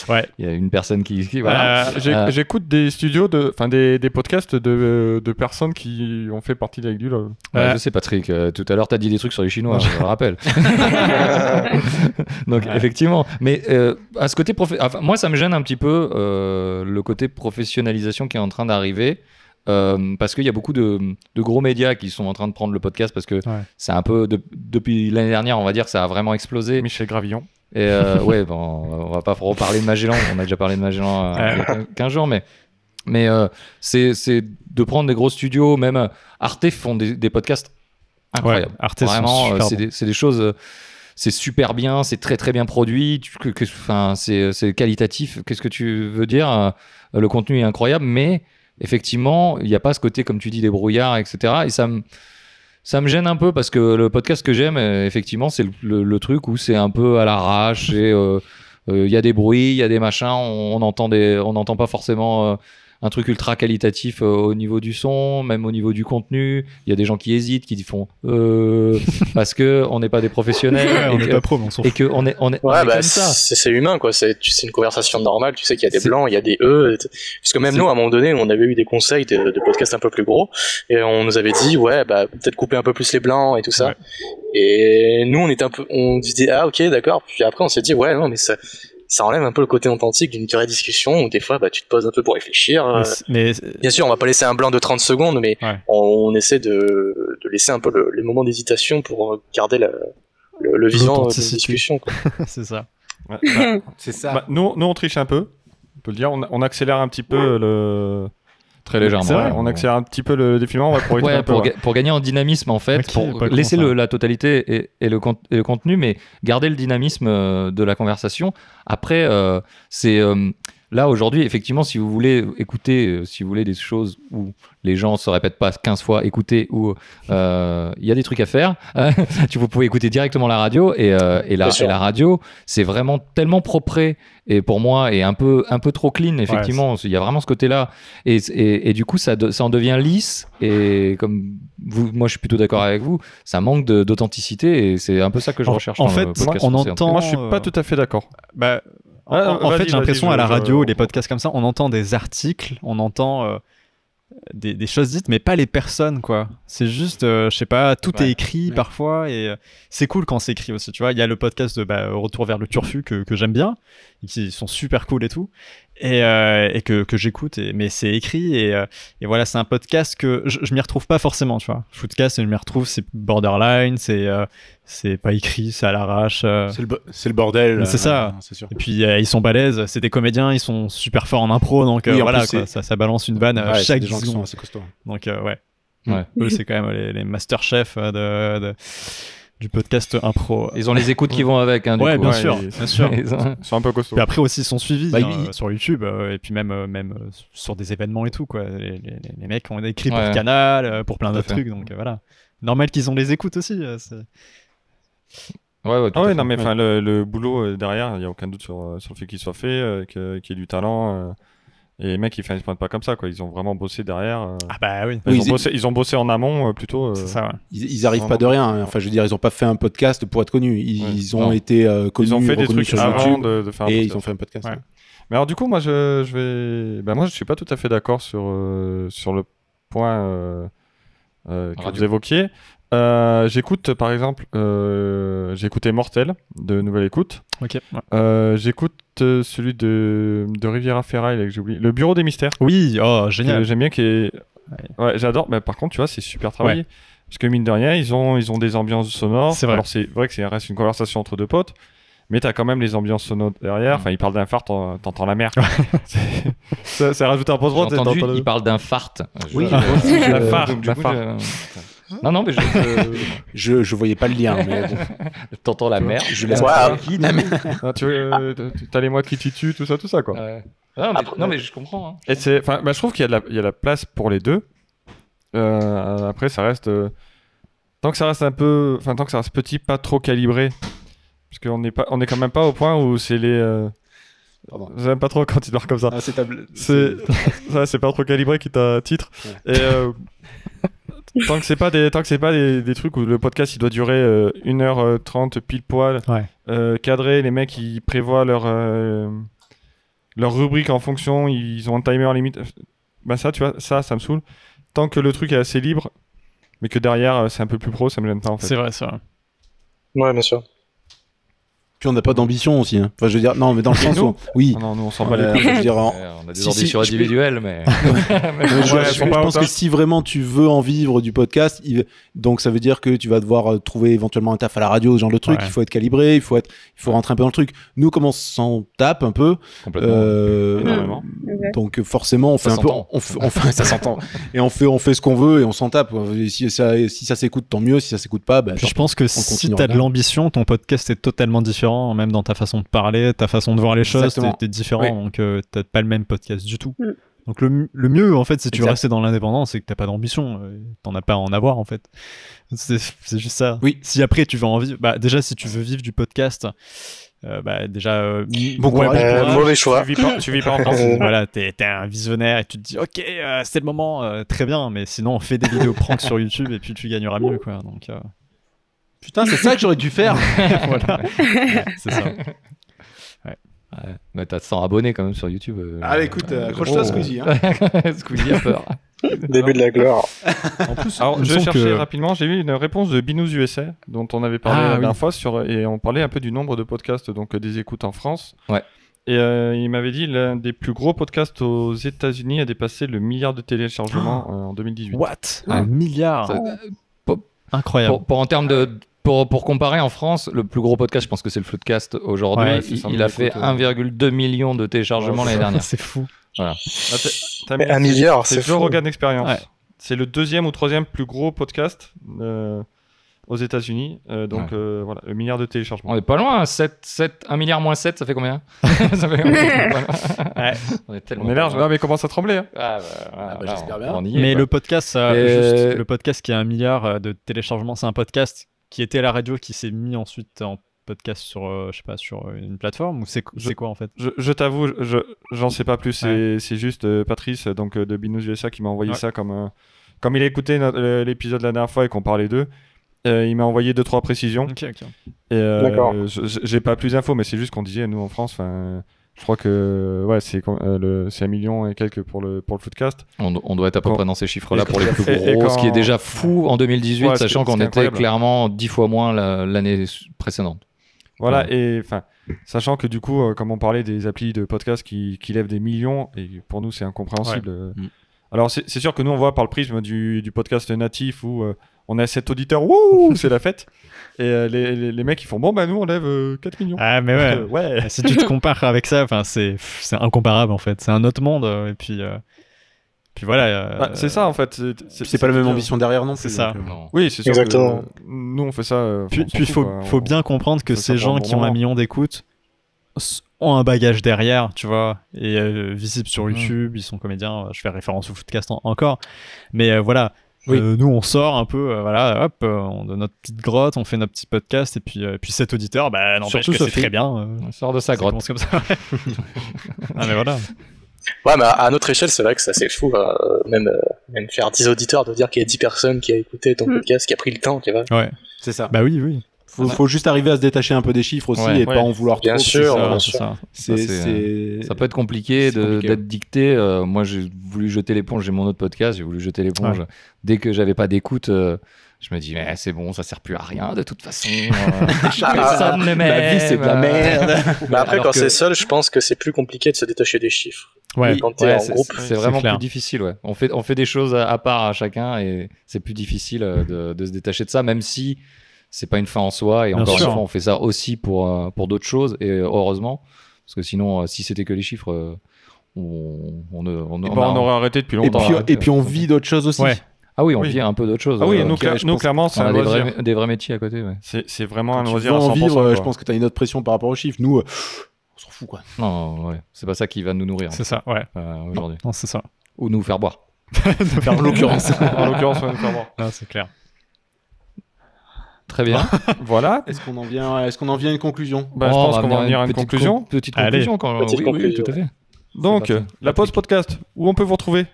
E: Ouais.
C: il y a une personne qui. qui- voilà.
E: Euh,
A: Bah, J'ai-
C: Euh.
A: J'écoute des studios, de- enfin des, des podcasts de, de personnes qui ont fait partie de la Ligue du LOL.
C: Ouais,
E: euh,
C: je sais, Patrick, euh, tout à l'heure, tu as dit des trucs sur les Chinois, je le rappelle. Donc, effectivement. Mais euh, à ce côté prof... enfin, moi, ça me gêne un petit peu euh, le côté professionnalisation qui est en train d'arriver. euh, parce qu'il y a beaucoup de, de gros médias qui sont en train de prendre le podcast parce que
E: Ouais.
C: c'est un peu de- depuis l'année dernière, on va dire que ça a vraiment explosé.
A: Michel Gravillon.
C: Et euh, ouais, bon, on va pas reparler de Magellan, on a déjà parlé de Magellan euh, il y a quin- 15 jours, mais, mais euh, c'est c'est de prendre des gros studios, même euh, Arte font des, des podcasts
E: ouais,
C: incroyables.
E: Arte, sont
C: Vraiment, euh,
E: super
C: c'est
E: bons.
C: des, c'est des choses, euh, c'est super bien, c'est très très bien produit, tu- que- que- enfin, c'est c'est qualitatif, qu'est-ce que tu veux dire euh, Le contenu est incroyable, mais effectivement, il n'y a pas ce côté, comme tu dis, débrouillard, etc. Et ça me. Ça me gêne un peu parce que le podcast que j'aime, euh, effectivement, c'est le, le- le truc où c'est un peu à l'arrache et euh, euh, il y a des bruits, il y a des machins, on, on entend des, on n'entend pas forcément euh, un truc ultra qualitatif euh, au niveau du son, même au niveau du contenu. Il y a des gens qui hésitent, qui font euh, parce que on n'est pas des professionnels
E: Ouais, on
C: et,
E: est
C: que,
E: pas pro, mais on s'en
C: et
E: fout.
C: que on est, on est, on
D: Ouais,
C: est
D: bah,
C: comme ça.
D: c'est c'est humain, quoi. C'est tu- c'est une conversation normale. Tu sais qu'il y a des
C: C'est-
D: blancs, il y a des E. et t- Parce que même
C: C'est-
D: nous, à un moment donné, on avait eu des conseils de, de podcasts un peu plus gros. Et on nous avait dit, ouais, bah, peut-être couper un peu plus les blancs et tout ça.
E: Ouais.
D: Et nous, on était un peu, on disait, ah, ok, d'accord. Puis après, on s'est dit, ouais, non, mais ça, ça enlève un peu le côté authentique d'une vraie discussion où des fois, bah, tu te poses un peu pour réfléchir. euh,
E: Mais c'est- Mais, c'est-
D: Bien sûr, on va pas laisser un blanc de 30 secondes, mais
E: Ouais.
D: on, on essaie de, de laisser un peu le, les moments d'hésitation pour garder la- le, le vivant euh, de la
E: L'authenticité.
D: discussion. quoi.
E: c'est ça.
A: Ouais, bah,
I: C'est ça.
A: bah, nous, nous, on triche un peu, on peut le dire, on, on accélère un petit peu le.
C: Très légèrement.
A: C'est vrai,
C: Ouais,
A: on
C: bon.
A: accélère un petit peu le défilement ouais, pour éviter
C: Ouais,
A: un peu,
C: pour,
A: ouais.
C: ga- pour gagner en dynamisme en fait,
E: Ok,
C: pour
E: pas con,
C: laisser
E: ça.
C: le- la totalité et, et le con- et le contenu, mais garder le dynamisme euh, de la conversation. Après, euh, c'est euh, là aujourd'hui, effectivement, si vous voulez écouter, euh, si vous voulez des choses où les gens se répètent pas 15 fois, écouter où euh, il y a des trucs à faire, tu vous pouvez écouter directement la radio et, euh, et la,
D: Bien sûr.
C: et la radio, c'est vraiment tellement propre et pour moi est un peu un peu trop clean effectivement. Il y a vraiment ce côté-là et, et- et du coup ça, de- ça en devient lisse et comme vous, moi je suis plutôt d'accord avec vous, ça manque de- d'authenticité et c'est un peu ça que je
E: En-
C: recherche.
E: en
C: dans
E: fait,
C: le podcast
E: on
C: français, en tout cas.
A: Moi, je suis
E: euh,
A: pas tout à fait d'accord.
E: Bah, en,
A: Ah,
E: en- en
A: vas-y,
E: fait, j'ai
A: vas-y,
E: l'impression
A: je-
E: à la
A: je-
E: radio,
A: on
E: les
A: comprend.
E: podcasts comme ça, on entend des articles, on entend euh, des, des choses dites, mais pas les personnes, quoi. C'est juste, euh, je sais pas, tout est
I: Ouais.
E: écrit
I: Ouais.
E: parfois, et euh, c'est cool quand c'est écrit aussi, tu vois. Il y a le podcast de bah, Retour vers le Turfu que, que j'aime bien, et qui sont super cool et tout, et, euh, et que, que j'écoute, et- mais c'est écrit, et, euh, et voilà, c'est un podcast que je, je m'y retrouve pas forcément, tu vois. Footcast, je m'y retrouve, c'est borderline, c'est euh, c'est pas écrit, c'est à l'arrache. euh,
I: C'est le, bo- c'est le bordel.
E: Mais c'est
I: euh,
E: ça.
I: C'est sûr.
E: et puis euh, ils sont balèzes, c'est des comédiens, ils sont super forts en impro, donc euh,
I: Oui, en
E: voilà,
I: plus,
E: quoi,
I: c'est-
E: ça, ça balance une vanne à
I: Ouais, c'est
E: chaque
I: des gens
E: 10
I: qui sont
E: secondes.
I: assez costauds.
B: hein.
E: Donc euh, ouais.
C: Ouais.
E: Eux, c'est quand même les, les master chefs euh, de, de- du podcast impro.
C: Ils ont les écoutes qui vont avec. hein, du
E: ouais,
C: coup.
E: bien
A: ouais,
E: sûr,
A: ils-
E: bien sûr.
C: Ils ont-
A: C'est un peu costaud.
E: Puis après aussi, ils sont suivis
I: Bah,
E: hein,
I: ils-
E: euh, sur YouTube euh, et puis même, euh, même euh, sur des événements et tout. Quoi. Les, les- les mecs ont écrit pour
C: Ouais.
E: Canal, euh, pour plein
C: Tout à
E: d'autres
C: fait.
E: trucs, donc euh, voilà. Normal qu'ils ont les écoutes aussi. euh, c'est-
C: Ouais, ouais, tout
A: Ah
C: à
A: ouais,
C: fait.
A: non, mais enfin, le, le boulot euh, derrière, il n'y a aucun doute sur, euh, sur le fait qu'il soit fait, euh, que- qu'il y ait du talent. euh, Et les mecs, ils finissent pas comme ça, quoi. Ils ont vraiment bossé derrière. euh,
E: Ah bah oui,
A: ils,
B: Oui,
A: ont
B: ils-
A: bossé, ils ont bossé en amont euh, plutôt. euh,
E: c'est ça. ouais.
B: Ils, ils arrivent pas de rien. hein. Enfin, je veux dire, ils ont pas fait un podcast pour être connus. Ils,
A: Ouais,
B: ont
A: non.
B: été euh, connus,
A: Ils ont fait des
B: reconnus
A: trucs
B: sur
A: avant
B: YouTube
A: de, de faire un
B: et
A: podcast.
B: ils ont fait un podcast.
E: Ouais.
A: Mais alors du coup, moi, je, je vais, bah, moi, je suis pas tout à fait d'accord sur euh, sur le point euh, euh, que
C: Radio.
A: vous évoquiez. Euh, j'écoute, par exemple, euh, j'ai écouté Mortel de Nouvelle Écoute.
E: Ok. ouais.
A: Euh, j'écoute euh, celui de de Riviera Ferraille, là, que j'ai oublié. Le Bureau des Mystères.
E: Oui, oh
A: que
E: génial.
A: J'aime bien qui est. Ah. Ouais, j'adore. Mais par contre, tu vois, c'est super travaillé. Parce que mine de rien, ils ont, ils ont des ambiances sonores.
E: C'est vrai.
A: Alors, c'est vrai que c'est reste une conversation entre deux potes. Mais t'as quand même les ambiances sonores derrière. Enfin, ils parlent d'un phare, t'en- t'entends la mer. quoi. C'est- ça, ça rajoute un
C: J'ai
A: post-prod.
C: entendu,
A: t'entends le-
C: il parle d'un fart. Je-
B: Oui,
C: euh,
B: moi aussi,
C: donc,
B: je-
C: du
A: fart,
C: coup,
A: la fart.
C: je- Non, non, mais je- je-
B: Je, je voyais pas le lien. mais bon.
C: t'entends la mer.
B: Je
C: la
B: l'ai
C: mer
D: Waouh.
C: qui-
A: Ah, tu veux- T'as les mois qui titubent, tout ça, tout ça, quoi.
C: Ouais. Non, mais, non, mais je comprends. hein.
A: Et c'est, enfin, bah, je trouve qu'il y a de la, il y a de la place pour les deux. Euh, après, ça reste euh, tant que ça reste un peu, enfin tant que ça reste petit, pas trop calibré, parce qu'on n'est pas, on n'est quand même pas au point où c'est les. euh,
B: Pardon.
A: J'aime pas trop quand ils parlent comme ça.
B: Ah, c'est ta bl-
A: C'est, ça, c'est pas trop calibré qui t'a titre. Et euh, tant que c'est pas des, tant que c'est pas des, des trucs où le podcast il doit durer euh, 1h30 pile poil,
E: Ouais.
A: euh, cadré, les mecs ils prévoient leur euh, leur rubrique en fonction, ils ont un timer limite. Bah ça, tu vois, ça, ça me saoule. Tant que le truc est assez libre, mais que derrière euh, c'est un peu plus pro, ça me gêne pas en fait.
E: C'est vrai, ça.
D: ah, Ouais, bien sûr.
B: Puis on n'a pas d'ambition aussi. hein. Enfin, je veux dire, non, mais dans le
A: Et
B: sens
A: nous
B: où, oui.
A: Ah non, nous on s'en bat les
B: Euh,
A: couilles.
B: je veux dire, en-
C: Ouais, on a des
B: Si, si,
C: ambitions
B: je peux- Euh,
C: individuelles, mais.
B: Mais je,
A: Ouais,
B: je-
A: faut
B: je
A: pas
B: pense
A: autant.
B: que si vraiment tu veux en vivre du podcast, il- donc ça veut dire que tu vas devoir euh, trouver éventuellement un taf à la radio, ce genre de truc.
E: Ouais.
B: Il faut être calibré, il faut être, il faut rentrer un peu dans le truc. Nous, comme on s'en tape un peu,
C: Complètement.
B: euh,
A: énormément.
F: Exact.
B: donc euh, forcément, on fait
C: Ça
B: un peu,
C: s'entend.
B: on fait, on fait- ça s'entend, et on fait, on fait ce qu'on veut et on s'en tape. Et si ça, si ça s'écoute, tant mieux. Si ça s'écoute pas, bah,
E: Puis je pense que si
B: continuera
E: t'as de
B: là.
E: l'ambition, ton podcast est totalement différent, même dans ta façon de parler, ta façon de voir les choses, t'es
B: Exactement.
E: t'es différent,
B: Oui.
E: donc euh, t'as pas le même podcast du tout.
F: Mm.
E: Donc le, m- le mieux, en fait, si tu veux
B: Exact.
E: rester dans l'indépendance, c'est que t'as pas d'ambition, euh, t'en as pas à en avoir, en fait. C'est c'est juste ça.
B: Oui.
E: Si après tu veux en vivre, bah déjà si tu veux vivre du podcast, euh, bah déjà euh,
B: Bon courage.
E: bon
B: Euh,
E: courage.
D: mauvais choix.
A: Tu vis pas, tu vis pas en France.
D: Euh,
E: Voilà, t'es t'es un visionnaire et tu te dis ok, euh, c'est le moment, euh, très bien, mais sinon on fait des vidéos pranks sur YouTube et puis tu gagneras mieux quoi. Donc euh,
B: putain, c'est ça que j'aurais dû faire.
E: voilà, c'est ça.
C: Ouais. Mais t'as 100 abonnés quand même sur YouTube. euh,
B: Ah, bah, écoute, euh,
C: euh,
B: accroche-toi,
C: oh.
B: Squeezie,
C: Squeezie a peur.
D: Début de la gloire.
E: En plus,
A: Alors,
E: il me
A: je
E: semble
A: cherchais
E: que-
A: rapidement, j'ai eu une réponse de Binous USA, dont on avait parlé
E: Ah,
A: la
E: oui.
A: dernière fois, sur, et on parlait un peu du nombre de podcasts, donc euh, des écoutes en France.
C: Ouais.
A: Et euh, il m'avait dit l'un des plus gros podcasts aux États-Unis a dépassé le milliard de téléchargements euh, en 2018.
E: What
C: Ouais.
E: Un milliard
C: Ça-
E: Incroyable.
C: Pour, pour en termes de pour, pour comparer en France, le plus gros podcast, je pense que c'est le Floodcast aujourd'hui.
E: Ouais,
A: c'est
C: il,
A: ça,
C: il
A: mais
C: a
A: écoute,
C: fait
A: euh,
C: 1,2 million de téléchargements l'année dernière.
E: C'est fou.
A: Ah, t'as- t'as
D: Mais
A: mis-
D: un milliard,
A: c'est
D: c'est
A: Joe
D: fou.
A: Rogan Experience.
E: Ouais.
A: C'est le deuxième ou troisième plus gros podcast euh, aux États-Unis. Euh, donc euh, voilà, le milliard de téléchargements.
C: On est pas loin, hein, 7, 7, 1 milliard moins 7, ça fait combien Ça fait- on est pas loin.
E: Ouais.
C: On est tellement
A: On est
C: pas
A: large,
C: loin.
A: non, mais commence à trembler. hein.
C: Ah, bah, voilà,
B: Ah, bah,
C: là,
B: j'espère
C: on-
B: bien.
C: on y est,
E: Mais
C: quoi.
E: le podcast, ça,
C: Et-
B: Euh,
E: juste, le podcast qui a un milliard euh, de téléchargements, c'est un podcast qui était à la radio, qui s'est mis ensuite en podcast sur, euh, je sais pas, sur euh, une plateforme ou c'est
A: Je-
E: c'est quoi en fait
A: Je, je t'avoue, je j'en sais pas plus. C'est c'est juste euh, Patrice euh, donc euh, de Binous USA qui m'a envoyé
E: Ouais.
A: ça comme euh, comme il a écouté no- euh, l'épisode la dernière fois et qu'on parlait d'eux. euh, il m'a envoyé deux trois précisions.
E: Ok, ok.
A: Et, euh,
D: D'accord.
A: je- je- J'ai pas plus d'infos, mais c'est juste qu'on disait nous en France. 'fin, Je crois que ouais, c'est com- euh, le- c'est un million et quelques pour le pour le footcast.
C: On, on doit être à peu
A: Quand-
C: près dans ces chiffres-là
A: et-
C: pour les plus gros,
A: et- et
C: ce qui est
A: quand-
C: déjà fou en 2018,
A: Ouais, ce qui-
C: sachant
A: ce
C: qu'on
A: qui
C: était
A: est incroyable.
C: clairement 10 fois moins la- l'année précédente.
A: Voilà et enfin sachant que du coup, euh, comme on parlait des applis de podcast qui qui lèvent des millions et pour nous c'est incompréhensible. euh.
B: Mm.
A: Alors c'est c'est sûr que nous on voit par le prisme du, du podcast natif où euh, on a 7 auditeurs, wouh, c'est la fête. Et euh, les, les- les mecs ils font bon bah nous on lève euh, 4 millions.
E: Ah, mais
A: Euh,
E: ouais.
A: ouais.
E: si tu te compares avec ça, enfin, c'est pff, c'est incomparable en fait. C'est un autre monde. euh, Et puis, euh, puis voilà. euh,
A: Bah, c'est ça en fait.
B: C'est pas la même ambition derrière non plus.
E: C'est ça.
B: donc, euh.
A: Oui, c'est sûr. que,
D: Exactement.
A: euh, nous on fait ça. euh, on
E: Puis,
A: s'en
E: puis
A: fout,
E: faut,
A: quoi.
E: faut
A: On-
E: bien comprendre que
A: ça, ça
E: ces
A: prend un
E: gens
A: bon
E: qui ont un
A: moment.
E: million d'écoutes s- ont un bagage derrière, tu vois, et euh, visible sur
C: Mm.
E: YouTube, ils sont comédiens, euh, je fais référence au footcast en- encore, mais euh, voilà,
B: Oui.
E: Euh, nous on sort un peu, euh, voilà, hop, euh, on donne notre petite grotte, on fait notre petit podcast, et puis, euh, et puis cet auditeur, bah, n'empêche
C: Surtout
E: que c'est
C: Sophie.
E: très bien. euh,
C: On sort de sa
E: ça
C: grotte.
E: commence comme ça. ah mais voilà.
D: Ouais, mais à, à notre échelle, c'est vrai que ça c'est fou, euh, même, euh, même faire 10 auditeurs, de dire qu'il y a 10 personnes qui a écouté ton
F: Mm.
D: podcast, qui a pris le temps, tu vois.
E: Ouais.
B: C'est ça.
E: Bah oui, oui.
B: faut, faut juste arriver à se détacher un peu des chiffres aussi
C: Ouais.
B: et
A: Ouais.
B: pas en vouloir
D: Bien
B: trop.
D: sûr,
B: c'est ça.
D: bien
E: c'est
D: sûr.
E: ça.
B: C'est-
C: Ça, c'est- euh,
B: c'est-
C: Ça peut être compliqué
B: C'est
C: de-
B: compliqué,
C: d'être dicté. Euh, moi, j'ai voulu jeter l'éponge. J'ai mon autre podcast. J'ai voulu jeter l'éponge. Dès que j'avais pas d'écoute, euh, je me dis mais c'est bon, ça sert plus à rien de toute façon. euh, personne ne
B: Ma
C: m'aime.
B: vie, c'est de la merde.
D: Mais après,
C: Alors
D: quand
C: que-
D: c'est seul, je pense que c'est plus compliqué de se détacher des chiffres.
E: Ouais.
D: Quand t'es
C: Ouais,
D: en
C: c'est-
D: groupe,
C: c'est
E: c'est
C: vraiment
E: clair.
C: plus difficile. Ouais. On fait on fait des choses à, à part à chacun et c'est plus difficile euh, de, de se détacher de ça, même si c'est pas une fin en soi. Et
E: Bien
C: encore
E: sûr.
C: une fois, on fait ça aussi pour euh, pour d'autres choses et euh, heureusement parce que sinon, euh, si c'était que les chiffres. euh, on, on, ne- on,
A: Eh ben,
C: on
A: on,
C: a-
A: aurait arrêté depuis
B: Et
A: longtemps.
B: puis,
C: hein,
B: et puis on vit d'autres choses aussi.
E: Ouais.
C: Ah oui, on
A: Oui.
C: vit un peu d'autres choses.
A: Ah oui,
C: euh,
A: nous,
C: ok,
A: cla-
C: je
A: nous,
C: pense
A: clairement, c'est
C: qu'on
A: un
C: a des
A: loisir.
C: vrais, des vrais métiers à côté. ouais.
A: C'est c'est vraiment
B: Quand
A: un
B: tu
A: loisir
B: veux
A: à 100%.
B: en vivre, euh, je
A: quoi.
B: pense que tu as une autre pression par rapport aux chiffres. Nous, euh, on s'en fout quoi.
C: Non, ouais. c'est pas ça qui va nous nourrir
E: C'est ça, ouais.
C: euh,
E: Non,
C: aujourd'hui.
E: non, c'est ça.
C: Ou nous faire boire.
E: en
B: l'occurrence.
A: en l'occurrence, ouais, clairement.
E: c'est clair.
C: Très bien.
A: Voilà.
B: Est-ce qu'on en vient Est-ce qu'on en vient à une conclusion
A: Bah,
C: Oh,
A: je
C: on
A: pense qu'on va en
C: une
A: venir à une
C: petite
A: conclusion.
C: con- petite
E: Allez.
C: conclusion quand
D: Petite
C: oui, oui,
D: conclusion.
C: tout à fait.
A: Donc,
C: C'est parti.
A: la pause podcast, où on peut vous retrouver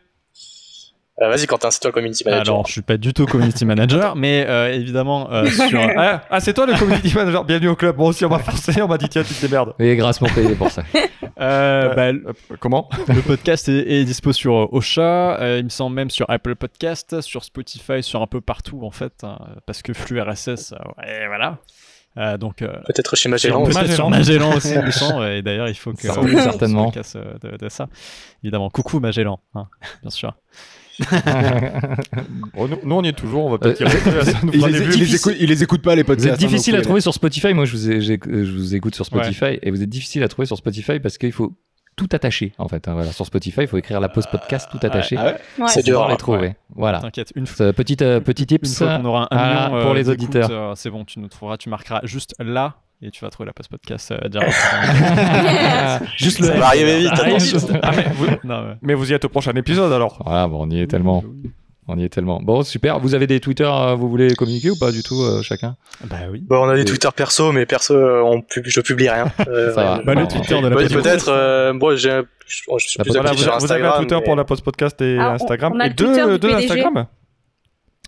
D: Euh, vas-y, Quentin, c'est toi le community manager.
E: Alors, je suis pas du tout community manager, mais euh, évidemment, euh, sur.
A: Ah, ah, c'est toi le community manager. Bienvenue au club. Moi aussi, on m'a forcé. On m'a dit, tiens, tu te démerdes.
C: Et grâce mon payé pour ça.
E: Euh, bah, le-
A: Comment
E: le podcast est, est dispo sur euh, Ocha, euh, il me semble même sur Apple Podcast, sur Spotify, sur un peu partout en fait, hein, parce que flux RSS, euh, ouais, voilà. Euh, donc, euh,
D: Peut-être chez
E: Sur-
D: Magellan.
E: peut-être
A: Magellan.
E: sur Magellan aussi, il me semble, et d'ailleurs, il faut que.
C: Ça, oui, certainement.
E: on se casse, euh, de, de ça. Évidemment. Coucou Magellan, hein, bien sûr.
A: Oh, nous, nous, on y est toujours. On va peut-être y
C: Euh,
A: retourner à ça, nous
B: il
A: fera
B: les,
A: des vues.
B: il les écoute, il les écoute pas les hein, potes.
C: Vous
B: c'est
C: êtes
B: ça, non
C: difficile
B: plus,
C: à
B: les-
C: trouver sur Spotify. Moi, je vous, ai- j'ai- je vous écoute sur Spotify et vous êtes difficile à trouver sur Spotify parce qu'il faut tout attacher en fait. hein, voilà. Sur Spotify, il faut écrire la pause podcast tout attaché.
B: Ah ouais
F: Ouais.
D: C'est
C: pour pouvoir
D: dur, hein.
C: les trouver.
G: Ah.
C: Voilà.
E: T'inquiète, une, fois
C: Ça, Petit, euh, petit
E: une
C: tips.
E: fois qu'on aura un
C: Ah,
E: million euh,
C: pour les
E: d'écoutes,
C: auditeurs.
E: euh, c'est bon, tu nous trouveras, tu marqueras juste là et tu vas trouver la post podcast euh, direct.
C: Juste
D: Ça va arriver vite,
E: Ah,
D: attention.
E: juste- ah, mais vous- non, mais-
A: Mais vous y êtes au prochain épisode alors.
C: Voilà, bon, on
A: Mmh,
C: y est tellement. On y est tellement. Bon, super. Vous avez des Twitter, euh, vous voulez communiquer ou pas du tout, euh, chacun
E: Bah oui.
D: Bon, on a des
C: Et-
D: Twitter perso, mais perso, euh, on pub- je publie rien. Euh,
C: Ça va.
D: ouais.
C: Bah,
B: Ah,
C: le
D: Ouais,
E: Twitter de la
D: ouais,
E: podcast.
D: Peut-être. euh, moi, j'ai un- je je suis
C: La podcast.
D: plus
A: Voilà,
D: actif
A: vous,
D: sur
A: vous avez
D: Instagram.
A: un Twitter
D: mais-
A: pour la post podcast et
F: Ah, on-
A: Instagram.
F: on a
A: et
F: le Twitter
A: deux,
F: du
A: deux
F: PDG.
A: Instagram.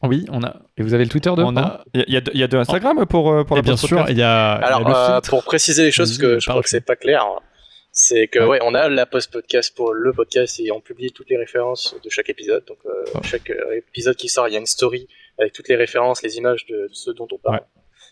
E: Oui, on a.
C: Et vous avez le Twitter de
E: On
C: pardon
E: a
A: Il y a- il y, a deux- il y a
C: Oh.
A: deux Instagram pour, euh, pour
C: Eh
A: la
E: et bien
A: post
E: sûr,
A: podcast.
E: il y a. il y a
D: Alors,
E: le
D: euh,
E: filtre.
D: pour préciser les choses, parce
E: Vas-y,
D: que je crois
E: parle.
D: que c'est pas clair, hein, c'est que
E: Ouais.
D: ouais. on a la post-podcast pour le podcast et on publie toutes les références de chaque épisode. Donc euh,
C: Ah.
D: chaque euh, épisode qui sort, il y a une story avec toutes les références, les images de, de ce dont on parle.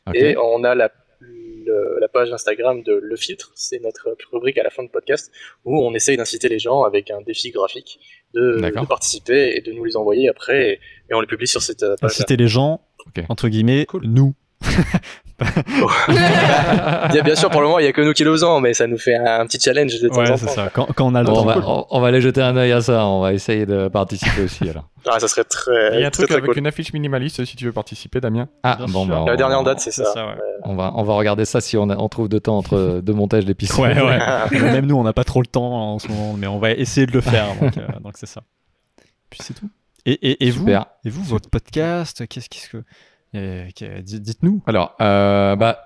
C: Ok.
D: Et on a la, le- la page Instagram de Le Filtre, c'est notre rubrique à la fin de podcast, où on essaye d'inciter les gens avec un défi graphique de,
C: D'accord.
D: de participer et de nous les envoyer après, et, et on les publie sur cette euh, page.
E: Inciter les gens,
C: Ok.
E: entre guillemets, nous.
D: Bien, bien sûr, pour le moment, il n'y a que nous qui le faisons, mais ça nous fait un, petit challenge de temps
E: Ouais,
D: en
E: c'est
D: temps.
E: ça. Quand, quand on a le
C: Bon,
E: temps.
C: on, va, on- on va aller jeter un œil à ça. On va essayer de participer aussi alors.
D: Ah, ça serait
C: eh,
A: Et Il y
D: très,
A: a un
D: très,
A: truc
D: très
A: avec
D: cool.
A: une affiche minimaliste si tu veux participer, Damien.
C: Ah
E: Bien
C: bon,
E: sûr.
C: bah, on,
D: La dernière date, c'est
E: C'est
D: ça.
E: ça, ouais.
C: on va on va regarder ça si on, a- on trouve de temps entre deux montages d'épisodes.
E: Ouais, ouais. Même nous, on n'a pas trop le temps en ce moment, mais on va essayer de le faire. Donc, euh, donc c'est ça. Puis c'est tout. Et, et, et vous,
C: Super.
E: et vous, votre podcast, qu'est-ce qu'est-ce que, euh, que- dites- dites-nous.
C: Alors, euh, bah.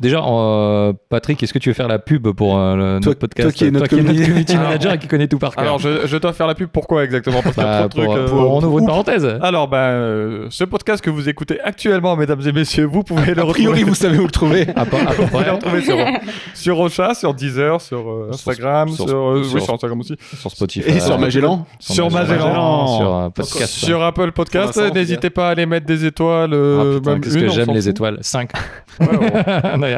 C: Déjà, euh, Patrick, est-ce que tu veux faire la pub pour euh, le,
B: Toi-
C: notre podcast
B: toi qui es notre
C: community,
B: community-
C: manager et qui connaît tout par cœur.
A: Alors, je, je dois faire la pub. Pourquoi exactement Parce qu'il y a
C: Bah,
A: trop de
C: pour,
A: trucs, euh,
C: pour, on ouvre une parenthèse.
A: Alors, bah, euh, ce podcast que vous écoutez actuellement, mesdames et messieurs, vous pouvez le
B: A
A: retrouver.
B: priori, vous savez où le trouver.
C: À peu- à peu
A: Vous pouvez
C: près.
A: le retrouver sur, euh, sur Ocha, sur Deezer, sur euh,
C: Sur-
A: Instagram,
C: sur-
A: sur, euh, oui,
C: sur-
A: sur Instagram aussi,
C: sur Spotify. Ah,
B: Et sur Magellan.
A: sur Magellan.
C: Sur euh, podcast.
A: sur Apple Podcast.
B: Pour l'instant,
A: N'hésitez pas à aller mettre des étoiles.
C: Ah,
A: euh,
C: putain,
A: même
C: qu'est-ce
A: une,
C: que
A: on
C: j'aime
A: s'en
C: les
A: fout.
C: étoiles. 5.
A: Ouais, ouais.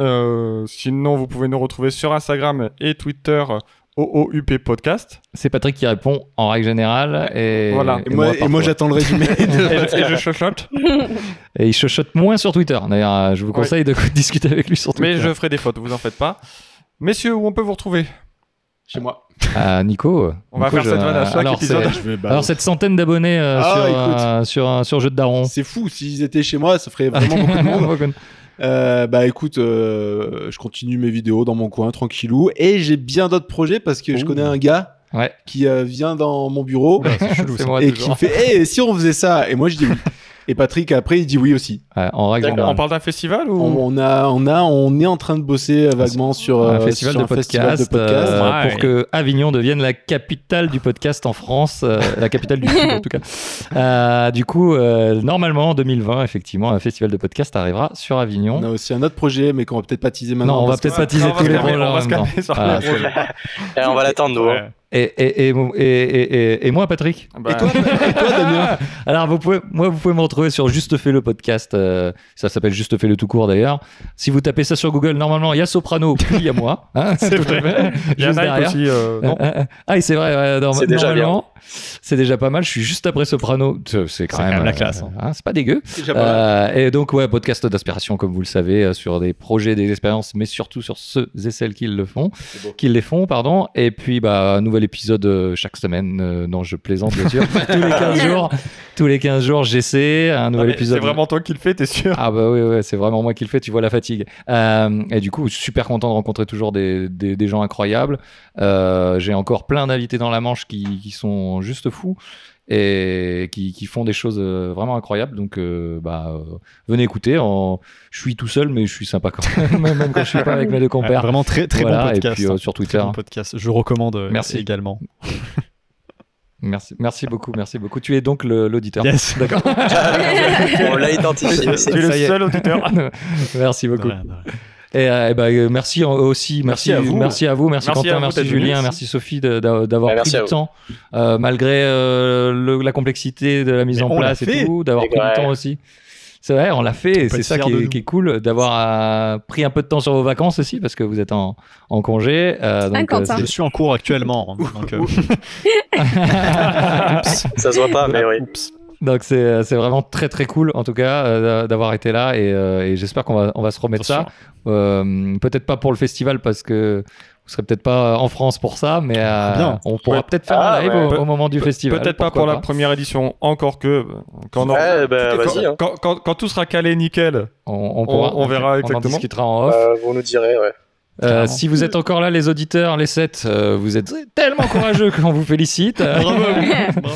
A: Euh, sinon, vous pouvez nous retrouver sur Instagram et Twitter euh, OOUP Podcast.
C: C'est Patrick qui répond en règle générale. Et,
A: Voilà.
B: Et moi, et moi
C: parfois.
B: j'attends le résumé.
A: Et,
B: de-
A: et je chuchote,
C: Et il chuchote moins sur Twitter. D'ailleurs, euh, je vous
A: Ouais.
C: conseille de discuter avec lui sur Twitter.
A: mais je ferai des fautes, vous en faites pas. Messieurs, où on peut vous retrouver
B: Chez moi.
C: Ah, Nico.
A: On va
C: Nico,
A: faire
C: je-
A: cette vanne à chaque
C: alors,
A: épisode.
C: c'est-
B: Je vais- bah,
C: Alors, cette centaine d'abonnés euh,
B: Ah,
C: sur,
B: écoute.
C: euh, sur, euh, sur Jeu de Daron.
B: C'est fou, s'ils étaient chez moi, ça ferait vraiment beaucoup de monde. Euh, bah écoute, euh, je continue mes vidéos dans mon coin, tranquillou. Et j'ai bien d'autres projets parce que je
C: Ouh.
B: connais un gars
C: Ouais.
B: qui euh, vient dans mon bureau
C: C'est moi
B: et qui
C: toujours.
B: me fait Eh, si on faisait ça Et moi, je dis oui. Et Patrick, après, il dit oui aussi.
C: Ouais, en règle
A: On
C: générale.
A: parle d'un festival
B: On,
A: ou
B: on a, on, a, on est en train de bosser euh, vaguement sur,
C: Ah, un
B: euh,
C: festival,
B: sur
C: de
B: un festival de
C: podcast,
B: podcast.
C: euh,
A: Ouais.
C: pour que Avignon devienne la capitale du podcast en France, euh, la capitale du sud en tout cas. Euh, du coup, euh, normalement en 2020, effectivement, un festival de podcast arrivera sur Avignon.
B: On a aussi un autre projet, mais qu'on va peut-être pas teaser maintenant.
C: non, on va
B: parce que-
C: peut-être pas teaser
A: Non, on va
C: tous
A: se
C: les
A: calmer,
C: rôles
A: on
C: en
A: va se
C: même temps.
A: calmer sur
C: Ah,
A: les projets.
D: Eh, on va l'attendre, nous. hein.
A: Ouais.
C: Et, et, et, mon- et, et, et- et moi, Patrick
A: Bah,
C: Et toi, Damien Alors, vous pouvez, moi, vous pouvez me retrouver sur Juste Fais le podcast. euh, ça s'appelle Juste Fais le tout court d'ailleurs. Si vous tapez ça sur Google, normalement, il y a Soprano, puis il y a moi. hein,
A: C'est
C: tout à
A: vrai.
C: fait,
A: Il y a
C: juste
A: Nike
C: derrière.
A: aussi. euh,
C: Euh,
A: non
C: euh, euh, Ah, et c'est vrai, ouais, norm-
D: C'est déjà
C: normalement, c'est déjà pas mal. Je suis juste après Soprano. C'est c'est quand,
E: C'est
C: même
E: quand même la
C: euh,
E: classe, hein.
C: hein, c'est pas dégueu.
B: Déjà pas mal.
C: Euh, et donc, ouais, podcast d'aspiration, comme vous le savez, euh, sur des projets, des expériences, mais surtout sur ceux et celles qui le font, qui les font, pardon. Et puis, bah, un nouvel épisode euh, chaque semaine. Euh, non, je plaisante, bien sûr. tous les 15 jours, tous les 15 jours, j'essaie un
A: Non,
C: nouvel
A: mais
C: épisode.
A: C'est vraiment toi qui le fais, t'es sûr
C: Ah bah oui, ouais, c'est vraiment moi qui le fais, tu vois la fatigue. Euh, et du coup, je suis super content de rencontrer toujours des, des, des gens incroyables. Euh, J'ai encore plein d'invités dans la Manche qui, qui sont juste fous et qui, qui font des choses euh, vraiment incroyables. Donc euh, bah, euh, venez écouter. En... Je suis tout seul, mais je suis sympa quand même, même quand je suis pas avec mes deux
E: Ouais,
C: compères.
E: Ah, Vraiment très très
C: Voilà,
E: bon podcast.
C: Et puis euh,
E: hein.
C: sur
E: Très
C: Twitter.
E: bon podcast. Je recommande euh,
C: Merci.
E: également.
C: Merci, merci beaucoup, merci beaucoup. Tu es donc le- l'auditeur.
E: Yes.
C: D'accord.
D: on l'a identifié.
A: Tu es le
C: ça y est.
A: seul auditeur.
C: merci beaucoup.
E: De rien, de rien.
C: Et, euh, eh ben, euh, merci en- aussi, merci,
A: Merci à vous.
C: merci à vous, merci,
A: Merci à
C: Quentin,
A: vous
C: merci
A: d'être
C: Julien,
A: venu aussi.
C: merci Sophie de- d'a- d'avoir
D: Bah,
C: pris
D: merci à
C: du
D: vous.
C: temps euh, malgré euh, le- la complexité de la mise
E: Mais
C: en
E: on l'a
C: place et
E: fait.
C: tout, d'avoir
D: Et
C: pris
D: ouais.
C: du temps aussi. C'est vrai, on l'a fait, et
E: peut
C: c'est
E: être
C: ça
E: fiers
C: qui
E: de
C: est,
E: nous.
C: qui est cool, d'avoir euh, pris un peu de temps sur vos vacances aussi, parce que vous êtes en, en congé. euh, donc,
F: Quentin.
E: Je suis en cours actuellement. hein, donc, euh,
C: c'est-
D: Ça se voit pas, mais oui.
E: oups.
C: Donc c'est euh, c'est vraiment très très cool en tout cas euh, d'avoir été là et, euh, et j'espère qu'on va on va se remettre ça.
E: Bien
C: Euh, peut-être pas pour le festival parce que vous serez peut-être pas en France pour ça, mais euh,
E: Bien.
C: on pourra
A: Ouais.
C: peut-être faire
D: Ah,
C: un live
D: ouais.
C: au, au moment du festival.
A: Peut-être pas
C: pourquoi
A: pour la première édition, encore que. euh, Quand on-
D: Ouais, bah,
A: quand-
D: vas-y, hein.
A: quand- quand- quand tout sera calé, nickel.
C: On, on, pourra-
A: on verra
C: On en
A: exactement.
C: discutera en off.
D: Euh, vous nous direz, ouais.
C: Euh,
E: Clairement.
C: si vous êtes encore là, les auditeurs, les 7, vous êtes tellement courageux qu'on vous félicite.
E: Bravo à vous.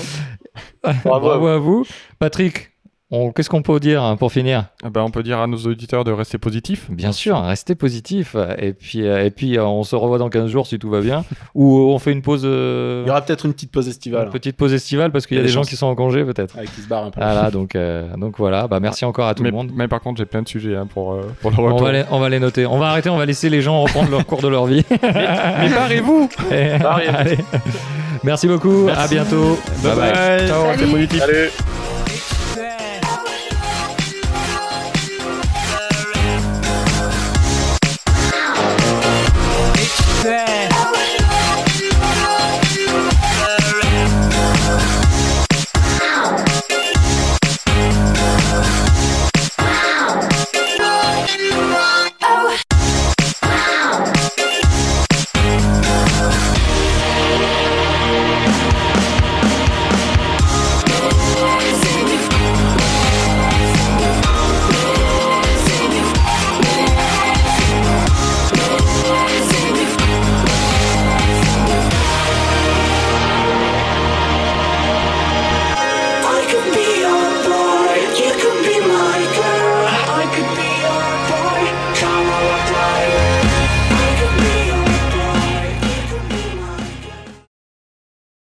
D: Bravo à vous.
C: à vous. Patrick, on- qu'est-ce qu'on peut dire hein, pour finir
A: Ah bah, on peut dire à nos auditeurs de rester positifs.
C: Bien sûr, hein, restez positif. Et puis, euh, et puis euh, on se revoit dans 15 jours si tout va bien. Ou euh, on fait une pause, euh,
B: Il y aura peut-être une petite pause estivale
C: une petite pause estivale parce qu'il y a
B: Il y a
C: des
B: des
C: gens
B: chances.
C: qui sont en congé peut-être.
B: hein, avec qui se barre un peu.
C: Voilà, donc, euh, donc voilà. Bah, merci encore à tout
A: mais,
C: le monde.
A: mais par contre, j'ai plein de sujets hein, pour, euh, pour le
C: On
A: retour.
C: va, les, on va les noter. On va arrêter, on va laisser les gens reprendre leur cours de leur vie.
A: Mais parez-vous
C: Et-
D: Pareil.
C: Allez. Merci beaucoup, à bientôt.
A: Bye bye. Ciao,
F: Salut.
A: restez positifs.
D: Salut